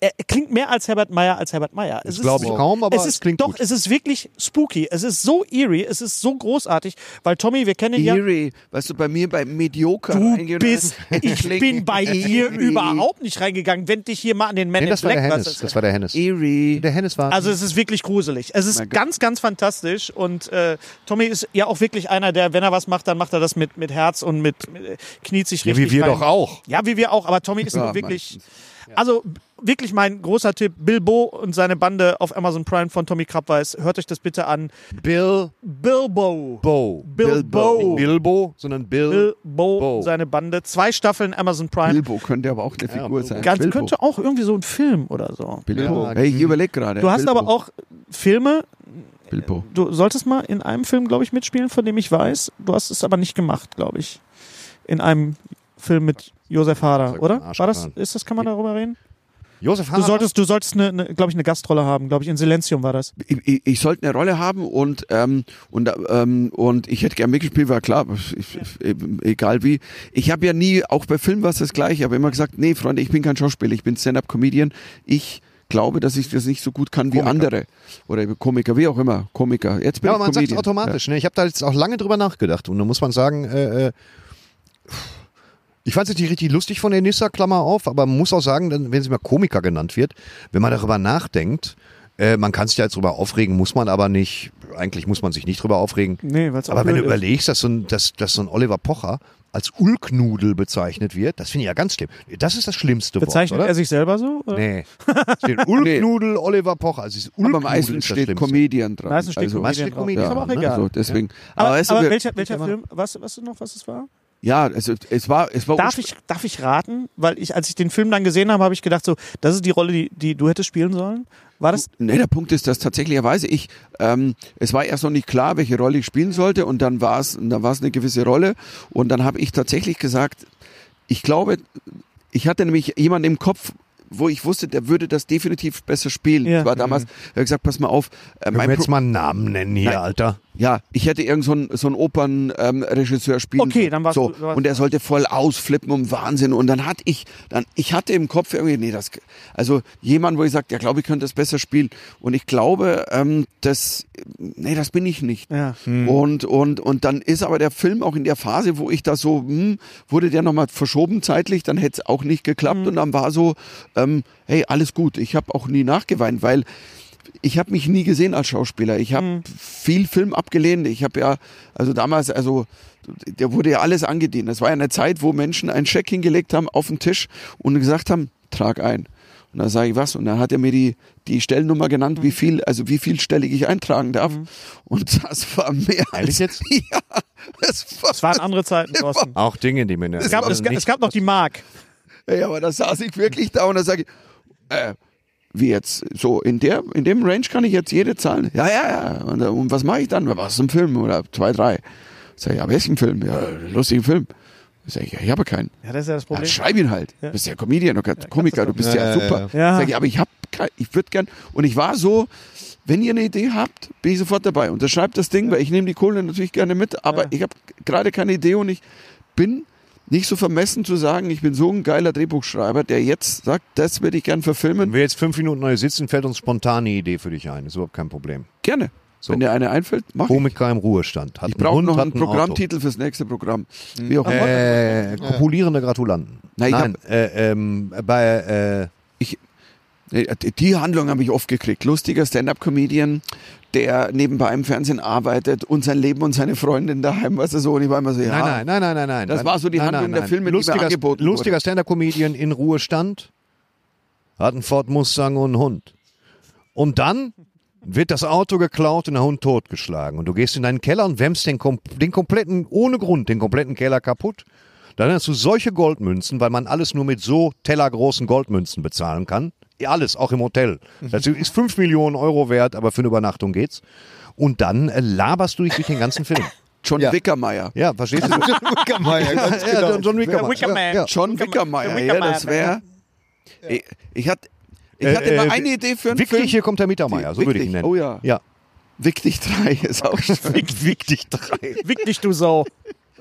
D: Er klingt mehr als Herbert Meyer als Herbert Meyer. Es
E: Das glaube ich kaum, aber
D: es ist
E: es klingt
D: doch,
E: gut.
D: es ist wirklich spooky. Es ist so eerie, es ist so großartig, weil Tommy, wir kennen ihn ja.
A: Eerie, weißt du, bei mir bei Mediocre.
D: Du
A: reingehen-
E: [LAUGHS]
D: bist, ich
A: [LAUGHS] Klingt
D: bin bei dir
A: eerie.
D: überhaupt nicht reingegangen. Wenn dich hier mal an den Man
E: Nee,
D: in
E: das war
D: Black E-
E: der
D: was
E: Hennes.
D: ist-
E: Das war der Hennes.
A: Eerie.
E: Der Hennes war.
D: Also es ist wirklich gruselig. Es ist
A: Mein Gott.
D: ganz, ganz fantastisch und äh, Tommy ist ja auch wirklich einer, der, wenn er was macht, dann macht er das mit, mit Herz und mit, mit äh, kniet sich
E: ja,
D: richtig
E: wie wir
D: rein.
E: doch auch.
D: Ja, wie wir auch, aber Tommy ist
A: Ja,
D: nun wirklich. Also wirklich mein großer Tipp, Bilbo und seine Bande auf Amazon Prime von Tommy Krabweis. Hört euch das bitte an.
E: Bill
D: Bilbo.
E: Bo.
D: Bilbo.
E: Nicht Bilbo, sondern Bill.
D: Bilbo
E: Bo.
D: und seine Bande. Zwei Staffeln Amazon Prime.
A: Bilbo könnte aber auch eine Figur sein.
D: Ganz
A: Bilbo.
D: könnte auch irgendwie so ein Film oder so.
A: Bilbo. Hey, ich überleg gerade.
D: Du hast
A: Bilbo.
D: aber auch Filme,
A: Bilbo.
D: du solltest mal in einem Film, glaube ich, mitspielen, von dem ich weiß. Du hast es aber nicht gemacht, glaube ich. In einem Film mit Josef Hader,
E: Sag
D: oder?
E: mal, Arsch
D: War das,
E: dran.
D: ist das, kann man darüber reden?
E: Josef
D: Du
E: Hader.
D: solltest, du solltest, eine, eine, glaube ich, eine Gastrolle haben. Glaube ich, in Silenzium war das.
A: Ich, ich, ich sollte eine Rolle haben und ähm, und ähm, und ich hätte gern mitgespielt, war klar, ich, ich, eben, egal wie. Ich habe ja nie, auch bei Film war es das gleiche, aber immer gesagt, nee, Freunde, ich bin kein Schauspieler, ich bin Stand-up-Comedian. Ich glaube, dass ich das nicht so gut kann wie andere oder Komiker, wie auch immer, Komiker. Jetzt bin
E: Ja,
A: ich
E: aber man sagt es
A: Comedian.
E: automatisch. Ne? Ich habe da jetzt auch lange drüber nachgedacht. Und da muss man sagen, äh, äh, ich fand es nicht richtig lustig von der Nissa, Klammer auf, aber man muss auch sagen, dann, wenn sie mal Komiker genannt wird, wenn man darüber nachdenkt, äh, man kann sich da jetzt drüber aufregen, muss man aber nicht, eigentlich muss man sich nicht drüber aufregen.
D: Nee, weil es
E: Aber wenn du überlegst, dass so, ein, dass, dass so ein Oliver Pocher als Ulknudel bezeichnet wird, das finde ich ja ganz schlimm. Das ist das schlimmste
D: Bezeichnet
E: Wort,
D: er
E: oder?
D: sich selber so? Oder?
E: Nee. Steht Ulknudel Oliver Pocher. Also dieses
A: Aber am
E: Ulknudel
A: Eisen
E: ist das
A: steht
E: Schlimmste.
A: Comedian dran.
D: Meistens steht
A: also,
E: Meistens steht
D: Comedian
E: Comedian
D: drauf.
E: drauf.
D: Ist
A: Also
D: aber auch egal.
E: Ja, ne?
A: deswegen.
D: Aber,
A: weißt du,
D: aber
A: wir-
D: welcher, welcher Film, was, was noch, was es war?
A: Ja, also es war, es war
E: Oh,
D: Darf
A: ursprünglich-
D: ich, darf ich raten? Weil ich, als ich den Film dann gesehen habe, habe ich gedacht, so, das ist die Rolle, die, die du hättest spielen sollen. War das?
A: Nee, der Punkt ist, dass tatsächlicherweise ich, ähm, es war erst noch nicht klar, welche Rolle ich spielen sollte und dann war es dann war's eine gewisse Rolle und dann habe ich tatsächlich gesagt, ich glaube, ich hatte nämlich jemanden im Kopf, wo ich wusste, der würde das definitiv besser spielen.
D: Ja.
A: Das war damals, er hat gesagt, pass mal auf, äh,
E: Können
A: mein
E: Mhm. wir
A: Pro
E: jetzt mal einen Namen nennen hier,
A: Nein.
E: Alter?
A: ja, ich hätte irgend so einen, so einen Opernregisseur spielen.
D: Okay,
A: sollen.
D: dann war's-
A: so.
D: du- du warst-
A: Und der sollte voll ausflippen um Wahnsinn. Und dann hatte ich, dann, ich hatte im Kopf irgendwie, nee, das, also jemand, wo ich sagte, ja, glaube ich, könnte das besser spielen. Und ich glaube, ähm, das, nee, das bin ich nicht.
D: Ja.
A: Und, und, und dann ist aber der Film auch in der Phase, wo ich da so, hm, wurde der nochmal verschoben zeitlich, dann hätte es auch nicht
D: Hm.
A: geklappt. Und dann war so, ähm, hey, alles gut. Ich habe auch nie nachgeweint, weil ich habe mich nie gesehen als Schauspieler. Ich habe viel Film abgelehnt. Ich habe ja, also damals, also der wurde ja alles angedient. Das war ja eine Zeit, wo Menschen einen Scheck hingelegt haben auf den Tisch und gesagt haben, trag ein. Und dann sage ich was und dann hat er mir die, die Stellennummer genannt, wie viel, also wie vielstellig ich eintragen darf. Und das war mehr als
E: jetzt?
A: [LAUGHS] ja, das war,
D: Es waren andere
E: [LAUGHS]
D: Zeiten, Thorsten.
E: Auch Dinge, die Also mir
D: Es gab, es, gab, es gab noch die Mark.
A: Ey, aber da saß ich wirklich da und da sage ich, äh, wie jetzt, so in der, in dem Range kann ich jetzt jede zahlen. Ja, ja, ja. Und, äh, und was mache ich dann? Was ist ein Film? Oder zwei, drei. Sag ich, ja, welchen Film? Ja, lustigen Film. Sag ich, ja, ich habe keinen.
D: Ja, das ist ja das
A: Ja,
D: Problem.
A: schreib ihn halt. Du bist ja Comedian, du kannst, Komiker, du bist ja,
G: Ja, ja,
A: super.
D: ja. Ja.
A: Sag ich, aber ich hab kein, ich würde gern. Und ich war so, wenn ihr eine Idee habt, bin ich sofort dabei. Unterschreibt das Ding, weil ich nehme die Kohle natürlich gerne mit, aber ich habe gerade keine Idee und ich bin nicht so vermessen zu sagen, ich bin so ein geiler Drehbuchschreiber, der jetzt sagt, das würde ich gern
E: Wenn
A: verfilmen.
E: wir jetzt fünf Minuten neu sitzen, fällt uns spontan eine Idee für dich ein. Ist überhaupt kein Problem.
A: Gerne.
E: So.
A: Wenn dir eine einfällt, mach ich.
E: Komiker im Ruhestand. Hat
A: Ich brauche noch
E: hat
A: einen Programmtitel fürs nächste Programm. Wie auch
E: Auto.
A: immer.
E: Äh, kopulierende Gratulanten.
A: Nein, ich
E: äh, ähm, bei,
A: Nee, Äh, Die die Handlung habe ich oft gekriegt. Lustiger Stand-up-Comedian, der nebenbei im Fernsehen arbeitet und sein Leben und seine Freundin daheim, weißt du so. Und ich war immer so,
E: äh,
A: ja.
E: nein, nein, nein, nein, nein, nein.
A: Das
E: Nein,
A: war so die
E: nein,
A: Handlung der Filme, die mir
E: lustiger,
A: angeboten wurde.
E: Lustiger Stand-Up-Comedian in Ruhestand. Hat einen Ford Mustang und einen Hund. Und dann wird das Auto geklaut und der Hund totgeschlagen. Und du gehst in deinen Keller und wämmst den, kom den kompletten, ohne Grund, den kompletten Keller kaputt. Dann hast du solche Goldmünzen, weil man alles nur mit so tellergroßen Goldmünzen bezahlen kann. Ja, Alles, auch im Hotel. Das ist 5 Millionen Euro wert, aber für eine Übernachtung geht's. Und dann äh, laberst du dich durch den ganzen Film.
A: John
G: Ja.
A: Wickermeier.
E: Ja, verstehst
A: [LAUGHS]
E: du?
G: Wickermeier, ganz
E: Ja, John- John Wickermann.
D: Wickerman.
E: Ja, ja.
A: John
D: Wickermeier.
A: Wickermeier, ja, das wäre. Ich, ich hatte, ich hatte
E: Äh,
A: mal
E: äh,
A: eine Idee für einen
E: Wichtig,
A: Film.
E: hier kommt der Mietermeier, so würde ich
A: Wichtig,
E: ihn nennen.
A: oh ja.
E: ja.
A: Wick dich 3 ist auch schön.
E: Wick dich drei.
D: Wick dich, du Sau.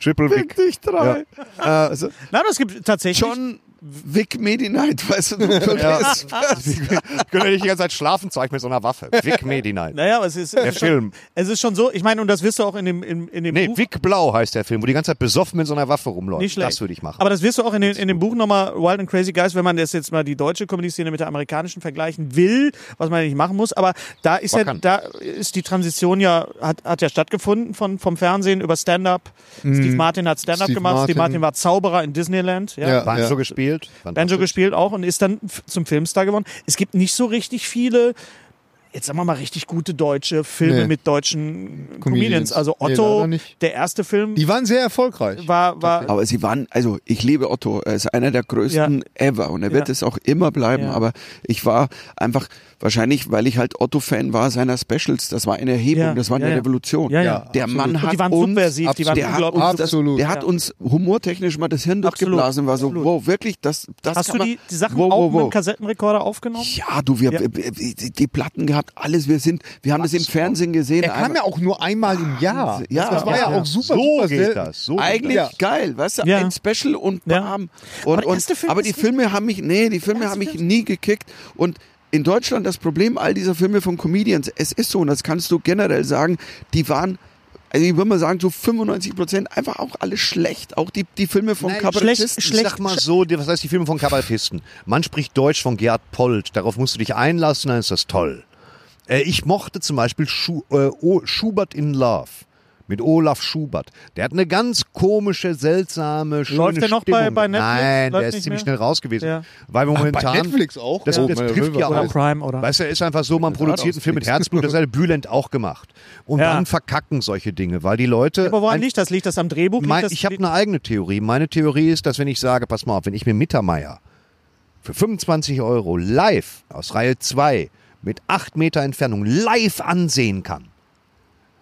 E: Triple
A: Wick
E: Wick.
A: dich 3.
E: Äh,
A: Also,
D: Nein, es gibt tatsächlich.
A: John Wick Medi Knight, weißt
E: [LAUGHS]
A: du, du [LAUGHS] verlierst.
E: Ich könnte nicht die ganze Zeit schlafen, zeig mit so einer Waffe. Wick Medi, nein.
D: Naja, aber es ist,
E: Der Film.
D: es ist schon so, ich meine, und das wirst du auch in dem, in, in dem
E: Nee,
D: Buch.
E: Wick Blau heißt der Film, wo die ganze Zeit besoffen mit so einer Waffe rumläuft.
D: Nicht schlecht.
E: Das würde ich machen.
D: Aber das wirst du auch in, den, in dem Buch nochmal Wild and Crazy Guys, wenn man das jetzt mal die deutsche Comedy-Szene mit der amerikanischen vergleichen will, was man ja nicht machen muss. Aber da ist
E: Man
D: ja,
E: kann.
D: da ist die Transition ja, hat, hat ja stattgefunden von, vom Fernsehen über Stand-Up. Steve Martin hat Stand-Up
G: Steve
D: gemacht. Steve
G: Martin.
D: Martin war Zauberer in Disneyland. Ja.
G: Ja.
E: Waren so gespielt? gespielt.
D: Banjo
E: Fantastisch.
D: gespielt auch und ist dann f- zum Filmstar geworden. Es gibt nicht so richtig viele, jetzt sagen wir mal richtig gute deutsche Filme
G: Nee.
D: mit deutschen Comedians.
G: Comedians.
D: Also
G: Nee,
D: Otto,
G: leider nicht.
D: der erste Film
G: Die waren sehr erfolgreich.
D: war, war
A: Aber sie waren, also ich liebe Otto, er ist einer der größten ever und er wird
D: Ja.
A: es auch immer bleiben.
D: Ja.
A: Aber ich war einfach, wahrscheinlich, weil ich halt Otto-Fan war seiner Specials, das war eine Erhebung,
D: Ja.
A: das war eine
D: Ja, ja.
A: Revolution.
D: Ja, ja.
A: Der
G: Absolut.
A: Mann
D: Und
A: hat
D: die waren
A: uns,
D: subversiv, die waren
A: der hat
D: unglaublich
A: uns, das,
G: Absolut.
A: der hat
D: Ja.
A: uns humortechnisch mal das Hirn
D: Absolut.
A: durchgeblasen, war so,
D: Absolut.
A: wow, wirklich, das, das
D: Hast
A: kann
D: du
A: man,
D: die, die Sachen
A: wow,
D: auch
A: wow,
D: mit dem
A: wow.
D: Kassettenrekorder aufgenommen?
A: ja, du, wir,
D: Ja.
A: wir- die, die Platten gehabt, alles, wir sind, wir haben das im Fernsehen gesehen.
G: Er kam
A: Einmal-
G: ja auch nur einmal im Jahr.
A: Ja.
G: das war ja,
D: Ja.
G: auch super.
E: So
G: super
E: geht
G: selten.
E: das. So
A: eigentlich
E: Geht das.
A: geil, weißt du,
D: Ja.
A: ein Special und
D: Ja.
A: bam.
D: Aber
A: Und,
D: der erste
A: und,
D: Film
A: aber
D: ist
A: die
D: gut.
A: Filme haben mich, nee, die Filme
D: erste
A: haben mich
D: Film
A: nie gekickt und in Deutschland das Problem all dieser Filme von Comedians, es ist so, und das kannst du generell sagen, die waren, also ich würde mal sagen, so 95 Prozent einfach auch alle schlecht, auch die, die Filme von
E: Nein,
A: Kabarettisten.
E: Ich sag mal so, die- was heißt die Filme von Kabarettisten? Man spricht Deutsch von Gerhard Polt, darauf musst du dich einlassen, dann ist das toll. Äh, ich mochte zum Beispiel Schu äh, o Schubert in Love. Mit Olaf Schubert. Der hat eine ganz komische, seltsame, schöne
D: Läuft der noch bei-
E: Stimmung.
D: bei Netflix?
E: Nein,
D: Läuft
E: der ist
D: nicht
E: ziemlich
D: mehr?
E: schnell raus gewesen.
D: Ja.
E: Weil momentan...
G: Bei Netflix auch.
E: Das,
G: Oh,
E: das
G: meine
E: trifft ja
G: Wilbur.
D: Oder
E: auch.
D: Prime, oder?
E: Weißt du, ist einfach so, man produziert einen Film mit Herzblut, das hat Bülent auch gemacht. Und
D: Ja.
E: dann verkacken solche Dinge, weil die Leute.
D: Aber
E: ein-
D: woran liegt das? Liegt das am Drehbuch? Liegt
E: mein,
D: das,
E: ich habe eine eigene Theorie. Meine Theorie ist, dass wenn ich sage, pass mal auf, wenn ich mir Mittermeier für 25 Euro live aus Reihe 2 mit 8 Meter Entfernung live ansehen kann,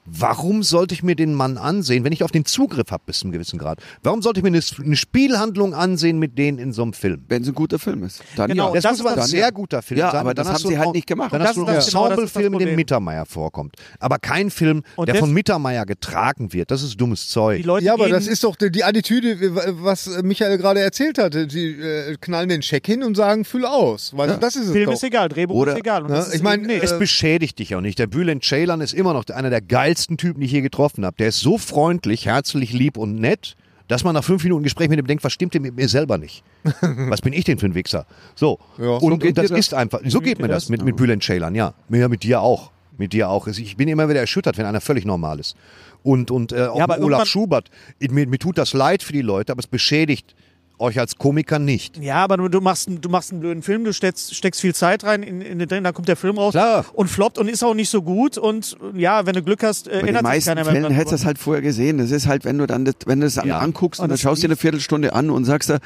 E: warum sollte ich mir den Mann ansehen, wenn ich auf den Zugriff habe bis zu einem gewissen Grad? Warum sollte ich mir eine, eine Spielhandlung ansehen mit denen in so einem Film?
A: Wenn es ein guter Film ist. Dann
D: Genau,
A: ja.
E: Das,
D: das
E: muss aber ein
A: ist das-
E: sehr guter Film
A: Ja,
E: sein.
A: aber
E: Dann
A: das
E: hast
A: haben
E: du
A: sie
E: einen
A: halt
E: Au-
A: nicht gemacht.
E: Dann
D: Und
E: hast du
D: das
E: einen
D: ist das- genau, das ist das
E: Ensemblefilm, in dem
D: Problem.
E: Mittermeier vorkommt. Aber kein Film,
D: Und
E: der
D: das-
E: von Mittermeier getragen wird. Das ist dummes
D: die
E: Zeug.
D: Leute
G: Ja, aber
D: gehen,
G: das ist doch die die Attitüde, was äh, Michael gerade erzählt hatte. Die äh, knallen den Scheck hin und sagen, füll aus. Weißt du, das ist es
D: Film
G: doch.
D: ist egal, Drehbuch
A: Oder-
D: ist egal. Und
G: Ne?
D: das ist
G: Ich mein,
D: eben nicht.
G: äh,
E: Es beschädigt dich auch nicht. Der Bülent Ceylan ist immer noch einer der geilsten Typen, die ich je getroffen habe. Der ist so freundlich, herzlich, lieb und nett, dass man nach fünf Minuten Gespräch mit ihm denkt, was stimmt denn mit mir selber nicht? Was bin ich denn für ein Wichser? So.
G: Ja.
E: und,
G: So
A: geht
E: und das
A: dir das?
E: ist einfach, so geht mir das mit, mit Bülent Ceylan, ja. Ja, mit dir auch. Mit dir auch. Also Ich bin immer wieder erschüttert, wenn einer völlig normal ist. Und, und äh, auch
D: Ja, aber
E: mit Olaf
D: irgendwann-
E: Schubert. Ich, mir, mir tut das leid für die Leute, aber es beschädigt euch als Komiker nicht.
D: Ja, aber du, du, machst, einen- du machst einen blöden Film, du steckst, steckst viel Zeit rein in, in den drin, dann kommt der Film raus
E: Klar.
D: und floppt und ist auch nicht so gut. Und ja, wenn du Glück hast, äh,
A: Bei den
D: erinnert sich
A: meisten
D: keiner mehr
A: Fällen
D: dran.
A: hättest du das halt vorher gesehen. Das ist halt, wenn du dann das, wenn du das dann anguckst und dann schaust du dir eine Viertelstunde an und sagst da,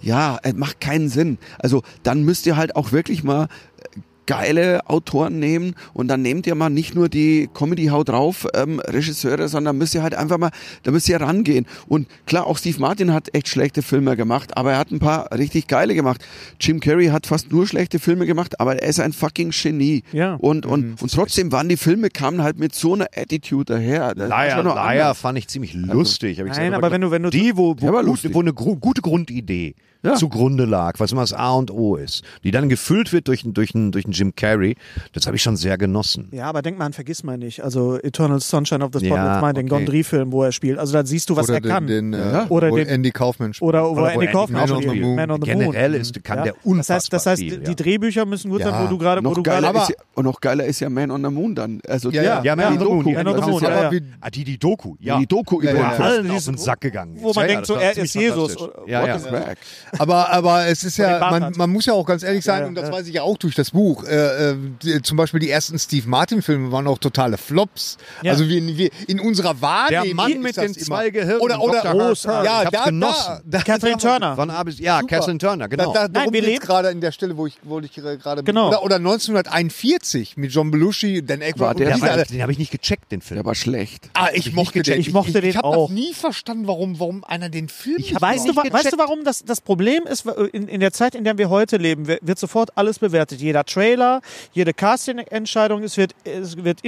A: ja, es macht keinen Sinn. Also dann müsst ihr halt auch wirklich mal äh, geile Autoren nehmen und dann nehmt ihr mal nicht nur die Comedy-Hau drauf ähm, Regisseure, sondern müsst ihr halt einfach mal, da müsst ihr rangehen. Und klar, auch Steve Martin hat echt schlechte Filme gemacht, aber er hat ein paar richtig geile gemacht. Jim Carrey hat fast nur schlechte Filme gemacht, aber er ist ein fucking Genie.
D: Ja.
A: Und, und,
E: Mhm.
A: und trotzdem waren die Filme, kamen halt mit so einer Attitude daher. Das war
E: Leier,
A: schon noch
E: Leier
A: Also anders.
E: fand ich ziemlich lustig. hab ich
D: Nein,
E: gesagt.
D: aber wenn du- wenn du-
E: die, wo, wo,
A: Der war
E: gut,
A: lustig.
E: wo eine gru- gute Grundidee
A: Ja.
E: zugrunde lag, was immer das A und O ist, die dann gefüllt wird durch, einen- durch, einen- durch einen Jim Carrey, das habe ich schon sehr genossen.
D: Ja, aber denk mal an, vergiss mal nicht. Also Eternal Sunshine of the Spotless
E: Ja,
D: Mind, den
E: okay.
D: Gondry-Film, wo er spielt. Also da siehst du, was
G: Oder
D: er kann.
G: den, den, äh,
A: Ja.
D: Oder
G: wo
D: den-
G: Andy Kaufman spielt.
D: oder, oder,
E: wo
D: Andy
E: Andy
G: Kaufman
D: Kaufman auch
G: on the
D: spielt.
G: Moon.
D: Man on the
E: Generell
D: Moon.
E: ist, kann
D: Ja.
E: der
D: Das
E: unfassbar
D: heißt, das heißt
E: viel,
D: die
E: ja.
D: Drehbücher müssen gut sein,
E: Ja.
D: wo du gerade, wo
A: Noch
D: du gerade.
A: geiler, ist
D: Aber
A: ja, und noch geiler ist ja Man on the Moon dann. Also
G: Ja,
A: der-
E: ja, Man
A: die
E: on the Moon.
A: Doku.
E: Man
D: on the
A: Das
D: Moon,
A: ist ja
D: ja, ja.
G: wie,
E: Ah, die, die Doku, ja.
A: Die Doku
G: Ja,
A: über
G: ja, ja.
A: den Film.
E: Allen auf den Sack gegangen.
D: Wo man
E: Ja,
D: denkt
E: das
D: so,
E: war
D: er
E: ziemlich
D: ist Jesus.
E: fantastisch. Ja, ja.
A: Back.
G: Aber, aber es
D: [LAUGHS]
G: ist ja,
D: Oder den
G: man, man muss ja auch ganz ehrlich sagen,
D: Ja,
G: und das
D: ja.
G: weiß ich ja auch durch das Buch, äh, äh, die, zum Beispiel die ersten Steve Martin-Filme waren auch totale Flops.
D: Ja.
G: Also wir, wir, in unserer Wahrnehmung.
E: Der Mann
G: ist
E: mit
G: das
E: den
G: immer.
E: zwei Gehirnen,
G: Oder, oder,
E: Dr. Großartig.
G: ja,
E: Ich hab's
G: da,
E: genossen.
G: Da, da,
D: Catherine Turner.
E: Wann abends? Ja,
G: Super.
E: Kathleen Turner,
G: Da,
E: genau.
G: da, darum
D: Nein, wir
G: geht's
D: leben-
G: gerade in der Stelle, wo ich, wo ich äh, gerade bin.
D: Genau.
G: Oder, oder 1941 mit John Belushi, Dan
A: War
G: Aykroyd
A: der-
G: und
E: den
G: diese alle.
E: habe ich nicht gecheckt, den Film.
A: Der war schlecht.
G: Ah, ich mochte den.
D: Ich mochte den
G: Ich habe
D: auch.
G: das nie verstanden, warum, warum einer den Film nicht
D: Weißt du,
G: mochte.
D: wa- weißt du, warum das, das Problem ist? Weil äh, In, in der Zeit, in der wir heute leben, wer- wird sofort alles bewertet. Jeder Trailer, jede Casting-Entscheidung, es wird, äh, es wird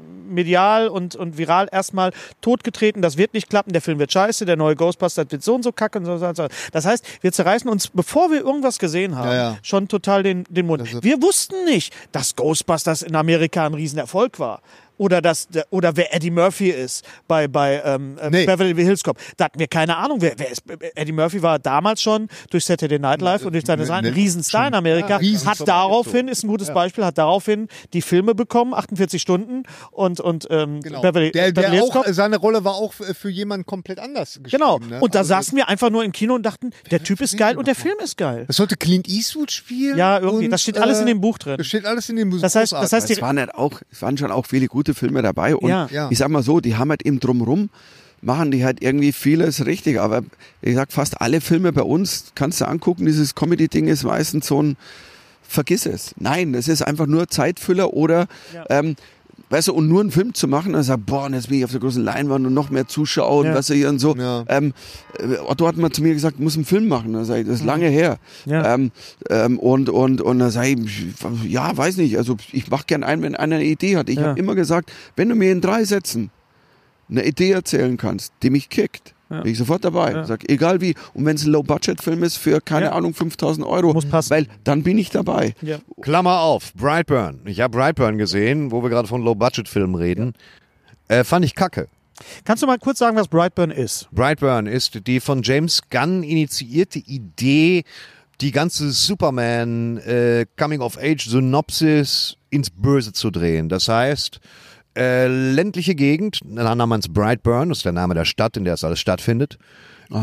D: intermedial und, und viral erstmal totgetreten. Das wird nicht klappen. Der Film wird scheiße, der neue Ghostbusters wird so und so kacke und so, so, so. Das heißt, wir zerreißen uns, bevor wir irgendwas gesehen haben,
G: Ja, ja. Also
D: schon total den, den Mund. Wir wussten nicht, dass Ghostbusters in Amerika ein Riesenerfolg war. oder das oder wer Eddie Murphy ist bei bei ähm, äh,
G: Nee.
D: Beverly Hills Cop. Da hatten wir keine Ahnung, wer, wer ist. Eddie Murphy war damals schon durch Saturday Night Live und durch seine
G: ne-
D: Sachen
G: ne-
D: ein Riesenstar in Amerika.
G: Riesenstar
D: hat daraufhin ist ein gutes Beispiel, hat daraufhin die Filme bekommen, 48 Stunden und und ähm,
G: Genau.
D: Beverly,
G: der, der
D: Beverly Hills
G: auch,
D: Cop.
G: seine Rolle war auch für für jemanden komplett anders geschrieben.
D: Genau.
G: Ne?
D: Und da
G: Also,
D: saßen wir einfach nur im Kino und dachten, der Typ ist geil und der Film ist geil.
G: Das sollte Clint Eastwood spielen. äh,
D: Ja, irgendwie. Das steht alles in dem Buch drin.
G: Das steht alles in dem Buch.
D: Das heißt, das heißt,
A: Es
D: die,
A: waren halt auch, es waren schon auch viele gute Filme dabei. Und
D: Ja.
G: Ja.
A: ich sag mal so, die haben halt eben drumrum, machen die halt irgendwie vieles richtig. Aber ich sag, fast alle Filme bei uns kannst du angucken, dieses Comedy-Ding ist meistens so ein Vergiss es. Nein, es ist einfach nur Zeitfüller oder ähm, Weißt du, und nur einen Film zu machen, dann sagt, boah, und jetzt bin ich auf der großen Leinwand und noch mehr Zuschauer und
D: Ja.
A: was weißt du, hier und so.
G: Ja.
A: Ähm, äh, Otto hat mal zu mir gesagt, muss einen Film machen. Dann sag ich, das ist lange her.
D: Mhm. Ja.
A: Ähm, ähm, und und, und dann sage ich, ja, weiß nicht, also ich mache gern einen, wenn einer eine Idee hat. Ich
D: Ja.
A: habe immer gesagt, wenn du mir in drei Sätzen eine Idee erzählen kannst, die mich kickt, bin ich sofort dabei. Sag, egal wie. Und wenn es ein Low-Budget-Film ist für, keine
D: Ja.
A: Ahnung, 5000 Euro,
D: Muss passen.
A: weil dann bin ich dabei.
D: ja.
E: Klammer auf, Brightburn. Ich habe Brightburn gesehen, wo wir gerade von Low-Budget-Filmen reden. Äh, fand ich kacke.
D: Kannst du mal kurz sagen, was Brightburn ist?
E: Brightburn ist die von James Gunn initiierte Idee, die ganze Superman äh, Coming of Age Synopsis ins Böse zu drehen. Das heißt, äh, ländliche Gegend, namens Brightburn, das ist der Name der Stadt, in der es alles stattfindet.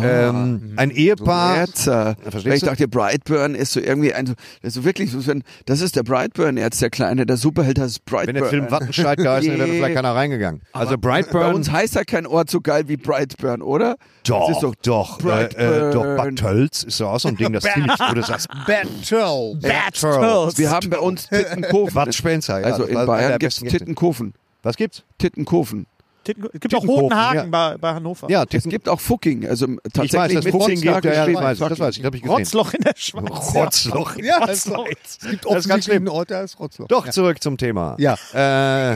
E: ähm, ein Ehepaar.
A: Ah, mhm. Jetzt, äh,
E: verstehst
A: weil ich
E: du?
A: dachte, Brightburn ist so irgendwie ein, das ist so wirklich, so, wenn- das ist der Brightburn jetzt, der Kleine, der Superheld, das ist
E: Wenn
A: Brightburn.
E: der Film Wattenscheid geheißen hätte,
A: [LAUGHS]
E: wäre vielleicht keiner reingegangen. Also Brightburn.
A: Bei uns heißt ja kein Ort so geil wie Brightburn, oder?
E: Doch,
A: Das ist
E: doch, doch. Äh, äh, doch, Bad Tölz ist ja auch so ein Ding,
A: [LAUGHS]
E: das ziemlich, wo du sagst, Bad Tölz. Bad Tölz.
A: Wir haben bei uns Tittenkofen.
E: Bad Spencer, ja.
A: also
E: das war
A: in
E: einer der
A: Bayern gibt es
E: besten Gäste.
A: Tittenkofen.
E: Was gibt's?
A: Tittenkofen.
D: Titten- Es gibt auch
E: Tittenkofen,
D: Rotenhagen bei, bei Hannover.
E: Ja,
A: Es
E: Titten.
A: gibt auch Fucking. Also tatsächlich
E: ich weiß, dass
A: mit
E: Fuchsing
A: Fuchsnagel
E: gibt. Ja, ja,
A: steht
E: das weiß ich,
A: Fucking.
E: das weiß ich, habe ich gesehen.
D: Rotzloch in der
A: [LAUGHS]
D: Schweiz.
E: Rotzloch. also,
G: Ja, es
D: Rotzloch.
G: gibt
E: Das ist ganz
G: offensichtlich
E: schlimm.
G: einen Ort, der ist Rotzloch.
E: Doch, zurück zum Thema.
G: Ja.
E: Äh,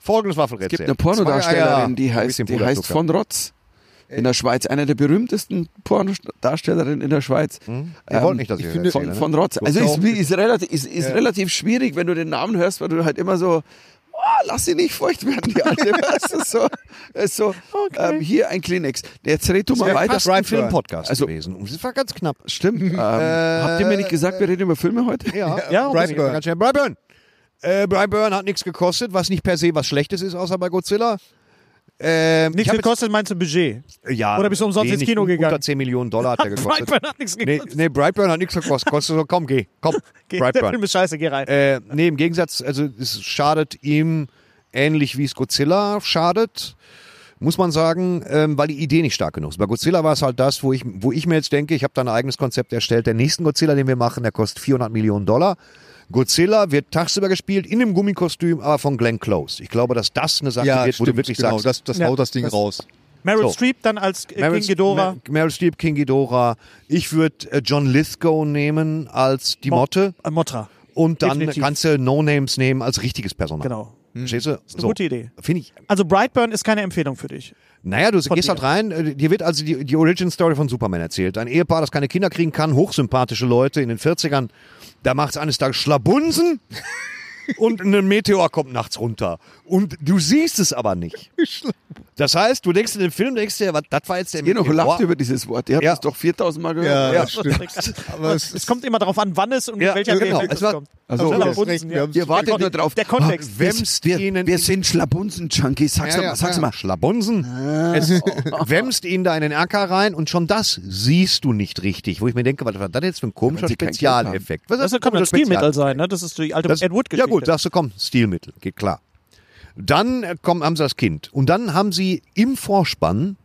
E: folgendes Waffelrezept.
A: Es gibt eine Pornodarstellerin, die
E: Ein
A: heißt,
E: bisschen
A: die heißt
E: Puderzucker.
A: von Rotz. In der Schweiz, eine der berühmtesten Pornodarstellerinnen in der Schweiz.
E: Hm? Ihr wollt nicht, dass ich,
G: ich
E: ich
G: finde-
E: erzähle,
A: Von,
E: ne?
A: von Rotz. Also
G: auch-
A: ist, ist, relativ, ist, ist relativ schwierig, wenn du den Namen hörst, weil du halt immer so, oh, lass sie nicht feucht werden, die Alte. [LAUGHS] weißt du, so, ist so ähm, hier ein Kleenex. Jetzt red du mal
E: Wäre
A: weiter.
E: fast ein Film-Podcast
A: Also-
E: gewesen. Das war ganz knapp.
A: Stimmt. Ähm, habt ihr mir nicht gesagt, wir reden über Filme heute?
E: Äh, Ja,
D: Ja, und das-
E: Brightburn. Ganz schnell. Brightburn. Äh, Brightburn hat nichts gekostet, was nicht per se was Schlechtes ist, außer bei Godzilla. Ähm, ich
D: Nichts
E: hab
D: gekostet, meinst du Budget?
E: jetzt- Ja,
D: Oder bist du umsonst
E: wenig,
D: ins Kino
E: un- Unter
D: gegangen?
E: 10 Millionen Dollar hat der gekostet.
D: Brightburn [LAUGHS] hat nichts
E: nee,
D: gekostet.
E: nee, Brightburn hat nichts gekostet. Kostet so, komm, geh, komm,
D: [LAUGHS] Geh, Der Film
E: Brightburn.
D: ist scheiße, geh rein.
E: Äh, nee, im Gegensatz, also es schadet ihm ähnlich wie es Godzilla schadet, muss man sagen, ähm, weil die Idee nicht stark genug ist. Bei Godzilla war es halt das, wo ich, wo ich mir jetzt denke, ich habe da ein eigenes Konzept erstellt. Der nächsten Godzilla, den wir machen, der kostet 400 Millionen Dollar. Godzilla wird tagsüber gespielt in einem Gummikostüm, aber von Glenn Close. Ich glaube, dass das eine Sache
G: Ja,
E: wird, wo du
G: stimmt,
E: wirklich
G: genau.
E: sagst,
G: Das, das
D: Ja,
G: haut das Ding raus.
D: Meryl
E: so.
D: Streep dann als äh,
E: Meryl,
D: King Ghidorah.
E: Mer- Meryl Streep, King Ghidorah. Ich würde äh, John Lithgow nehmen als die Motte Oh.
D: Äh, Motra.
E: und dann
D: definitiv.
E: kannst du No-Names nehmen als richtiges Personal.
D: Genau.
E: Verstehst du? Das ist
D: eine gute Idee.
E: Finde ich.
D: Also Brightburn ist keine Empfehlung für dich.
E: Naja, du
D: dir.
E: gehst halt rein, äh, dir wird also die, die Origin-Story von Superman erzählt. Ein Ehepaar, das keine Kinder kriegen kann, hochsympathische Leute in den 40ern, da macht's eines
D: [LAUGHS]
E: Tages Schlabunsen und ein Meteor kommt nachts runter. Und du siehst es
D: [LAUGHS]
E: aber nicht. Das heißt, du denkst in dem Film, denkst dir, was, das war jetzt der
A: Ihr eh noch lacht über dieses Wort. Ihr habt
E: Ja.
A: es doch 4000 Mal gehört.
G: Ja, das stimmt.
D: [LAUGHS]
G: Aber es
D: Es
G: ist
D: kommt immer darauf an, wann es und
E: Ja,
D: in welcher
E: genau.
D: Welt
E: Es
D: es
E: war-
D: kommt.
A: Also,
G: Du hast
D: Schlabunzen,
G: recht, wir
D: ja.
G: haben-
A: Ihr wartet
D: Der
A: nur
D: Kon-
A: drauf.
D: der
E: ah,
D: Kontext.
A: Wir,
E: Wemst ihnen
A: wir, wir sind Schlabunzen-Junkies. Sag's
E: Ja,
A: mal,
E: ja,
A: sag's
E: ja. Ah.
A: mal.
E: Schlabunsen. [LAUGHS] Es wämst ihn da in den Acker rein und schon das siehst du nicht richtig. Wo ich mir denke, was war das jetzt für ein komischer
A: weil sie kein Geld
E: Spezialeffekt? Was
D: Also, Das
E: für
D: kann ein
E: komischer
D: Stilmittel
E: Spezial-
D: sein, ne? Das ist die alte
E: Das-
D: Ed Wood-Geschichte.
E: Ja gut, sagst du, komm, Stilmittel, geht klar. Dann äh, kommen, haben sie das Kind. Und dann haben sie im Vorspann,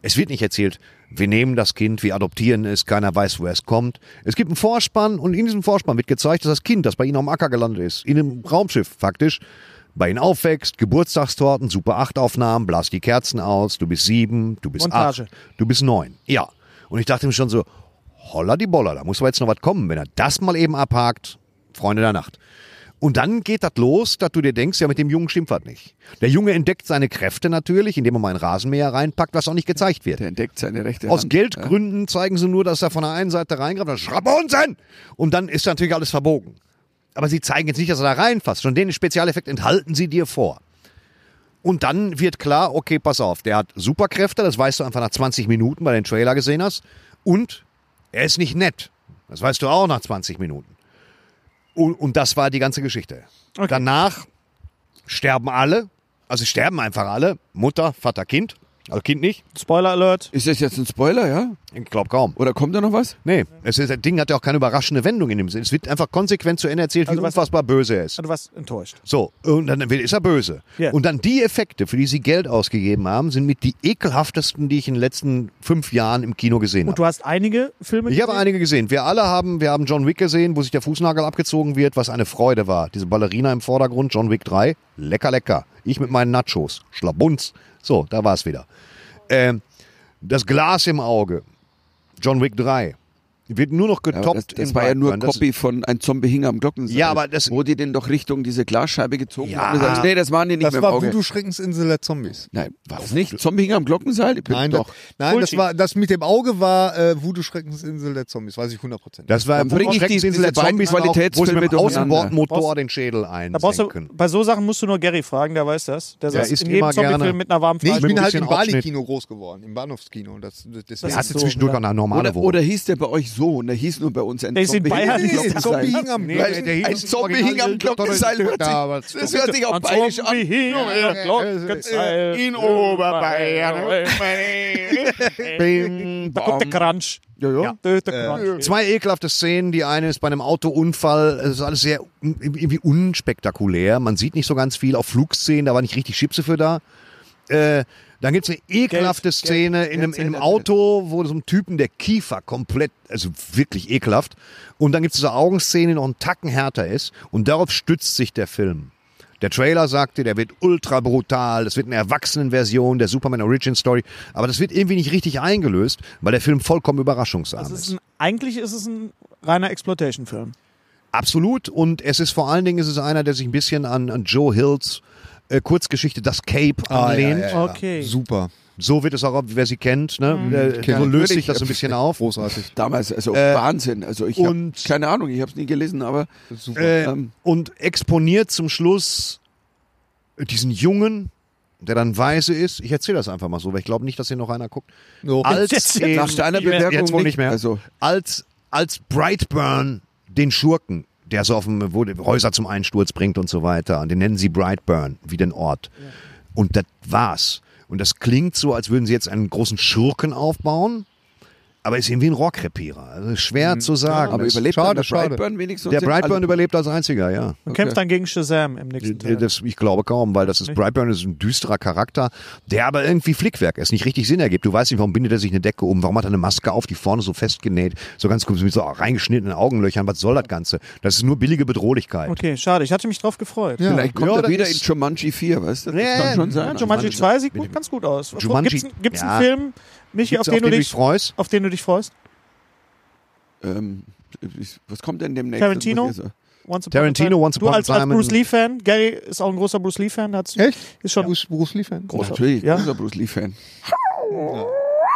E: es wird nicht erzählt, wir nehmen das Kind, wir adoptieren es, keiner weiß, woher es kommt. Es gibt einen Vorspann und in diesem Vorspann wird gezeigt, dass das Kind, das bei ihnen am Acker gelandet ist, in einem Raumschiff faktisch, bei ihnen aufwächst, Geburtstagstorten, Super-8-Aufnahmen, blas die Kerzen aus, du bist sieben, du bist
D: Montage.
E: acht, du bist neun. Ja. Und ich dachte mir schon so, holla die Boller, da muss aber jetzt noch was kommen. Wenn er das mal eben abhakt, Freunde der Nacht. Und dann geht das los, dass du dir denkst, ja, mit dem Jungen stimmt was nicht. Der Junge entdeckt seine Kräfte natürlich, indem er mal einen Rasenmäher reinpackt, was auch nicht gezeigt wird.
A: Der entdeckt seine rechte
E: Aus
A: Hand.
E: Geldgründen zeigen sie nur, dass er von der einen Seite reingreift, dann schrappt er uns an! Und dann ist natürlich alles verbogen. Aber sie zeigen jetzt nicht, dass er da reinfasst. Schon den Spezialeffekt enthalten sie dir vor. Und dann wird klar, okay, pass auf, der hat Superkräfte, das weißt du einfach nach 20 Minuten, weil du den Trailer gesehen hast. Und er ist nicht nett. Das weißt du auch nach 20 Minuten. Und, und das war die ganze Geschichte. Danach sterben alle, also sterben einfach alle, Mutter, Vater, Kind. Also Kind nicht,
D: Spoiler Alert.
A: Ist das jetzt ein Spoiler, ja?
E: ich glaube kaum.
A: Oder kommt da noch was?
E: Nee, es ist, das Ding hat ja auch keine überraschende Wendung in dem Sinne. Es wird einfach konsequent zu Ende erzählt, wie
D: Also was-
E: unfassbar böse er ist.
D: Du warst enttäuscht.
E: So, und dann wird- ist er böse.
D: Ja.
E: Und dann die Effekte, für die sie Geld ausgegeben haben, sind mit die ekelhaftesten, die ich in den letzten fünf Jahren im Kino gesehen
D: Und
E: habe.
D: du hast einige Filme
E: Ich habe
D: gesehen?
E: einige gesehen. Wir alle haben, wir haben John Wick gesehen, wo sich der Fußnagel abgezogen wird, was eine Freude war. Diese Ballerina im Vordergrund, John Wick 3, lecker, lecker. Ich mit meinen Nachos, Schlabunz. So, da war es wieder. Ähm, das Glas im Auge, John Wick 3, wird nur noch
A: Ja,
E: getoppt.
A: das das
E: in
A: war ja nur
E: Batman. Das-
A: Copy von Ein Zombie hing am Glockenseil.
E: Ja, aber das-
A: Wo die den doch Richtung diese Glasscheibe gezogen
E: Ja.
A: haben. und Sagst, nee, das waren die nicht
G: Ah. Das
A: mehr im
G: war
A: Auge.
G: Voodoo-Schreckensinsel der Zombies.
A: Nein, war das nicht? Zombie hing am Glockenseil? Ich bin
G: Nein,
A: doch.
G: Das, nein das,
D: Bullshit.
G: war, das mit dem Auge war äh, Voodoo-Schreckensinsel der Zombies, weiß ich 100%.
E: Das war
A: Dann bring ich die-
E: Schreckensinsel
A: diese
E: der
A: beiden
E: Zombies auch, wo sie mit dem
A: Qualitätsfilme durcheinander.
E: Außenbordmotor den Schädel
D: Da brauchst du,
E: einsenken.
D: bei so Sachen musst du nur Gary fragen, der weiß das. Der saß
E: isst
D: in jedem
E: immer gerne.
D: Zombie-Film mit einer warmen
G: nee, ich
D: Frage.
E: mit
G: bin
E: ein
G: halt
E: bisschen
G: im
E: Aufschnitt.
G: Bali-Kino groß geworden, im Bahnhofskino. und Das, das,
E: Er
G: deswegen-
E: hatte
D: so, ne?
E: zwischendurch auch eine normale
A: Oder,
E: Wohnung.
A: oder hieß der bei euch so? Und der hieß nur bei uns ein
D: Der ist in
A: Zombie hing
D: Bayern.
A: am
G: Nee,
A: Glockenseil.
G: Zombie hing am
E: Nee,
A: Weil
E: der- der hing
A: ein
E: am
A: Zombie
E: Original-
A: hing am Glockenseil. Hört
G: Da,
A: sich,
G: aber-
A: das hört sich auch
D: Ein
A: bayerisch
D: Zombie
A: an.
D: hing an der Glockenseil.
E: In Oberbayern.
A: [LAUGHS]
E: Bing,
D: Da kommt der
E: bam.
D: Crunch.
A: Ja, ja.
E: Ja.
D: Der Crunch.
E: Äh, Zwei ekelhafte Szenen. Die eine ist bei einem Autounfall. Es ist alles sehr un- irgendwie unspektakulär. Man sieht nicht so ganz viel. Auch Flugszenen, da war nicht richtig Chipse für da. Äh, dann gibt es eine ekelhafte
D: Geld,
E: Szene in, einem, in einem Auto, wo so ein Typen der Kiefer komplett, also wirklich ekelhaft. Und dann gibt es diese Augenszene, die noch einen Tacken härter ist. Und darauf stützt sich der Film. Der Trailer sagte, der wird ultra brutal, das wird eine Erwachsenenversion der Superman Origin Story. Aber das wird irgendwie nicht richtig eingelöst, weil der Film vollkommen überraschungsarm
D: Das
E: ist.
D: Also ist ein, eigentlich ist es ein reiner Exploitation-Film.
E: Absolut. Und es ist vor allen Dingen ist es einer, der sich ein bisschen an, an Joe Hills äh, Kurzgeschichte Das Cape
G: Ah,
E: anlehnt.
D: Okay.
G: Super,
E: So wird es auch, wer sie kennt. Ne? Äh,
G: Kenn
E: so
G: ich.
E: löst sich das ein bisschen auf.
G: großartig.
A: Damals, also Wahnsinn. Also ich habe
E: und-
A: keine Ahnung, ich habe es nie gelesen, aber
E: Äh,
A: Ähm.
E: und exponiert zum Schluss diesen Jungen, der dann weise ist. Ich erzähle das einfach mal so, weil ich glaube nicht, dass hier noch einer guckt.
G: So. [LAUGHS]
E: Als,
D: Jetzt-
E: eben,
A: nach deiner
D: Jetzt wohl
A: Bewertung
E: nicht mehr.
A: Also
E: als, als Brightburn den Schurken, der so auf dem, wo die Häuser zum Einsturz bringt und so weiter. Und den nennen sie Brightburn, wie den Ort. Und das war's. Und das klingt so, als würden sie jetzt einen großen Schurken aufbauen. Aber ist irgendwie ein Rohrkrepierer. Also schwer zu sagen.
A: aber
E: Das-
A: überlebt
G: schade,
A: dann der
G: schade.
A: Brightburn wenigstens.
E: der
A: Sind alle-
E: Brightburn überlebt als einziger, ja.
D: Und kämpft dann gegen Shazam im nächsten Teil.
E: Äh, Das, ich glaube kaum, weil das ist Brightburn ist ein düsterer Charakter, der aber irgendwie Flickwerk ist, nicht richtig Sinn ergibt. Du weißt nicht, warum bindet er sich eine Decke um, warum hat er eine Maske auf, die vorne so festgenäht, so ganz kurz mit so reingeschnittenen Augenlöchern. Was soll das Ganze? Das ist nur billige Bedrohlichkeit.
D: Okay, schade. Ich hatte mich drauf gefreut. Ja.
A: Vielleicht kommt
E: Ja,
A: er
E: das
A: wieder in
E: ist-
A: Jumanji 4, weißt du? Das
E: Ja,
A: kann schon sein. Also,
D: Ja, Jumanji 2 sieht gut, ganz gut aus.
E: Jumanji-
D: Gibt es gibt's
E: ja.
D: einen Film, Michi, auf
E: Gibt's,
D: den, du dich,
E: freust?
D: auf den du dich freust?
A: Ähm, ich- was kommt denn demnächst?
D: Tarantino?
A: Das muss ich also-
D: Once upon
E: Tarantino,
D: a time.
E: Once
D: Du
E: Upon a
D: als, als
E: Time in-
D: Bruce Lee-Fan, Gary ist auch ein großer Bruce Lee-Fan. hat's-
G: Echt?
D: Ist schon,
G: Bruce, Bruce Lee-Fan.
A: Natürlich,
D: Ja.
A: großer Bruce Lee-Fan.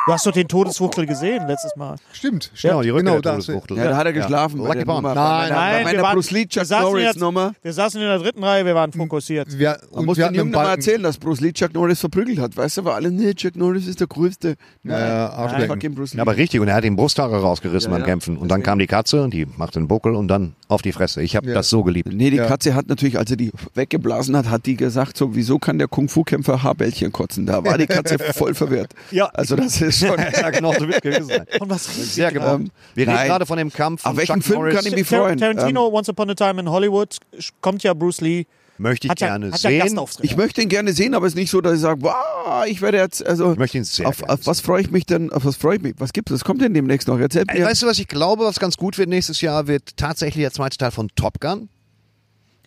D: Du hast doch den Todeswuchtel gesehen letztes Mal.
G: Stimmt, stimmt.
E: Genau, die Rückkehr
G: Genau,
E: der
G: da hast du-
E: Todeswuchtel.
A: Ja, da hat er geschlafen. bei
E: Lucky
A: der
E: Bond.
A: Nummer,
G: Nein,
A: bei meiner,
D: nein,
A: bei
D: wir
A: meiner
D: waren-
A: Bruce Lee,
D: wir
A: Chuck
D: saßen
A: Norris
D: jetzt-
A: Nummer.
D: Wir saßen in der dritten Reihe, wir
E: Hm.
D: waren fokussiert.
G: Wir,
A: Man
G: und
A: muss
G: wir
A: den
G: hatten einen
A: Jungen mal
G: Balken.
A: erzählen, dass Bruce Lee Chuck Norris verprügelt hat. Weißt du, weil alle, nee, Chuck Norris ist der Größte. Nein,
G: Ja,
A: nein,
G: Arschlecken.
A: fucking Bruce Lee.
E: Ja, aber richtig, und er hat den Brusthaare rausgerissen
A: Ja,
E: beim
A: ja.
E: Kämpfen. Und dann kam die Katze, die macht den Buckel und dann auf die Fresse. Ich habe
G: Ja.
E: das so geliebt.
A: [LAUGHS] Nee, die
G: Ja.
A: Katze hat natürlich, als er die weggeblasen hat, hat die gesagt, so, wieso kann der Kung-Fu-Kämpfer Haarbällchen kotzen? Da war die Katze voll verwirrt.
D: Ja.
A: Also das ist
E: [LAUGHS]
A: schon...
E: ja, genau, so wird gewesen
A: [LAUGHS]
E: sein.
D: Und was richtig
E: Sehr genau.
A: Ähm,
E: Wir reden
A: nein.
E: gerade von dem Kampf.
A: Auf
E: von
A: welchen
E: Chuck
A: Film
E: Norris.
A: kann ich mich
D: Tar-
A: freuen?
D: Tarantino, Once Upon a Time in Hollywood, sch- kommt ja Bruce Lee.
E: ähm. Möchte ich
D: Hat ja,
E: gerne
D: hat ja
E: sehen.
D: Gastauftritt.
A: Ich möchte ihn gerne sehen, aber es ist nicht so, dass ich sage, wow, ich werde jetzt, also.
E: Ich möchte ihn sehr
A: auf,
E: gerne
A: auf was freue ich mich denn, auf was freue ich mich? Was gibt's? Was kommt denn demnächst noch? Erzählt
E: Ey,
A: mir.
E: Äh, Weißt du, was ich glaube, was ganz gut wird nächstes Jahr, wird tatsächlich der zweite Teil von Top Gun.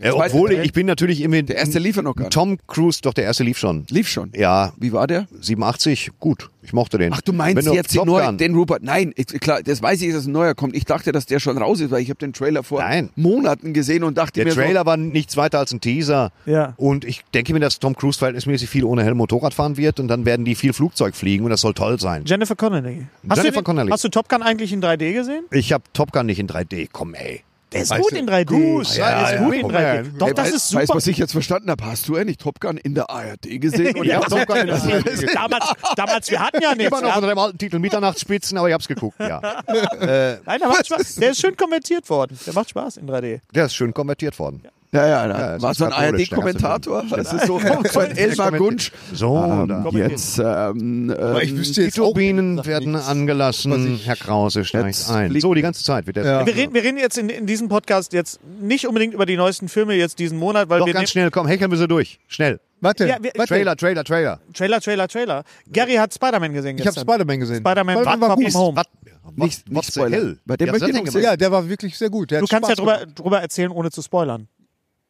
E: Äh,
A: zweite
E: obwohl
A: Teil?
E: ich bin natürlich irgendwie
A: der erste lief ja noch gar nicht.
E: Tom Cruise, doch der erste lief schon.
A: Lief schon.
E: Ja,
A: Wie war der?
E: 87, gut. Ich mochte den.
A: Ach, du meinst
E: Wenn auf
A: jetzt
E: Top
A: den, neu,
E: Gun-
A: den Rupert? Nein, ich, klar, das weiß ich, dass ein neuer kommt. Ich dachte, dass der schon raus ist, weil ich habe den Trailer vor
E: Nein.
A: Monaten gesehen und dachte
E: Der
A: mir
E: Trailer war nichts weiter als ein Teaser.
D: Ja.
E: Und ich denke mir, dass Tom Cruise verhältnismäßig viel ohne Helm Motorrad fahren wird und dann werden die viel Flugzeug fliegen und das soll toll sein.
D: Jennifer Connelly. Hast
E: Jennifer
D: du den,
E: Connelly.
D: Hast du Top Gun eigentlich in 3D gesehen?
E: Ich habe Top Gun nicht in 3D. Komm, ey.
D: Der ist
E: Weißt
D: gut
E: du,
D: in 3D.
E: Goose,
D: ja, der
E: ja,
D: ist
E: ja,
D: gut in
E: Top
D: 3D.
E: Gun.
D: Doch,
E: Ey,
D: das ist
E: weißt-
A: Weißt
D: super.
A: du, was ich jetzt verstanden habe? Hast du eigentlich Top Gun in der ARD
E: [LAUGHS]
A: gesehen? Und
D: Ja,
A: ich hab Top Gun in der ARD
D: damals, damals, damals, wir hatten ja nichts.
E: Immer noch
D: Ja.
E: unter dem alten Titel Mitternachtsspitzen, aber ich hab's
D: [LAUGHS]
E: geguckt, ja.
D: Nein, der, macht Spaß. der ist schön konvertiert worden. Der macht Spaß in 3D.
E: Der ist schön konvertiert worden.
A: Ja, ja, ja.
E: es
A: War
E: ist
A: so ein
E: katholisch,
A: ARD-Kommentator? Das ist
E: [LAUGHS]
A: so, so ein Elmar Gunsch.
E: So,
A: Ähm,
E: da.
A: jetzt, ähm,
G: Aber ich
A: ähm,
G: wüsste
E: Die
G: jetzt auch,
E: Turbinen werden angelassen. Herr Krause steigt
A: Jetzt
E: ein.
A: fliegt-
E: So, die ganze Zeit wird der.
G: Ja.
D: Wir reden, wir reden jetzt in, in diesem Podcast jetzt nicht unbedingt über die neuesten Filme jetzt diesen Monat, weil
E: Doch
D: wir
E: ganz schnell, komm, hecheln wir sie durch. Schnell.
G: warte,
D: Ja, wir-
G: warte.
E: Trailer, Trailer, Trailer.
D: Trailer, Trailer, Trailer. Gary hat Spider-Man gesehen
G: ich habe
D: gestern.
G: Spider-Man gesehen.
D: Spider-Man Far
G: war
D: From
G: gut.
D: Home.
E: Was?
A: Nicht-
E: was
A: nicht
E: zur
A: spoilern.
E: Hell?
A: Bei dem
E: Wie hat's
A: möchte ich
E: denn
A: noch
E: gemacht?
G: Ja, der war wirklich sehr gut. Der
D: Du
G: hat
D: kannst ja
G: Spaß
D: drüber, drüber erzählen, ohne zu spoilern.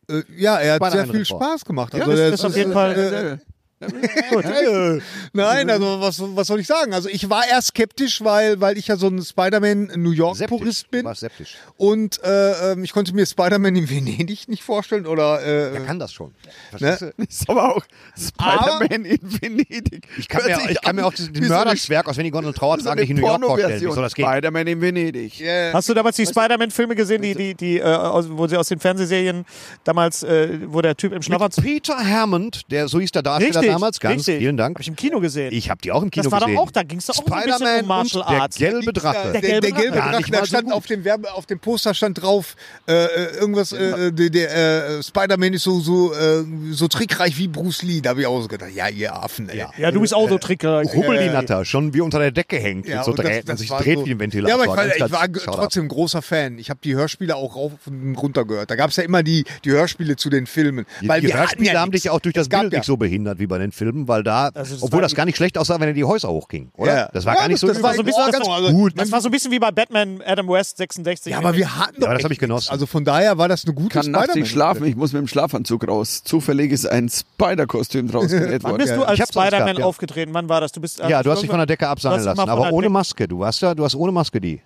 G: gemacht. Äh, Ja, er hat sehr
E: Spider-Man
G: viel
E: Report.
G: Spaß gemacht.
D: Ja,
G: Also,
D: das
G: der
D: ist auf jeden Fall-
G: äh, äh, [LAUGHS] Nein, also was, was soll ich sagen? Also ich war eher skeptisch, weil, weil ich ja so ein Spider-Man New
E: Septisch.
G: York-Purist
E: Du
G: bin.
E: warst septisch.
G: Und äh, ähm, ich konnte mir Spider-Man in Venedig nicht vorstellen oder
E: Wer
G: äh,
E: kann das schon? Verstehst
G: ne?
A: [LAUGHS]
E: du?
A: ist aber auch Spider-Man in Venedig.
E: Ich kann,
A: Hört
E: mir,
A: sich
E: ich kann
A: an
E: mir auch den
A: wie so eine-
E: Mörderschwerk aus Wenigond und
A: so
E: Trauertrag
A: eine
E: nicht in New York vorstellen. Wie
A: Porno-Version.
E: soll das gehen?
A: Spider-Man in Venedig.
D: Hast du damals die Spider-Man Filme gesehen, die die die äh, aus, wo sie aus den Fernsehserien damals äh, wo der Typ im
E: Mit
D: Schlafanzug
E: Peter Hammond, der so hieß der Darsteller damals, ganz
D: richtig.
E: vielen Dank.
D: Hab ich im Kino gesehen.
E: Ich habe die auch im Kino
D: das war
E: gesehen.
D: doch auch, da ging es doch auch so ein bisschen um
E: Spider-Man und
D: Martial
E: der
D: Arts.
E: gelbe Drache.
G: der, der
D: gelbe
G: gelbe
D: Drache.
E: Gar
G: Drache,
E: nicht mal
G: da
E: so
G: stand
E: gut.
G: auf dem Werbe, auf dem Poster stand drauf äh, äh, irgendwas, äh, der, der äh, Spider-Man ist so so äh, so trickreich wie Bruce Lee. Da habe ich auch so gedacht, ja ihr Affen. Ey. Ja.
D: ja, du bist auch so Tricker. Äh,
E: Hubbelinatter, schon wie unter Äh, der Decke hängt.
G: Ja,
E: Ja, so
G: und das-
E: dreht, man
G: das
E: sich
G: war
E: dreht
G: so-
E: wie ein Ventilator.
G: Ja, aber ich war,
E: Ganz,
G: ich
E: ganz-
G: war
E: schaut ab.
G: trotzdem großer Fan. Ich habe die Hörspiele auch rauf und runter gehört. Da gab es ja immer die, die Hörspiele zu den Filmen. Weil
E: die
G: wir hatten
E: Hörspiele
G: ja
E: haben
G: nichts.
E: dich auch durch das
G: Es gab
E: Bild
G: ja-
E: nicht so behindert wie bei den Filmen, weil da,
D: Also es
E: obwohl
D: war-
E: das gar nicht schlecht aussah, wenn er die Häuser hochging, oder?
G: Ja.
E: Das war
G: Ja,
E: gar nicht so
G: das war so ein bisschen-
E: ganz
G: das war-
E: gut.
D: Das war so ein bisschen wie bei Batman Adam West 66.
G: Ja, aber wir hatten
E: Ja,
G: doch
E: das hab
G: echt
E: ich genossen.
G: nichts. Also von daher war das eine gute
A: kann nachts nicht
G: Spider-Man.
A: schlafen, ich muss mit dem Schlafanzug raus. Zufällig ist ein Spider-Kostüm
E: [LAUGHS]
A: draus genäht
D: Wann
A: worden.
D: bist du
E: Ich
D: als
E: hab's alles
D: Spider-Man
E: gehabt, ja.
D: aufgetreten? Wann war das? Du bist also
E: ja, du hast dich von der
D: irgendwann-
E: Decke abseilen
D: hast dich
E: lassen,
D: mal von
E: aber
D: der
E: ohne
D: Decke-
E: Maske. Du warst ja, du hast ohne Maske die.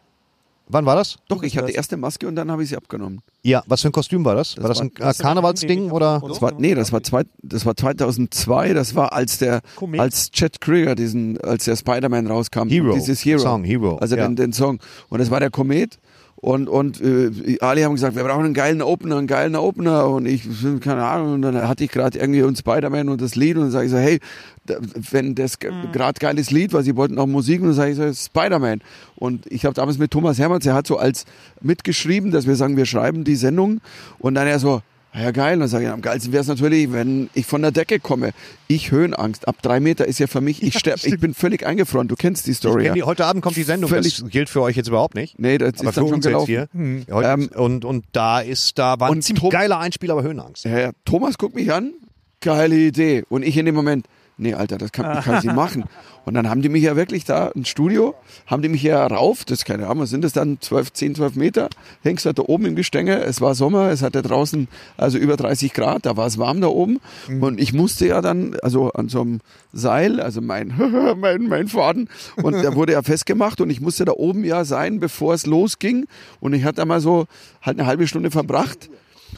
E: Wann war das?
A: Doch, ich hatte erst eine Maske und dann habe ich sie abgenommen.
E: Ja, was für ein Kostüm war das? war das ein äh, Karnevalsding oder?
A: Das war, nee, das war, zwei, das war 2002, das war als der,
D: Komet?
A: als Chad Krieger diesen, als der Spider-Man rauskam.
E: Hero.
A: Dieses Hero.
E: Song, Hero,
A: Also
E: ja.
A: den, den Song. Und das war der Komet. Und, und äh, alle haben gesagt, wir brauchen einen geilen Opener, einen geilen Opener. Und ich, hm, keine Ahnung, und dann hatte ich gerade irgendwie einen Spider-Man und das Lied. Und dann sage ich so, hey, da- wenn das ge- gerade geiles Lied war, sie wollten auch Musik. Und dann sage ich so, Spider-Man. Und ich habe damals mit Thomas Hermanns, er hat so als mitgeschrieben, dass wir sagen, wir schreiben die Sendung. Und dann er so, "Ah ja geil, dann sage ich, am geilsten wäre es natürlich, wenn ich von der Decke komme. Ich Höhenangst, ab drei Meter ist ja für mich, ich sterb, ich bin völlig eingefroren, du kennst die Story.
E: Kennt
A: ja.
E: ihr, heute Abend kommt die Sendung.
A: Völlig-
E: Das gilt für euch jetzt überhaupt nicht.
A: Nee, das
E: aber
A: ist
E: für
A: dann schon
E: uns jetzt
A: gelaufen.
E: hier. Heute,
A: Ähm,
E: und, und da ist, da war ein
A: und
E: ziemlich
A: Tom-
E: geiler Einspiel, aber Höhenangst.
A: Ja, ja. Thomas guckt mich an, geile Idee. Und ich in dem Moment, nee, Alter, das kann, kann ich nicht machen. Und dann haben die mich ja wirklich da, ein Studio, haben die mich ja rauf, das ist keine Ahnung, was sind das dann 12, 10, 12 Meter, hängst halt da oben im Gestänge, es war Sommer, es hatte draußen also über 30 Grad, da war es warm da oben. Und ich musste ja dann, also an so einem Seil, also mein, [LAUGHS] mein, mein Faden, und der wurde ja festgemacht und ich musste da oben ja sein, bevor es losging. Und ich hatte da mal so halt eine halbe Stunde verbracht.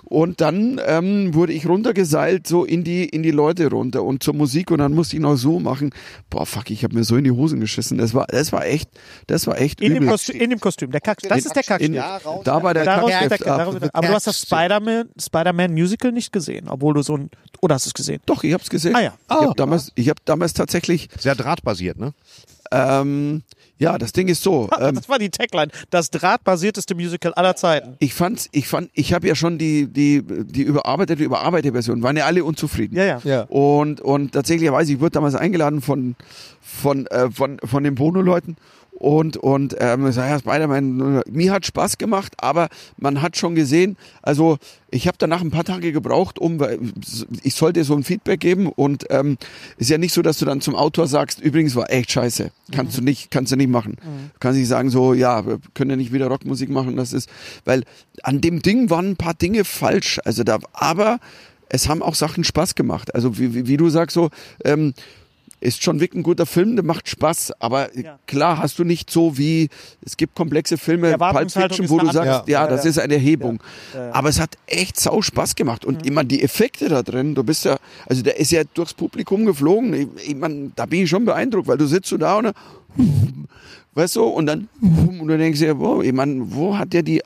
A: Und dann ähm, wurde ich runtergeseilt, so in die, in die Leute runter und zur Musik und dann musste ich noch so machen. Boah, fuck, ich habe mir so in die Hosen geschissen. Das war, das war echt, das war echt
D: in dem,
A: übel.
D: Kostüm, in dem Kostüm. Der Kack, das ist der Kack.
A: in, da war der
D: Daraus
A: Kack-
D: ist der, daraus ist der, aber du hast das Spider-Man Spider Musical nicht gesehen, obwohl du so ein. Oder hast du es gesehen?
A: Doch, ich hab's gesehen.
D: Ah, ja.
A: ich hab damals, ich hab damals tatsächlich,
E: Sehr drahtbasiert, ne?
A: ähm, ja, das Ding ist so. Ähm,
D: Das war die Tagline. Das drahtbasierteste Musical aller
E: [LAUGHS]
D: Zeiten.
A: ich fand's, ich fand, ich habe ja schon die die die überarbeitete überarbeitete Version, waren ja alle unzufrieden.
D: Ja, ja.
G: Ja.
A: Und, und tatsächlicherweise, ich wurde damals eingeladen von, von, äh, von, von den Bono-Leuten. Und, und ähm, ich sag, ja, Spider-Man, äh, mir hat Spaß gemacht, aber man hat schon gesehen, also ich habe danach ein paar Tage gebraucht, um, weil ich sollte so ein Feedback geben und ähm, ist ja nicht so, dass du dann zum Autor sagst, übrigens war echt scheiße, kannst du nicht, kannst du nicht machen. Du kannst nicht sagen so, ja, wir können ja nicht wieder Rockmusik machen, das ist, weil an dem Ding waren ein paar Dinge falsch, also da, aber es haben auch Sachen Spaß gemacht. Also wie, wie, wie du sagst, so ähm, ist schon wirklich ein guter Film, der macht Spaß, aber äh,
D: Ja.
A: klar hast du nicht so wie, es gibt komplexe Filme, Pulp
D: Erwartungshaltung
A: Fiction,
D: ist
A: wo
D: eine
A: du sagst,
D: andere.
A: ja,
D: Ja,
A: das
D: ja.
A: ist eine Erhebung.
D: Ja, Mhm. ja.
A: Aber es hat echt sau Spaß gemacht und immer die Effekte da drin, du bist ja, also der ist ja durchs Publikum geflogen, ich, ich mein, da bin ich schon beeindruckt, weil du sitzt so da und dann, weißt du, und dann, und du denkst dir, wow, ich mein, wo hat der die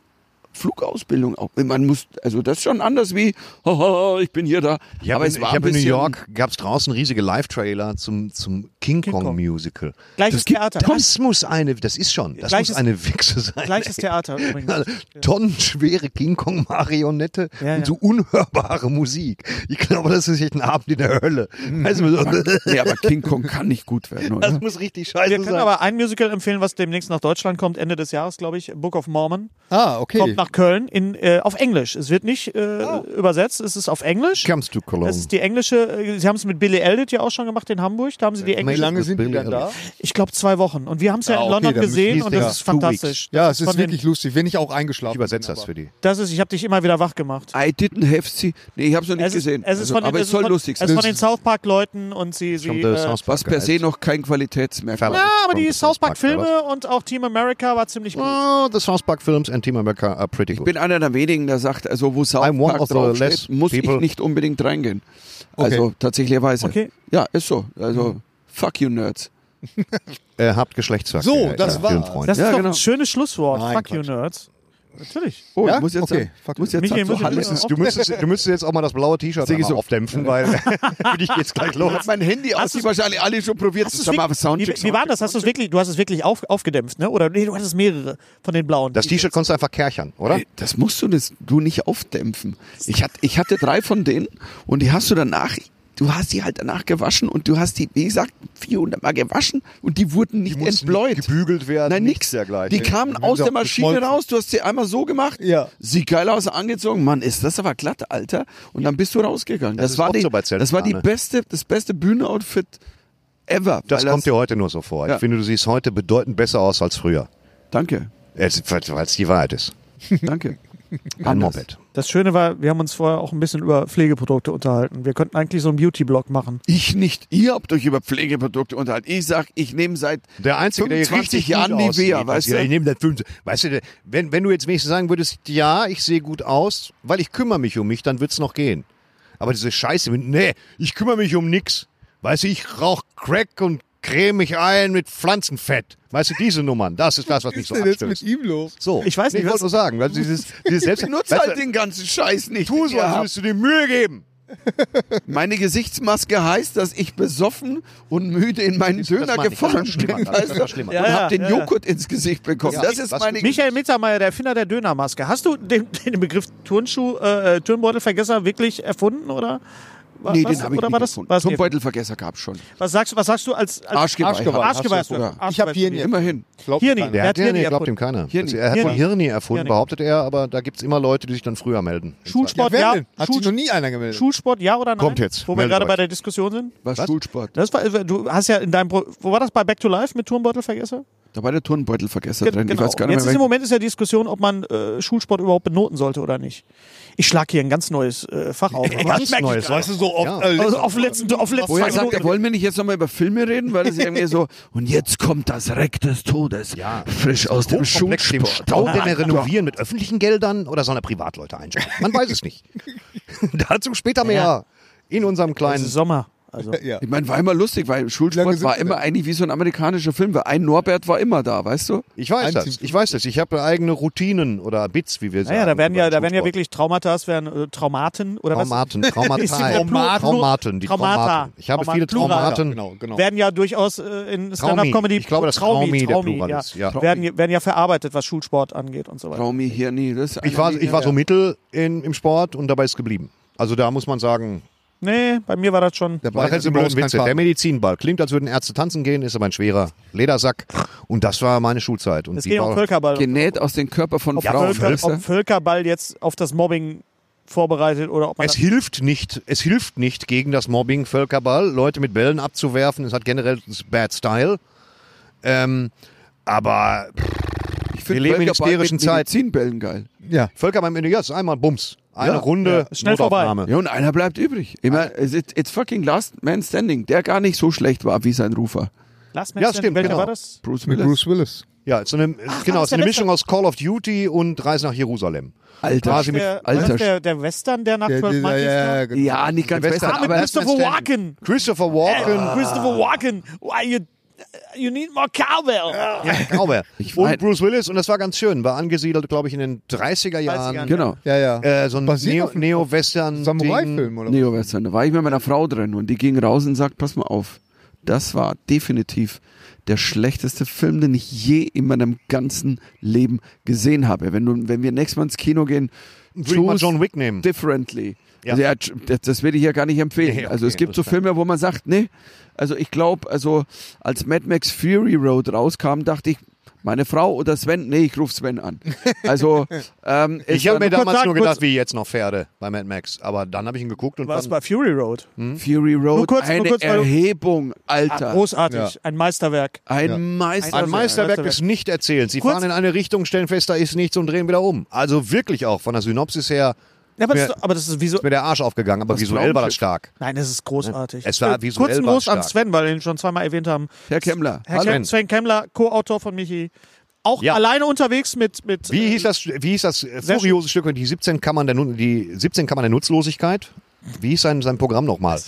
A: Flugausbildung auch. Man muss, also das ist schon anders wie, haha, ich bin hier da.
E: Ich habe
A: Aber
E: in,
A: es war
E: ich hab
A: ein
E: in New
A: bisschen-
E: York gab es draußen riesige Live-Trailer zum, zum King, Kong,
D: Kong.
E: Musical.
D: Gleiches
E: das gibt-
D: Theater.
E: Das muss eine, das ist schon, das
D: Gleiches-
E: muss eine Wichse sein.
D: Gleiches
E: ey.
D: Theater übrigens.
E: [LAUGHS] Also, Tonnenschwere King Kong Marionette
D: Ja,
E: und
D: ja.
E: so unhörbare Musik. Ich glaube, das ist echt ein Abend in der Hölle. Weißt du, so, [LAUGHS]
A: Nee, aber King Kong kann nicht gut werden, oder?
E: das muss richtig scheiße
D: Wir können
E: sein.
D: aber ein Musical empfehlen, was demnächst nach Deutschland kommt, Ende des Jahres, glaube ich. Book of Mormon
G: Ah, okay.
D: kommt nach Köln in, äh, auf Englisch. Es wird nicht äh,
E: Ah.
D: übersetzt, es ist auf Englisch.
E: Comes to Cologne.
D: Das ist die englische, äh, sie haben es mit Billy Elded ja auch schon gemacht in Hamburg. Da haben sie die
G: Wie
D: englische,
G: lange sind die dann da?
D: ich glaube, zwei Wochen. Und wir haben es ja,
G: Ah,
D: in
G: okay,
D: London
G: dann müssen
D: gesehen
G: die-
D: und
G: ja,
D: das ist
E: two
D: fantastisch.
G: Ja,
D: Das
G: es ist
D: von den-
G: wirklich lustig, wenn ich auch eingeschlafen
E: Ich übersetze
G: bin,
E: das
G: aber-
E: für die.
D: Das ist, ich habe dich immer wieder wach gemacht.
A: I didn't have see. Nee, ich habe es noch nicht
D: Es ist,
A: gesehen.
D: es ist
A: also,
D: von den,
A: aber
D: es
A: es
D: ist
A: soll
D: von,
A: lustig
D: Es ist
A: sein.
D: von den South Park Leuten und sie, sie
E: From the
D: äh,
E: South Park
A: Was per
E: guys.
A: se noch kein Qualitätsmerkmal
E: Also-
A: ist.
E: Fella.
D: ja, aber
E: From
D: die
E: the
D: South Park Filme
E: Brothers.
D: und auch Team America war ziemlich gut.
E: Oh, the South Park Films and Team America are pretty
A: Ich
E: good.
A: bin einer der wenigen, der sagt, also wo South
E: I'm one
A: Park
E: of the
A: draufsteht,
E: less
A: muss ich
E: people.
A: nicht unbedingt reingehen. Also tatsächlicherweise.
D: Okay.
A: Ja, ist so. Also fuck you Nerds.
E: Äh, habt Geschlechtsverkehr.
G: So, das
E: ja,
G: war's.
E: vielen Freunden.
D: Das ist
A: Ja,
D: doch
A: genau.
D: ein schönes Schlusswort.
G: Nein,
D: Fuck
G: Quatsch.
D: you, Nerds. Natürlich.
A: Oh,
G: Ja?
A: ich muss jetzt,
G: Okay, fuck
A: muss
G: you.
A: jetzt
D: Michael,
A: zur
D: muss ich
A: Halle.
D: müssen-
E: Du müsstest, du müsstest jetzt auch mal das blaue T-Shirt
A: Sing ich
E: einmal
A: so.
E: aufdämpfen, [LAUGHS] weil für dich geht's gleich
A: Ich
E: los.
A: hab mein Handy aus, die wahrscheinlich alle schon probiert.
D: Ah, Hast du's
A: Sag mal,
D: wirklich-
A: Soundcheck,
D: wie, wie war das? Hast du es wirklich, du hast es wirklich auf, aufgedämpft, ne? Oder nee, du hattest mehrere von den blauen.
E: Das T-Shirt konntest du einfach kerchern, oder?
A: Ey, Äh, Das musst du, das, du nicht aufdämpfen. Ich, hat, ich hatte drei von denen und die hast du danach, du hast die halt danach gewaschen und du hast die, wie gesagt, 400 Mal gewaschen und die wurden nicht
E: mussten
A: entbläut.
E: nicht gebügelt werden,
A: Nein, nix.
E: nichts dergleichen.
A: Die
E: Nee,
A: kamen
G: die
A: aus
G: sind
A: der
G: auch
A: Maschine
G: geschmolzen.
A: raus, du hast sie einmal so gemacht.
G: Ja.
A: Sieht geil aus, angezogen. Mann, ist das aber glatt, Alter. Und dann bist du rausgegangen.
E: Das
A: Das,
E: ist
A: war,
E: oft
A: die,
E: so bei ne?
A: das war die
E: Zeltplane.
A: beste, das beste Bühnenoutfit ever.
E: Das
A: Weil
E: kommt dir heute nur so vor.
A: Ja.
E: Ich finde, du siehst heute bedeutend besser aus als früher.
A: Danke,
E: Weil es die Wahrheit ist.
A: danke.
E: [LAUGHS] Ein
A: Anders.
E: Moped.
D: Das Schöne war, wir haben uns vorher auch ein bisschen über Pflegeprodukte unterhalten. Wir könnten eigentlich so einen Beauty-Blog machen.
A: Ich nicht. Ihr habt euch über Pflegeprodukte unterhalten. Ich sag, ich nehme seit
E: Der einzige, der hier
A: 25
E: richtig
A: Jahren
E: gut aussieht.
A: Nivea, weißt
E: Ja, Ich
A: du?
E: nehme das 50. Weißt du, der- wenn, wenn du jetzt wenigstens sagen würdest, ja, ich sehe gut aus, weil ich kümmere mich um mich, dann wird's noch gehen. Aber diese Scheiße, mit, nee, ich kümmere mich um nix. Weißt du, ich rauche Crack und creme mich ein mit Pflanzenfett. Weißt du, diese Nummern, das ist das, was mich
G: Was
E: so
G: ist denn jetzt
E: abstößt.
G: mit ihm los?
E: So,
D: Ich weiß nicht,
E: nee, ich
D: was-
E: wollte nur sagen, weil dieses, dieses Selbst...
A: Nutz
E: weißt
A: halt
E: du,
A: den ganzen Scheiß nicht.
E: tu so,
A: Ja.
E: als würdest du dir Mühe geben.
A: Meine Gesichtsmaske heißt, dass ich besoffen und müde in meinen Döner
E: meine ich, das
A: gefallen
E: ist schlimmer,
A: bin
E: das ist
A: weißt du?
E: schlimmer.
A: und
D: Ja, ja,
A: hab den
D: ja, ja.
A: Joghurt ins Gesicht bekommen.
E: Ja.
A: das ist
E: Was
A: meine
E: für-
D: Michael Mittermeier, der Erfinder der Dönermaske. Hast du den, den Begriff Turnschuh, äh, Turnbeutelvergesser wirklich erfunden oder? wa-
A: Nee,
D: was-
A: den habe ich
D: oder
A: nicht
D: war das,
A: gefunden.
D: war's
A: Zum
D: dir?
A: Beutelvergesser gab schon.
D: Was sagst, du- was sagst du als, als
A: Arschgeweih.
G: Arschgeweih.
D: Arschgeweih?
G: Hast du
D: hast du-
A: sogar.
G: Ich hab hier
D: Arschgeweih-
G: nie-
A: Immerhin.
G: Glaubt
D: Hier
G: keiner.
D: nicht.
E: Der
D: Wer
E: hat
D: hat hier
E: Hirni,
D: die
E: glaubt
D: erfunden?
E: ihm keiner. Also
A: Hirni.
E: Er hat von
D: Hirni.
E: Hirni erfunden,
D: Hirni.
E: behauptet er, aber da gibt's immer Leute, die sich dann früher melden.
G: Ja,
D: Schulsport,
G: wer
D: ja,
G: denn? Hat sich
D: Schul
G: noch nie einer gemeldet.
D: Schulsport, ja oder nein?
E: Kommt jetzt.
D: Wo wir
E: Meldet
D: gerade bei
E: euch.
D: der Diskussion sind.
A: War Schulsport.
D: Das war, du hast ja in deinem, Pro wo war das bei Back to Life mit Turnbeutelvergesser?
A: Da war der Turnbeutelvergesser
D: Ge- genau.
A: drin. Ich weiß gar nicht
D: Jetzt ist
A: mehr.
D: im
A: welchen-
D: Moment ist ja die Diskussion, ob man äh, Schulsport überhaupt benoten sollte oder nicht. Ich schlage hier ein ganz neues äh, Fach auf. Aber das merke ich
E: Neues,
D: gerade.
E: weißt du,
G: so oft.
E: Ja.
G: äh,
D: Also auf letzten, auf letzten
A: Woher
D: zwei
A: sagt er,
D: Minuten.
A: wollen wir nicht jetzt nochmal über Filme reden? Weil das ist irgendwie
E: [LAUGHS]
A: so, und jetzt kommt das Reck des Todes.
E: Ja.
A: Frisch aus dem
E: Hochkomplex, dem Oh
A: Schulsport.
E: Stau, den wir renovieren mit öffentlichen Geldern oder sollen da Privatleute einspringen? Man weiß
D: [LAUGHS]
E: es nicht. Dazu später mehr in unserem
D: Es
E: kleinen.
D: ist Sommer. Also.
G: ja.
A: Ich meine, war immer lustig, weil
G: Lange
A: Schulsport
G: sind
A: war
G: wir
A: immer
G: denn?
A: eigentlich wie so ein amerikanischer Film, weil ein Norbert war immer da, weißt du?
E: Ich weiß
G: Ein
E: das.
G: Team-
E: Ich weiß das. Ich habe eigene Routinen oder Bits, wie wir sagen.
D: Naja, da werden ja,
E: über
D: da
E: den
D: werden ja
E: Schulsport.
D: wirklich Traumatas, werden äh, Traumaten oder [LAUGHS]
E: Traumaten,
D: Ist die
E: Traumata,
D: Trauma-
E: Traumaten, die
D: Traumata.
E: Traumaten. Ich habe
D: Trauma-
E: viele
D: Plural.
E: Traumaten.
G: Genau, genau.
D: was? Werden ja durchaus äh, in Stand-Up-Comedy.
E: Ich glaube, das Traumi der Plural ist, ja.
D: Werden, werden ja verarbeitet, was Schulsport angeht und so weiter.
A: Traumi hier nie. Das ist
E: Ich war,
A: einer,
E: ich war so mittel in, im Sport und dabei ist geblieben. Also da muss man sagen,
D: Nee, bei mir war das schon.
G: Der
E: War
G: Ball
E: jetzt
G: hätte
E: im
G: bloß
E: bloßen
G: kein
E: Witze. Der
G: Faden.
E: Medizinball klingt, als würden Ärzte tanzen gehen, ist aber ein schwerer Ledersack. Und das war meine Schulzeit. Und
D: Es
E: die
D: geht um
E: war-
D: Völkerball.
A: genäht aus den Körper von
D: ob,
A: Frauen.
D: Völker,
A: weißt du?
D: ob Völkerball jetzt auf das Mobbing vorbereitet oder ob man
E: Es hilft nicht, es hilft nicht gegen das Mobbing Völkerball, Leute mit Bällen abzuwerfen. Es hat generell s- Bad Style. Ähm, aber pff,
A: Ich find
E: wir leben
A: Völkerball mit
E: in hysterischen Zeiten.
A: Medizinbällen geil.
G: Ja.
E: Völkerball im ja, ist einmal Bums. Eine
A: Ja,
E: Runde
D: ja. Schnell
E: Notaufnahme.
A: Ja, und einer bleibt übrig. Immer, it's, it's fucking Last Man Standing, der gar nicht so schlecht war wie sein Rufer.
D: Last
E: Ja, stimmt,
D: welcher
E: genau.
D: war das?
A: Bruce
G: Mit
A: Willis.
G: Bruce Willis.
E: Ja, es ist eine, genau,
D: das
E: es
D: ist
E: ist
D: der
E: eine
D: letzte.
E: Mischung aus Call of Duty und Reise nach Jerusalem.
A: Alter.
E: Quasi mit-
D: Der,
A: Alter.
D: war das der, der Western, der nach 12
G: Der- der-
D: Monkeys
G: ja, ja,
D: kam?
G: ja, genau.
A: ja, nicht ganz
E: Der
A: besser,
E: Western-
D: Ah, mit
A: aber
E: Last Man
D: Christopher
E: Standing.
D: Walken.
E: Christopher
D: Äh,
E: Walken.
D: Christopher Walken. Why you You need more cowbell.
E: Glaube.
A: [LAUGHS] Ich weiß-
E: und Bruce Willis, und das war ganz schön, war angesiedelt, glaube ich, in den 30er Jahren.
D: 30ern.
A: Genau.
G: Ja, ja.
E: Äh, so ein
G: Basiert
E: Neo-
G: auf einem
E: Neo-Western.
G: Samurai-Film oder was?
A: Neo-Western. Da war ich mit meiner Frau drin und die ging raus und sagt, pass mal auf, das war definitiv der schlechteste Film, den ich je in meinem ganzen Leben gesehen habe. Wenn, du, wenn wir nächstes Mal ins Kino gehen,
E: Würde ich mal
A: choose
E: John Wick nehmen.
A: differently.
E: Ja.
A: Also, ja, tsch- das, das würde ich ja gar nicht empfehlen.
E: Nee, okay,
A: also es gibt so
E: alles klar.
A: Filme, wo man sagt, nee, also ich glaube, also als Mad Max Fury Road rauskam, dachte ich, meine Frau oder Sven, nee, ich rufe Sven an. Also ähm,
E: Ich habe mir
A: da
E: damals
D: sagen,
E: nur
D: kurz-
E: gedacht, wie jetzt noch Pferde bei Mad Max. Aber dann habe ich ihn geguckt und
D: Was
E: fand,
D: bei Fury Road?
A: Fury Road
D: Nur kurz, nur
A: eine
D: kurz, weil du-
A: Erhebung, Alter.
D: Ah, großartig,
G: Ja.
D: ein Meisterwerk.
A: Ein Meister.
D: Also,
E: ein Meisterwerk des Nichterzählens. Sie
D: Kurz-
E: fahren in eine Richtung, stellen fest, da ist nichts und drehen wieder um. Also wirklich auch von der Synopsis her
D: Ja, aber, das,
E: Wer-
D: ist doch- aber das ist wieso.
E: ist mir der Arsch aufgegangen, aber
A: Das
E: visuell war
A: Traumschiff.
E: das stark.
D: Nein, es ist großartig.
E: Es war
D: Äh,
E: visuell
D: Kurzen
E: war
D: Gruß an
E: stark.
D: Sven, weil wir ihn schon zweimal erwähnt haben.
A: Herr Kemmler.
D: Herr
A: Hallo.
D: Ken- Sven Kemmler, Co-Autor von Michi. Auch
E: Ja.
D: alleine unterwegs mit. mit
E: Wie
D: äh,
E: hieß das, wie hieß das äh,
D: Sehr
E: furiose Stück und die 17 Kammern der, Nu- die 17 Kammern der Nutzlosigkeit? Wie hieß sein, sein Programm
D: [LAUGHS]
E: nochmal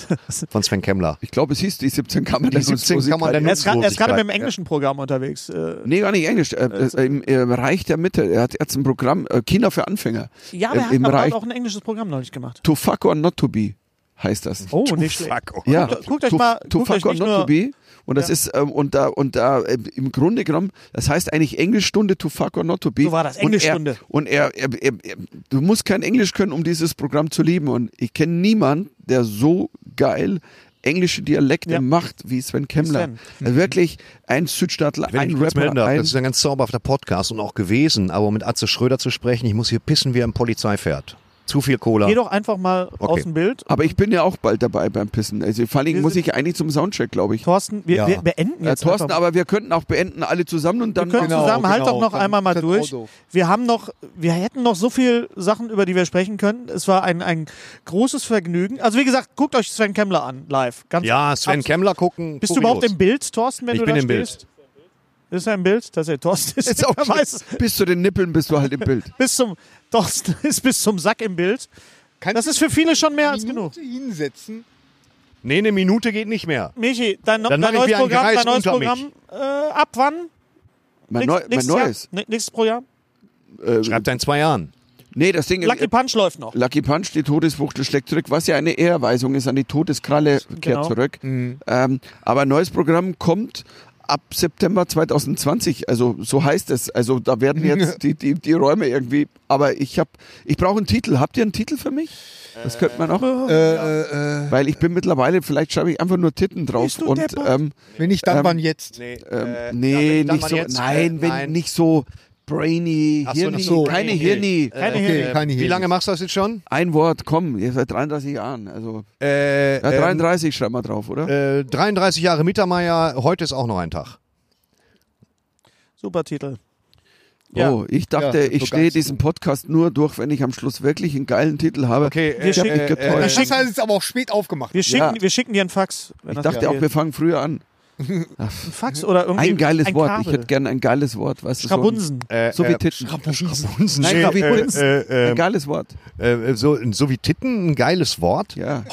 E: von Sven Kemmler?
A: Ich glaube, es hieß die 17 Kammern
E: Die 17 Kammern der
D: Er ist, gra- er ist gerade mit dem
E: Nutzlosigkeit.
D: englischen Programm unterwegs. Äh,
A: Nee, gar nicht Englisch. Äh, äh, im, Im Reich der Mitte. Er hat jetzt ein Programm, äh, Kinder für Anfänger. Äh,
D: ja, aber er
A: Im, im
D: hat
A: Reich
D: aber auch ein englisches Programm neulich gemacht.
A: To fuck or not to be heißt das.
D: Oh, nicht schlecht.
E: Fuck, oh.
A: Ja,
D: Guckt- guckt euch
A: to,
D: mal-
A: to
D: guckt
A: fuck
D: euch
A: or
D: nicht
A: not
D: nur-
A: to be. Und das ist ähm, und da und da äh, im Grunde genommen, das heißt eigentlich Englischstunde to fuck or not to be.
D: So war das, Englischstunde.
A: Und, er, und er, er, er, er, du musst kein Englisch können, um dieses Programm zu lieben. Und ich kenne niemanden, der so geil englische Dialekte
D: Ja.
A: macht wie Sven Kemmler.
D: Sven. Mhm.
A: Also wirklich ein Südstaatler,
E: Wenn ich
A: ein
E: kurz melden
A: Rapper,
E: darf,
A: ein
E: das ist ein ganz zauberhafter Podcast und auch gewesen, aber mit Atze Schröder zu sprechen, ich muss hier pissen wie ein Polizeipferd. Zu viel Cola.
D: Geh doch einfach mal aus
E: Okay.
D: dem Bild.
A: Aber ich bin ja auch bald dabei beim Pissen. Also vor allen Dingen
D: Wir
A: muss
D: sind-
A: ich eigentlich zum Soundcheck, glaube ich.
D: Thorsten, wir,
E: Ja.
D: wir beenden
A: Äh,
D: jetzt.
A: Thorsten,
D: einfach.
A: aber wir könnten auch beenden alle zusammen und
D: wir
A: dann
D: können
G: Genau,
D: zusammen, halt
G: genau,
D: doch noch
G: dann
D: einmal mal
G: ist das
D: durch.
G: auch doof.
D: Wir haben noch, wir hätten noch so viel Sachen, über die wir sprechen können. Es war ein, ein großes Vergnügen. Also wie gesagt, guckt euch Sven Kemmler an, live. Ganz
E: ja, Sven
D: abs-
E: Kemmler gucken.
D: Bist
E: kurios.
D: du überhaupt im Bild, Thorsten, wenn
E: Ich
D: du
E: bin
D: da
E: im Bild.
D: stehst? Ist er im Bild, dass [LAUGHS] er Thorsten ist?
A: Ist auch
D: Wer weiß es.
A: schlimm. bis zu den Nippeln bist du halt im Bild.
D: bis zum Thorsten [LAUGHS] ist bis zum Sack im Bild. Das ist für viele schon mehr als genug.
G: hinsetzen.
E: Nee, eine Minute geht nicht mehr.
D: Michi, dein, dein
E: Dann mach ich
D: neues
E: wie ein
D: Programm, dein
E: Gereist
D: neues
E: unter
D: Programm äh, ab wann?
A: Mein,
D: Nächst-
A: Neu mein
D: nächstes Jahr?
A: neues.
D: Ne- nächstes Programm.
E: Schreibt er in zwei Jahren.
A: Nee, das Ding
D: Lucky
A: Lucky,
D: Punch läuft noch.
A: Lucky Punch, die Todeswuchtel schlägt zurück, was ja eine Ehrweisung ist an die Todeskralle, kehrt
D: Genau.
A: zurück. Ähm, aber ein neues Programm kommt ab September 2020. Also so heißt es. Also da werden jetzt die, die, die Räume irgendwie. Aber ich habe, ich brauche einen Titel. Habt ihr einen Titel für mich? Das könnte man auch.
G: Äh, äh, äh,
A: Weil ich bin mittlerweile, vielleicht schreibe ich einfach nur Titten drauf
D: Bist du
A: und
D: deppert?
A: ähm,
G: wenn nicht, dann
A: Ähm,
G: wann
D: äh,
G: jetzt?
E: Äh,
A: ähm, nee, nicht so, nein, wenn nicht so brainy,
E: Ach so,
A: Hirni,
E: nicht so
A: keine
E: brainy.
A: Hirni,
D: Keine
G: okay,
A: äh,
D: Hilfe.
G: keine
E: Äh, Wie
G: Hilfe.
E: lange machst du das jetzt schon?
A: ein Wort, komm, ihr seid 33 Jahren, also
E: Äh,
A: ja, 33 schreibt mal drauf, oder?
E: äh, 33 Jahre Mittermeier, heute ist auch noch ein Tag.
D: Super Titel.
A: Oh, ich dachte,
G: Ja, so
A: ich stehe
G: ganz
A: diesen Podcast nur durch, wenn ich am Schluss wirklich einen geilen Titel habe.
E: Okay,
D: Wir
E: äh,
D: schicken-
A: ich hab mich
G: Äh,
A: getäuscht.
G: das hast du jetzt aber auch spät aufgemacht.
D: Wir schicken,
A: Ja.
D: wir schicken dir einen Fax. wenn
A: ich
D: das
A: dachte
D: geht.
A: auch, wir fangen früher an.
D: ein Fax oder irgendwie
A: Ein geiles
D: ein
A: Wort,
D: Kabel.
A: ich hätte gern ein geiles Wort, weißt du, so ein,
D: Schrabunsen.
E: äh,
A: so wie
E: äh,
A: Titten.
E: Schrabunsen.
A: Nein,
E: Nee,
A: Schrabbi-
E: äh, äh,
A: ein
E: äh,
A: geiles Wort,
E: äh, so, so wie Titten, ein geiles Wort.
A: ja.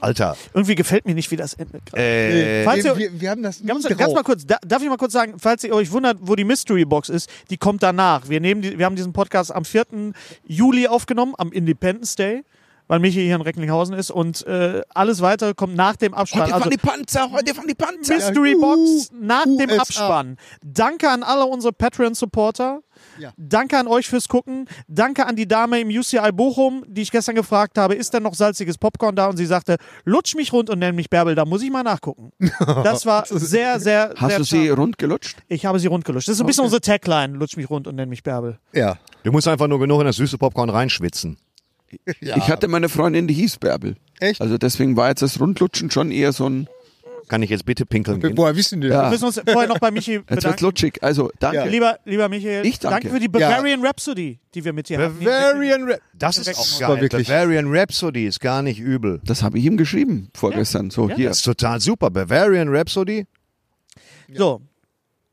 E: Alter.
D: Irgendwie gefällt mir nicht, wie das endet. gerade.
E: Äh,
D: Falls ihr-
G: wir, wir, wir haben das
D: Ganz,
G: nie
D: ganz mal
G: drauf.
D: kurz, da, darf ich mal kurz sagen, falls ihr euch wundert, wo die Mystery Box ist, die kommt danach. Wir, nehmen die, wir haben diesen Podcast am 4. Juli aufgenommen, am Independence Day, weil Michi hier in Recklinghausen ist und äh, alles weitere kommt nach dem Abspann.
A: Heute
D: Also
A: fahren die Panzer, heute fahren die Panzer.
D: Mystery
G: Ja,
A: Uh,
D: Box
G: juhu,
D: nach dem
G: USA.
D: Abspann. Danke an alle unsere Patreon-Supporter.
G: Ja.
D: Danke an euch fürs Gucken. Danke an die Dame im UCI Bochum, die ich gestern gefragt habe, ist denn noch salziges Popcorn da? Und sie sagte, lutsch mich rund und nenn mich Bärbel, da muss ich
A: [LAUGHS]
D: mal nachgucken. Das war sehr, sehr,
A: Hast
D: sehr
A: du sie rund gelutscht?
D: Ich habe sie rund gelutscht. Das ist so ein bisschen unsere Tagline, lutsch mich rund und nenn mich Bärbel.
G: Ja.
E: du musst einfach nur genug in das süße Popcorn reinschwitzen.
G: ja.
A: Ich hatte meine Freundin, die hieß Bärbel.
G: Echt?
A: Also deswegen war jetzt das Rundlutschen schon eher so ein,
E: Kann ich jetzt bitte pinkeln gehen?
G: Woher wissen die?
D: Wir
A: ja,
D: müssen uns vorher noch bei
A: Ah. [LAUGHS]
D: Michi
A: jetzt wird's
D: bedanken.
A: lutschig. Also danke.
D: Lieber, lieber Michael,
A: Ich danke.
D: für die Bavarian Rhapsody, die wir mit dir hatten.
E: Bavarian Rap. Das ist auch
G: war
E: geil.
G: wirklich-
E: Bavarian Rhapsody ist gar nicht übel.
A: Das habe ich ihm geschrieben vorgestern. So, hier.
E: Das ist total super. Bavarian Rhapsody.
D: So,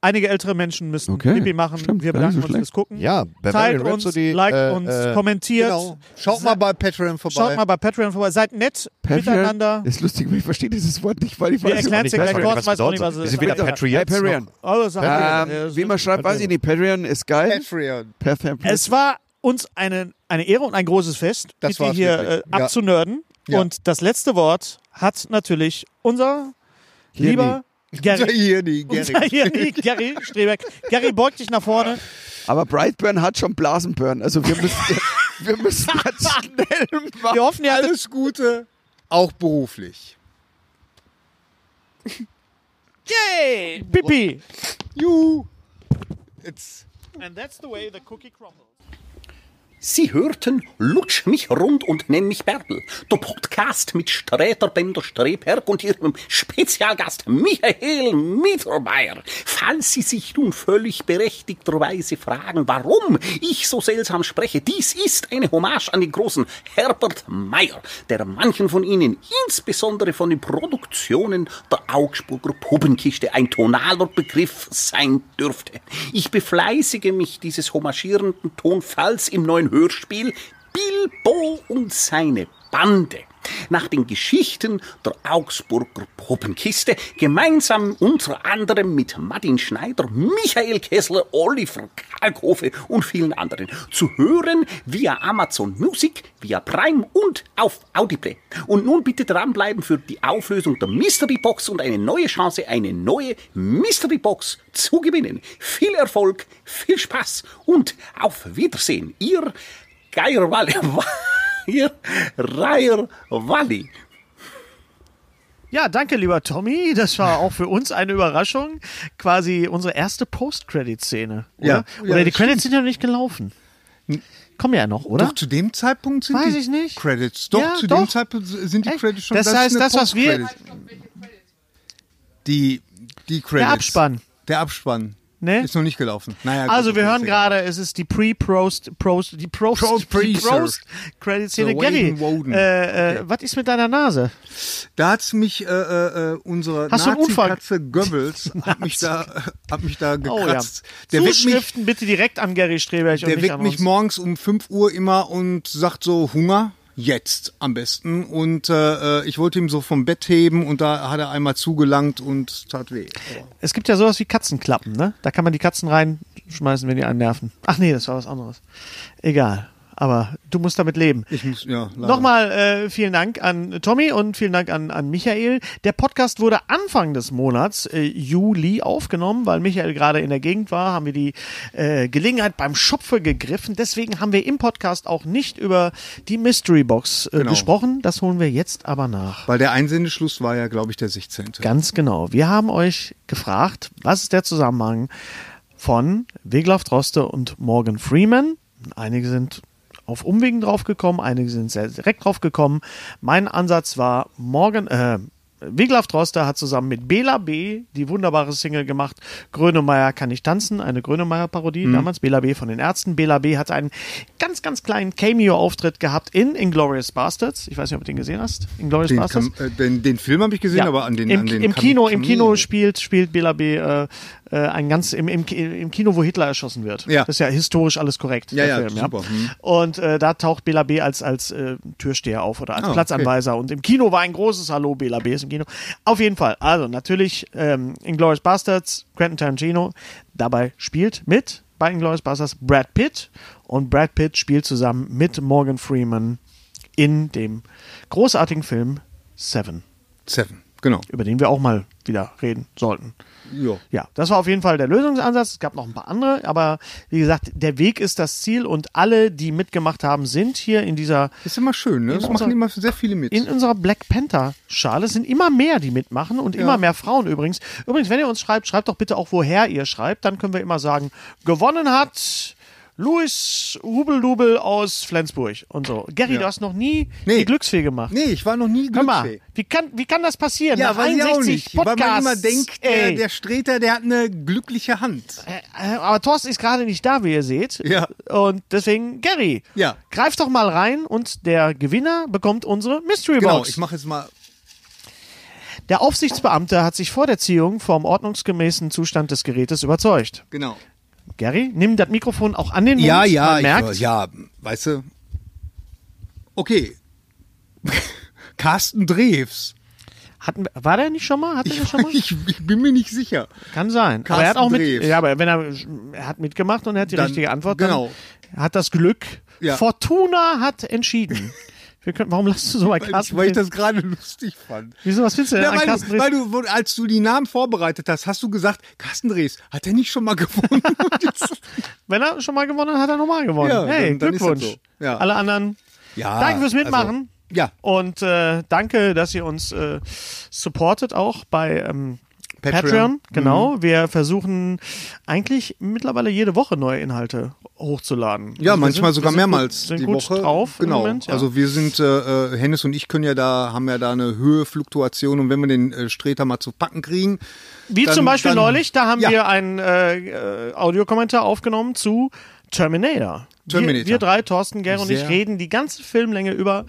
D: Einige ältere Menschen müssen
A: Okay,
D: Pipi machen.
A: stimmt,
D: wir
A: gar nicht
D: bedanken
A: so
D: uns
A: schlecht.
D: fürs Gucken.
E: Ja,
D: Teilt
E: Bavarian
D: uns,
E: Rhapsody,
D: liked
E: äh,
D: uns,
E: äh,
D: kommentiert.
G: Genau. Schaut mal bei Patreon vorbei.
D: Schaut mal bei Patreon vorbei. Seid nett
A: Patreon
D: miteinander.
A: Ist lustig, weil ich verstehe dieses Wort nicht, weil ich
D: Wir
A: weiß
D: erklären es dir
E: weiß
D: gleich
E: auch nicht,
D: kurz,
E: was
D: weiß auch nicht,
E: bedeutet.
D: was es
E: Wir sind weder Patriots
A: Hyperion.
D: Oh, das ist Hyperion. Ja,
A: Ähm,
D: das
A: wie man
D: stimmt.
A: schreibt, weiß ich nicht. Hyperion ist geil.
G: Patreon.
A: Perfekt.
D: Es war uns eine, eine Ehre und ein großes Fest,
G: Das
D: mit dir
G: war's
D: hier äh,
G: wirklich. Ja.
D: abzunörden.
G: Ja.
D: Und das letzte Wort hat natürlich unser
G: [LAUGHS]
D: lieber Gary.
G: Hier, die
D: Unser [LAUGHS]
G: Gary.
D: Gary, Gary Strebeck. Gary, beug dich nach vorne.
A: Aber Brightburn hat schon Blasenburn. Also wir
D: [LAUGHS]
A: müssen, wir müssen jetzt schnell machen.
D: Wir hoffen, ihr hattet
G: Alles Gute, auch beruflich.
D: Pipi.
G: Juhu. Jetzt.
D: And that's the way the cookie crumbles.
I: Sie hörten Lutsch mich rund und nenn mich Bärbel. Der Podcast mit Sträter Bender Streberg und ihrem Spezialgast Michael Mittermeier. Falls Sie sich nun völlig berechtigterweise fragen, warum ich so seltsam spreche, dies ist eine Hommage an den großen Herbert Meyer, der manchen von Ihnen, insbesondere von den Produktionen der Augsburger Puppenkiste, ein tonaler Begriff sein dürfte. Ich befleißige mich dieses hommagierenden Tonfalls im neuen Hörspiel Bilbo und seine Bande. Nach den Geschichten der Augsburger Puppenkiste, gemeinsam unter anderem mit Martin Schneider, Michael Kessler, Oliver Kalkofe und vielen anderen. Zu hören via Amazon Music, via Prime und auf Audible. Und nun bitte dranbleiben für die Auflösung der Mystery Box und eine neue Chance, eine neue Mystery Box zu gewinnen. Viel Erfolg, viel Spaß und auf Wiedersehen. Ihr [LAUGHS] Geierwalle. Ihr Reier Walli.
D: Ja, danke, lieber Tommy. Das war auch für uns eine Überraschung. Quasi unsere erste Post-Credit-Szene. Oder,
G: Ja.
D: oder
G: Ja,
D: die Credits sind ja noch nicht gelaufen. Kommen ja noch, oder?
G: Doch zu dem Zeitpunkt sind
D: Weiß
G: die
D: ich nicht.
G: Credits. Doch,
D: Ja,
G: zu
D: doch.
G: dem Zeitpunkt sind die
D: Echt?
G: Credits schon
D: Das
G: ist
D: heißt,
G: eine
D: das, was wir-
G: Post-Credit. Die, die Credits.
D: Abspann.
G: Der Abspann.
D: Ne?
G: Ist noch nicht gelaufen. Naja, gut,
D: also, wir
G: okay,
D: hören
G: ist egal.
D: gerade, es ist die Pre-Prost, Prost, die Prost,
G: Prost,
D: die
G: Pre-Sir.
D: Prost-Credit-Szene.
G: The Waden
D: Gary,
G: Woden.
D: äh, äh, was ist mit deiner Nase?
G: Da hat mich äh, äh, äh, unsere
D: Hast du einen Unfall?
G: Nazi-Katze
D: [LAUGHS]
G: Goebbels hat mich, da, hat mich da
D: Oh ja.
G: gekratzt. Der weckt mich,
D: Zuschriften bitte direkt an Gary Streberg und
G: der
D: nicht an
G: weckt mich
D: uns.
G: morgens um 5 Uhr immer und sagt so, Hunger? Jetzt am besten. Und äh, äh, ich wollte ihm so vom Bett heben und da hat er einmal zugelangt und tat weh.
D: Es gibt ja sowas wie Katzenklappen, ne? Da kann man die Katzen reinschmeißen, wenn die einen nerven. Ach nee, das war was anderes. Egal. Aber du musst damit leben.
G: Ich muss, ja, leider.
D: Nochmal äh, vielen Dank an Tommy und vielen Dank an, an Michael. Der Podcast wurde Anfang des Monats, äh, Juli, aufgenommen, weil Michael gerade in der Gegend war, haben wir die äh, Gelegenheit beim Schopfe gegriffen. Deswegen haben wir im Podcast auch nicht über die Mystery Box äh,
G: Genau.
D: gesprochen. Das holen wir jetzt aber nach.
G: Weil der Einsendeschluss war ja, glaube ich, der 16.
D: Ganz genau. Wir haben euch gefragt, was ist der Zusammenhang von Wiglaf Droste und Morgan Freeman? Einige sind auf Umwegen draufgekommen, einige sind sehr direkt draufgekommen. Mein Ansatz war, Morgan, äh, Wiglaf Droste hat zusammen mit Bela B. die wunderbare Single gemacht, Grönemeyer kann nicht tanzen, eine Grönemeyer-Parodie damals, Bela B. von den Ärzten. Bela B. hat einen ganz, ganz kleinen Cameo-Auftritt gehabt in Inglourious Bastards. Ich weiß nicht, ob du den gesehen hast. Inglourious
G: Den,
D: Bastards.
G: kam, äh, den, den Film habe ich gesehen,
D: Ja.
G: aber an den,
D: Im,
G: an den
D: im
G: Kam-
D: Kino, im Kino
G: Kamel-
D: spielt spielt Bela B. Äh, äh, ein ganz im, im, im Kino, wo Hitler erschossen wird.
G: Ja.
D: Das ist ja historisch alles korrekt.
G: Ja,
D: der
G: ja, super. Hm.
D: Und äh, da taucht Bela B. als als äh, Türsteher auf
G: Ah,
D: oder als Platzanweiser. Und im Kino war ein großes Hallo, Bela B. ist im Kino. Auf jeden Fall. Also natürlich ähm, Inglourious Bastards, Quentin Tarantino dabei spielt mit bei Inglourious Bastards Brad Pitt und Brad Pitt spielt zusammen mit Morgan Freeman in dem großartigen Film Seven
G: Seven, genau.
D: über den wir auch mal wieder reden sollten.
G: Ja.
D: Ja, das war auf jeden Fall der Lösungsansatz. Es gab noch ein paar andere, aber wie gesagt, der Weg ist das Ziel und alle, die mitgemacht haben, sind hier in dieser
G: Ist immer schön, ne? Das
D: unser-
G: machen immer sehr viele mit.
D: in unserer Black Panther Schale sind immer mehr, die mitmachen und immer mehr Frauen übrigens. Übrigens, wenn ihr uns schreibt, schreibt doch bitte auch, woher ihr schreibt. Dann können wir immer sagen, gewonnen hat Louis Hubeldubel aus Flensburg und so. Gary, du hast noch nie
G: Nee.
D: die Glücksfee gemacht.
G: Nee, ich war noch nie
D: Hör mal,
G: Glücksfee.
D: wie kann, wie kann das passieren?
G: Ja,
D: Nach
G: weiß ich auch
D: 61
G: nicht. Weil man immer
D: Podcasts,
G: denkt, der,
D: ey.
G: der Streter, der hat eine glückliche Hand.
D: Äh, aber Thorsten ist gerade nicht da, wie ihr seht.
G: Ja.
D: Und deswegen, Gary,
G: Ja.
D: greif doch mal rein und der Gewinner bekommt unsere Mystery
G: Genau,
D: Box.
G: ich mache jetzt mal.
D: Der Aufsichtsbeamte hat sich vor der Ziehung vom ordnungsgemäßen Zustand des Gerätes überzeugt.
H: Genau.
D: Gary, nimm das Mikrofon auch an den Mund.
H: Ja, ja,
D: man
H: ich,
D: merkt,
H: äh, ja, weißt du.
G: [LAUGHS]
H: Okay. Carsten Drews.
D: hatten, wir- war der nicht schon mal? Hatten wir
H: Ich,
D: schon mal?
H: [LAUGHS] ich, ich bin mir nicht sicher.
D: Kann sein. aber er hat
H: Carsten
D: auch mit,
H: Drews.
D: ja, aber wenn er, er hat mitgemacht und er hat die
H: Dann-
D: richtige Antwort,
H: genau.
D: dann hat das Glück.
H: Ja.
D: Fortuna hat
H: [LAUGHS]
D: entschieden. Wir können, warum lachst du so bei Carsten?
H: Weil ich
D: Drews?
H: das
G: [LAUGHS]
H: gerade lustig fand.
D: Wieso, was findest du denn
H: Ja,
D: an
H: weil,
D: Carsten
H: du,
D: Drews?
H: weil du, wo- als du die Namen vorbereitet hast, hast du gesagt, Carsten Drews, hat er nicht schon
D: [LAUGHS]
H: mal gewonnen?
D: Wenn er schon mal gewonnen hat, hat er nochmal gewonnen.
H: Ja,
D: hey,
H: dann- dann ist das
D: Glückwunsch.
H: so. Ja.
D: Alle anderen.
H: ja,
G: Ah,
D: danke fürs Mitmachen.
H: Also, ja,
D: Und äh, danke, dass ihr uns äh, supportet auch bei ähm, Patreon.
H: Patreon. Mhm.
D: Genau. Wir versuchen eigentlich mittlerweile jede Woche neue Inhalte hochzuladen. Also
H: ja
D: wir
H: manchmal
D: sind-
H: sogar
D: wir sind
H: mehrmals
D: Gut, sind
H: die
D: gut
H: Woche.
D: drauf.
H: genau.
D: Im Moment, ja.
H: Also wir sind, äh, äh, Hennes und ich können ja da, haben ja da eine Höhefluktuation und wenn wir den äh, Streter mal zu packen kriegen,
D: Wie
H: dann-
D: zum Beispiel
H: dann-
D: neulich, da haben
H: ja.
D: wir einen äh, äh, Audiokommentar aufgenommen zu Terminator. Wir,
H: Terminator.
D: wir drei, Thorsten, Ger und ich,
H: Sehr-
D: reden die ganze Filmlänge über,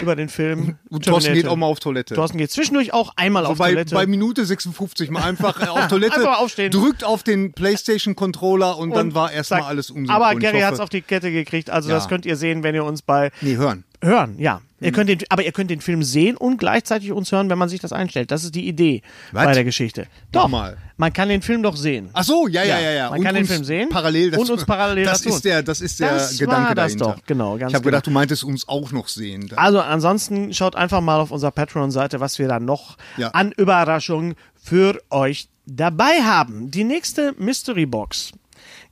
D: über den Film.
H: und Thorsten geht
D: Terminator.
H: auch mal auf Toilette.
D: Thorsten geht zwischendurch auch einmal
H: Also
D: auf
H: bei,
D: Toilette.
H: bei Minute 56 mal einfach äh,
D: [LAUGHS]
H: auf Toilette,
D: Einfach aufstehen.
H: drückt auf den Playstation-Controller und, dann
D: Und
H: war erstmal
D: zack.
H: alles umsonst.
D: Aber Gary hat es auf die Kette gekriegt. Also
H: Ja. Mhm.
D: das könnt ihr sehen, wenn ihr uns bei
H: Nee, hören.
D: hören. Ja, ihr könnt den, aber ihr könnt den Film sehen und gleichzeitig uns hören, wenn man sich das einstellt. Das ist die Idee
H: Was?
D: bei der Geschichte. Doch,
H: mal.
D: man kann den Film doch sehen.
H: Ach so, ja, ja,
D: Ja,
H: ja, ja.
D: man kann den
H: uns
D: Film sehen
H: Parallel
D: und uns parallel
H: das
D: dazu.
H: Ist der, das ist der
D: Das war
H: Gedanke
D: das
H: dahinter.
D: doch, genau, ganz
H: ich habe
D: genau.
H: gedacht, du meintest uns auch noch sehen.
D: Also ansonsten schaut einfach mal auf unserer Patreon-Seite, was wir da noch
H: Ja.
D: an Überraschungen für euch dabei haben. Die nächste Mystery Box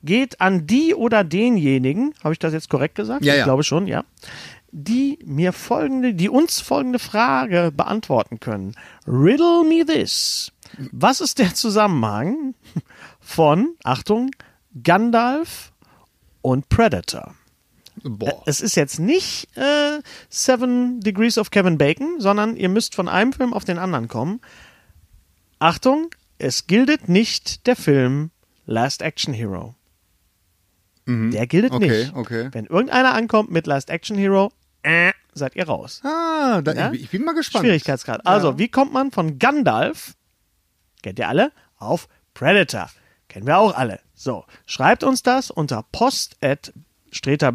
D: geht an die oder denjenigen, habe ich das jetzt korrekt gesagt?
H: Ja,
D: ich
H: ja.
D: glaube schon, ja. Die mir folgende, die uns folgende Frage beantworten können. Riddle me this. Was ist der Zusammenhang von, Achtung, Gandalf und Predator?
H: Boah.
D: Äh, Es ist jetzt nicht äh, Seven Degrees of Kevin Bacon, sondern ihr müsst von einem Film auf den anderen kommen. Achtung, es gildet nicht der Film Last Action Hero. Der gildet
H: Mhm. Okay,
D: nicht.
H: okay.
D: Wenn irgendeiner ankommt mit Last Action Hero, äh, seid ihr raus.
H: Ah, da,
D: Ja?
H: ich, ich bin mal gespannt.
D: Schwierigkeitsgrad. Also, wie kommt man von Gandalf, kennt ihr alle, auf Predator? Kennen wir auch alle. So, schreibt uns das unter post at streberg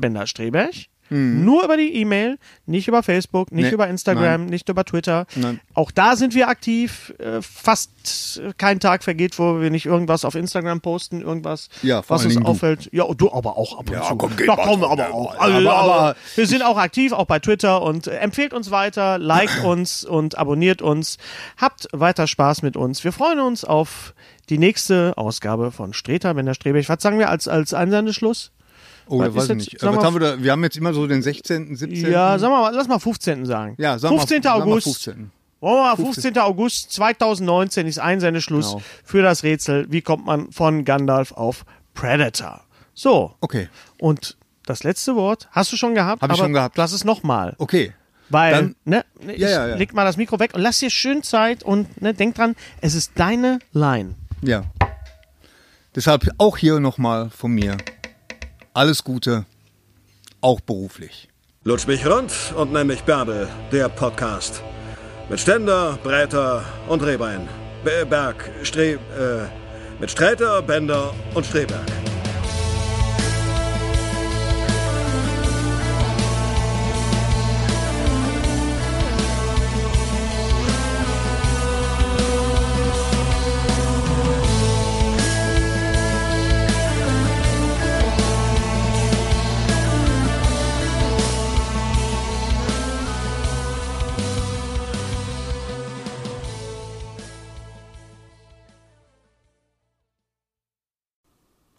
D: Nur über die E-Mail, nicht über Facebook, nicht
H: Hm. Nee,
D: über Instagram, nicht über Twitter. Auch da sind wir aktiv. Äh, Fast äh, kein Tag vergeht, wo wir nicht irgendwas auf Instagram posten, irgendwas,
H: Ja, vor
D: was
H: allen
D: uns
H: Dingen du.
D: auffällt. Ja, und du aber auch ab und
H: Ja,
D: zu.
H: Ah, komm, geht
D: da
H: mal
D: kommen wir
H: so,
D: aber
H: ne?
D: auch.
H: Aber- [LAUGHS] aber-
D: Wir sind auch aktiv, auch bei Twitter und äh, empfehlt uns weiter,
H: [CLEARS THROAT]
D: liked uns und abonniert uns. Habt weiter Spaß mit uns. Wir freuen uns auf die nächste Ausgabe von Streter, wenn der Strebech. Was sagen wir als, als Einsendeschluss?
H: Oh,
D: Was
H: da
D: ist
H: weiß ich
D: jetzt-
H: nicht. Äh,
D: sag
H: Was
D: mal-
H: haben wir, da, wir haben jetzt immer so den 16., 17.
D: Ja, sagen wir mal, lass mal 15. sagen.
H: Ja, sag mal-
D: 15.
H: sag mal
D: August.
H: 15..
D: Wollen wir mal 15. August 2019 ist Einsendeschluss
H: Genau.
D: für das Rätsel, wie kommt man von Gandalf auf Predator. So.
H: Okay.
D: Und das letzte Wort hast du schon gehabt.
H: Hab ich
D: aber
H: schon gehabt.
D: Lass es nochmal.
H: Okay.
D: Weil,
H: Dann-
D: ne, ne, ich
H: Ja, ja, ja.
D: leg mal das Mikro weg und lass dir schön Zeit und ne, denk dran, es ist deine Line.
H: Ja. Deshalb auch hier nochmal von mir. Alles Gute, auch beruflich.
C: Lutsch mich rund und nenn mich Bärbel, der Podcast. Mit Ständer, Breiter und Rehbein. Be- Berg, Stre... Äh, mit Streiter, Bender und Streberg.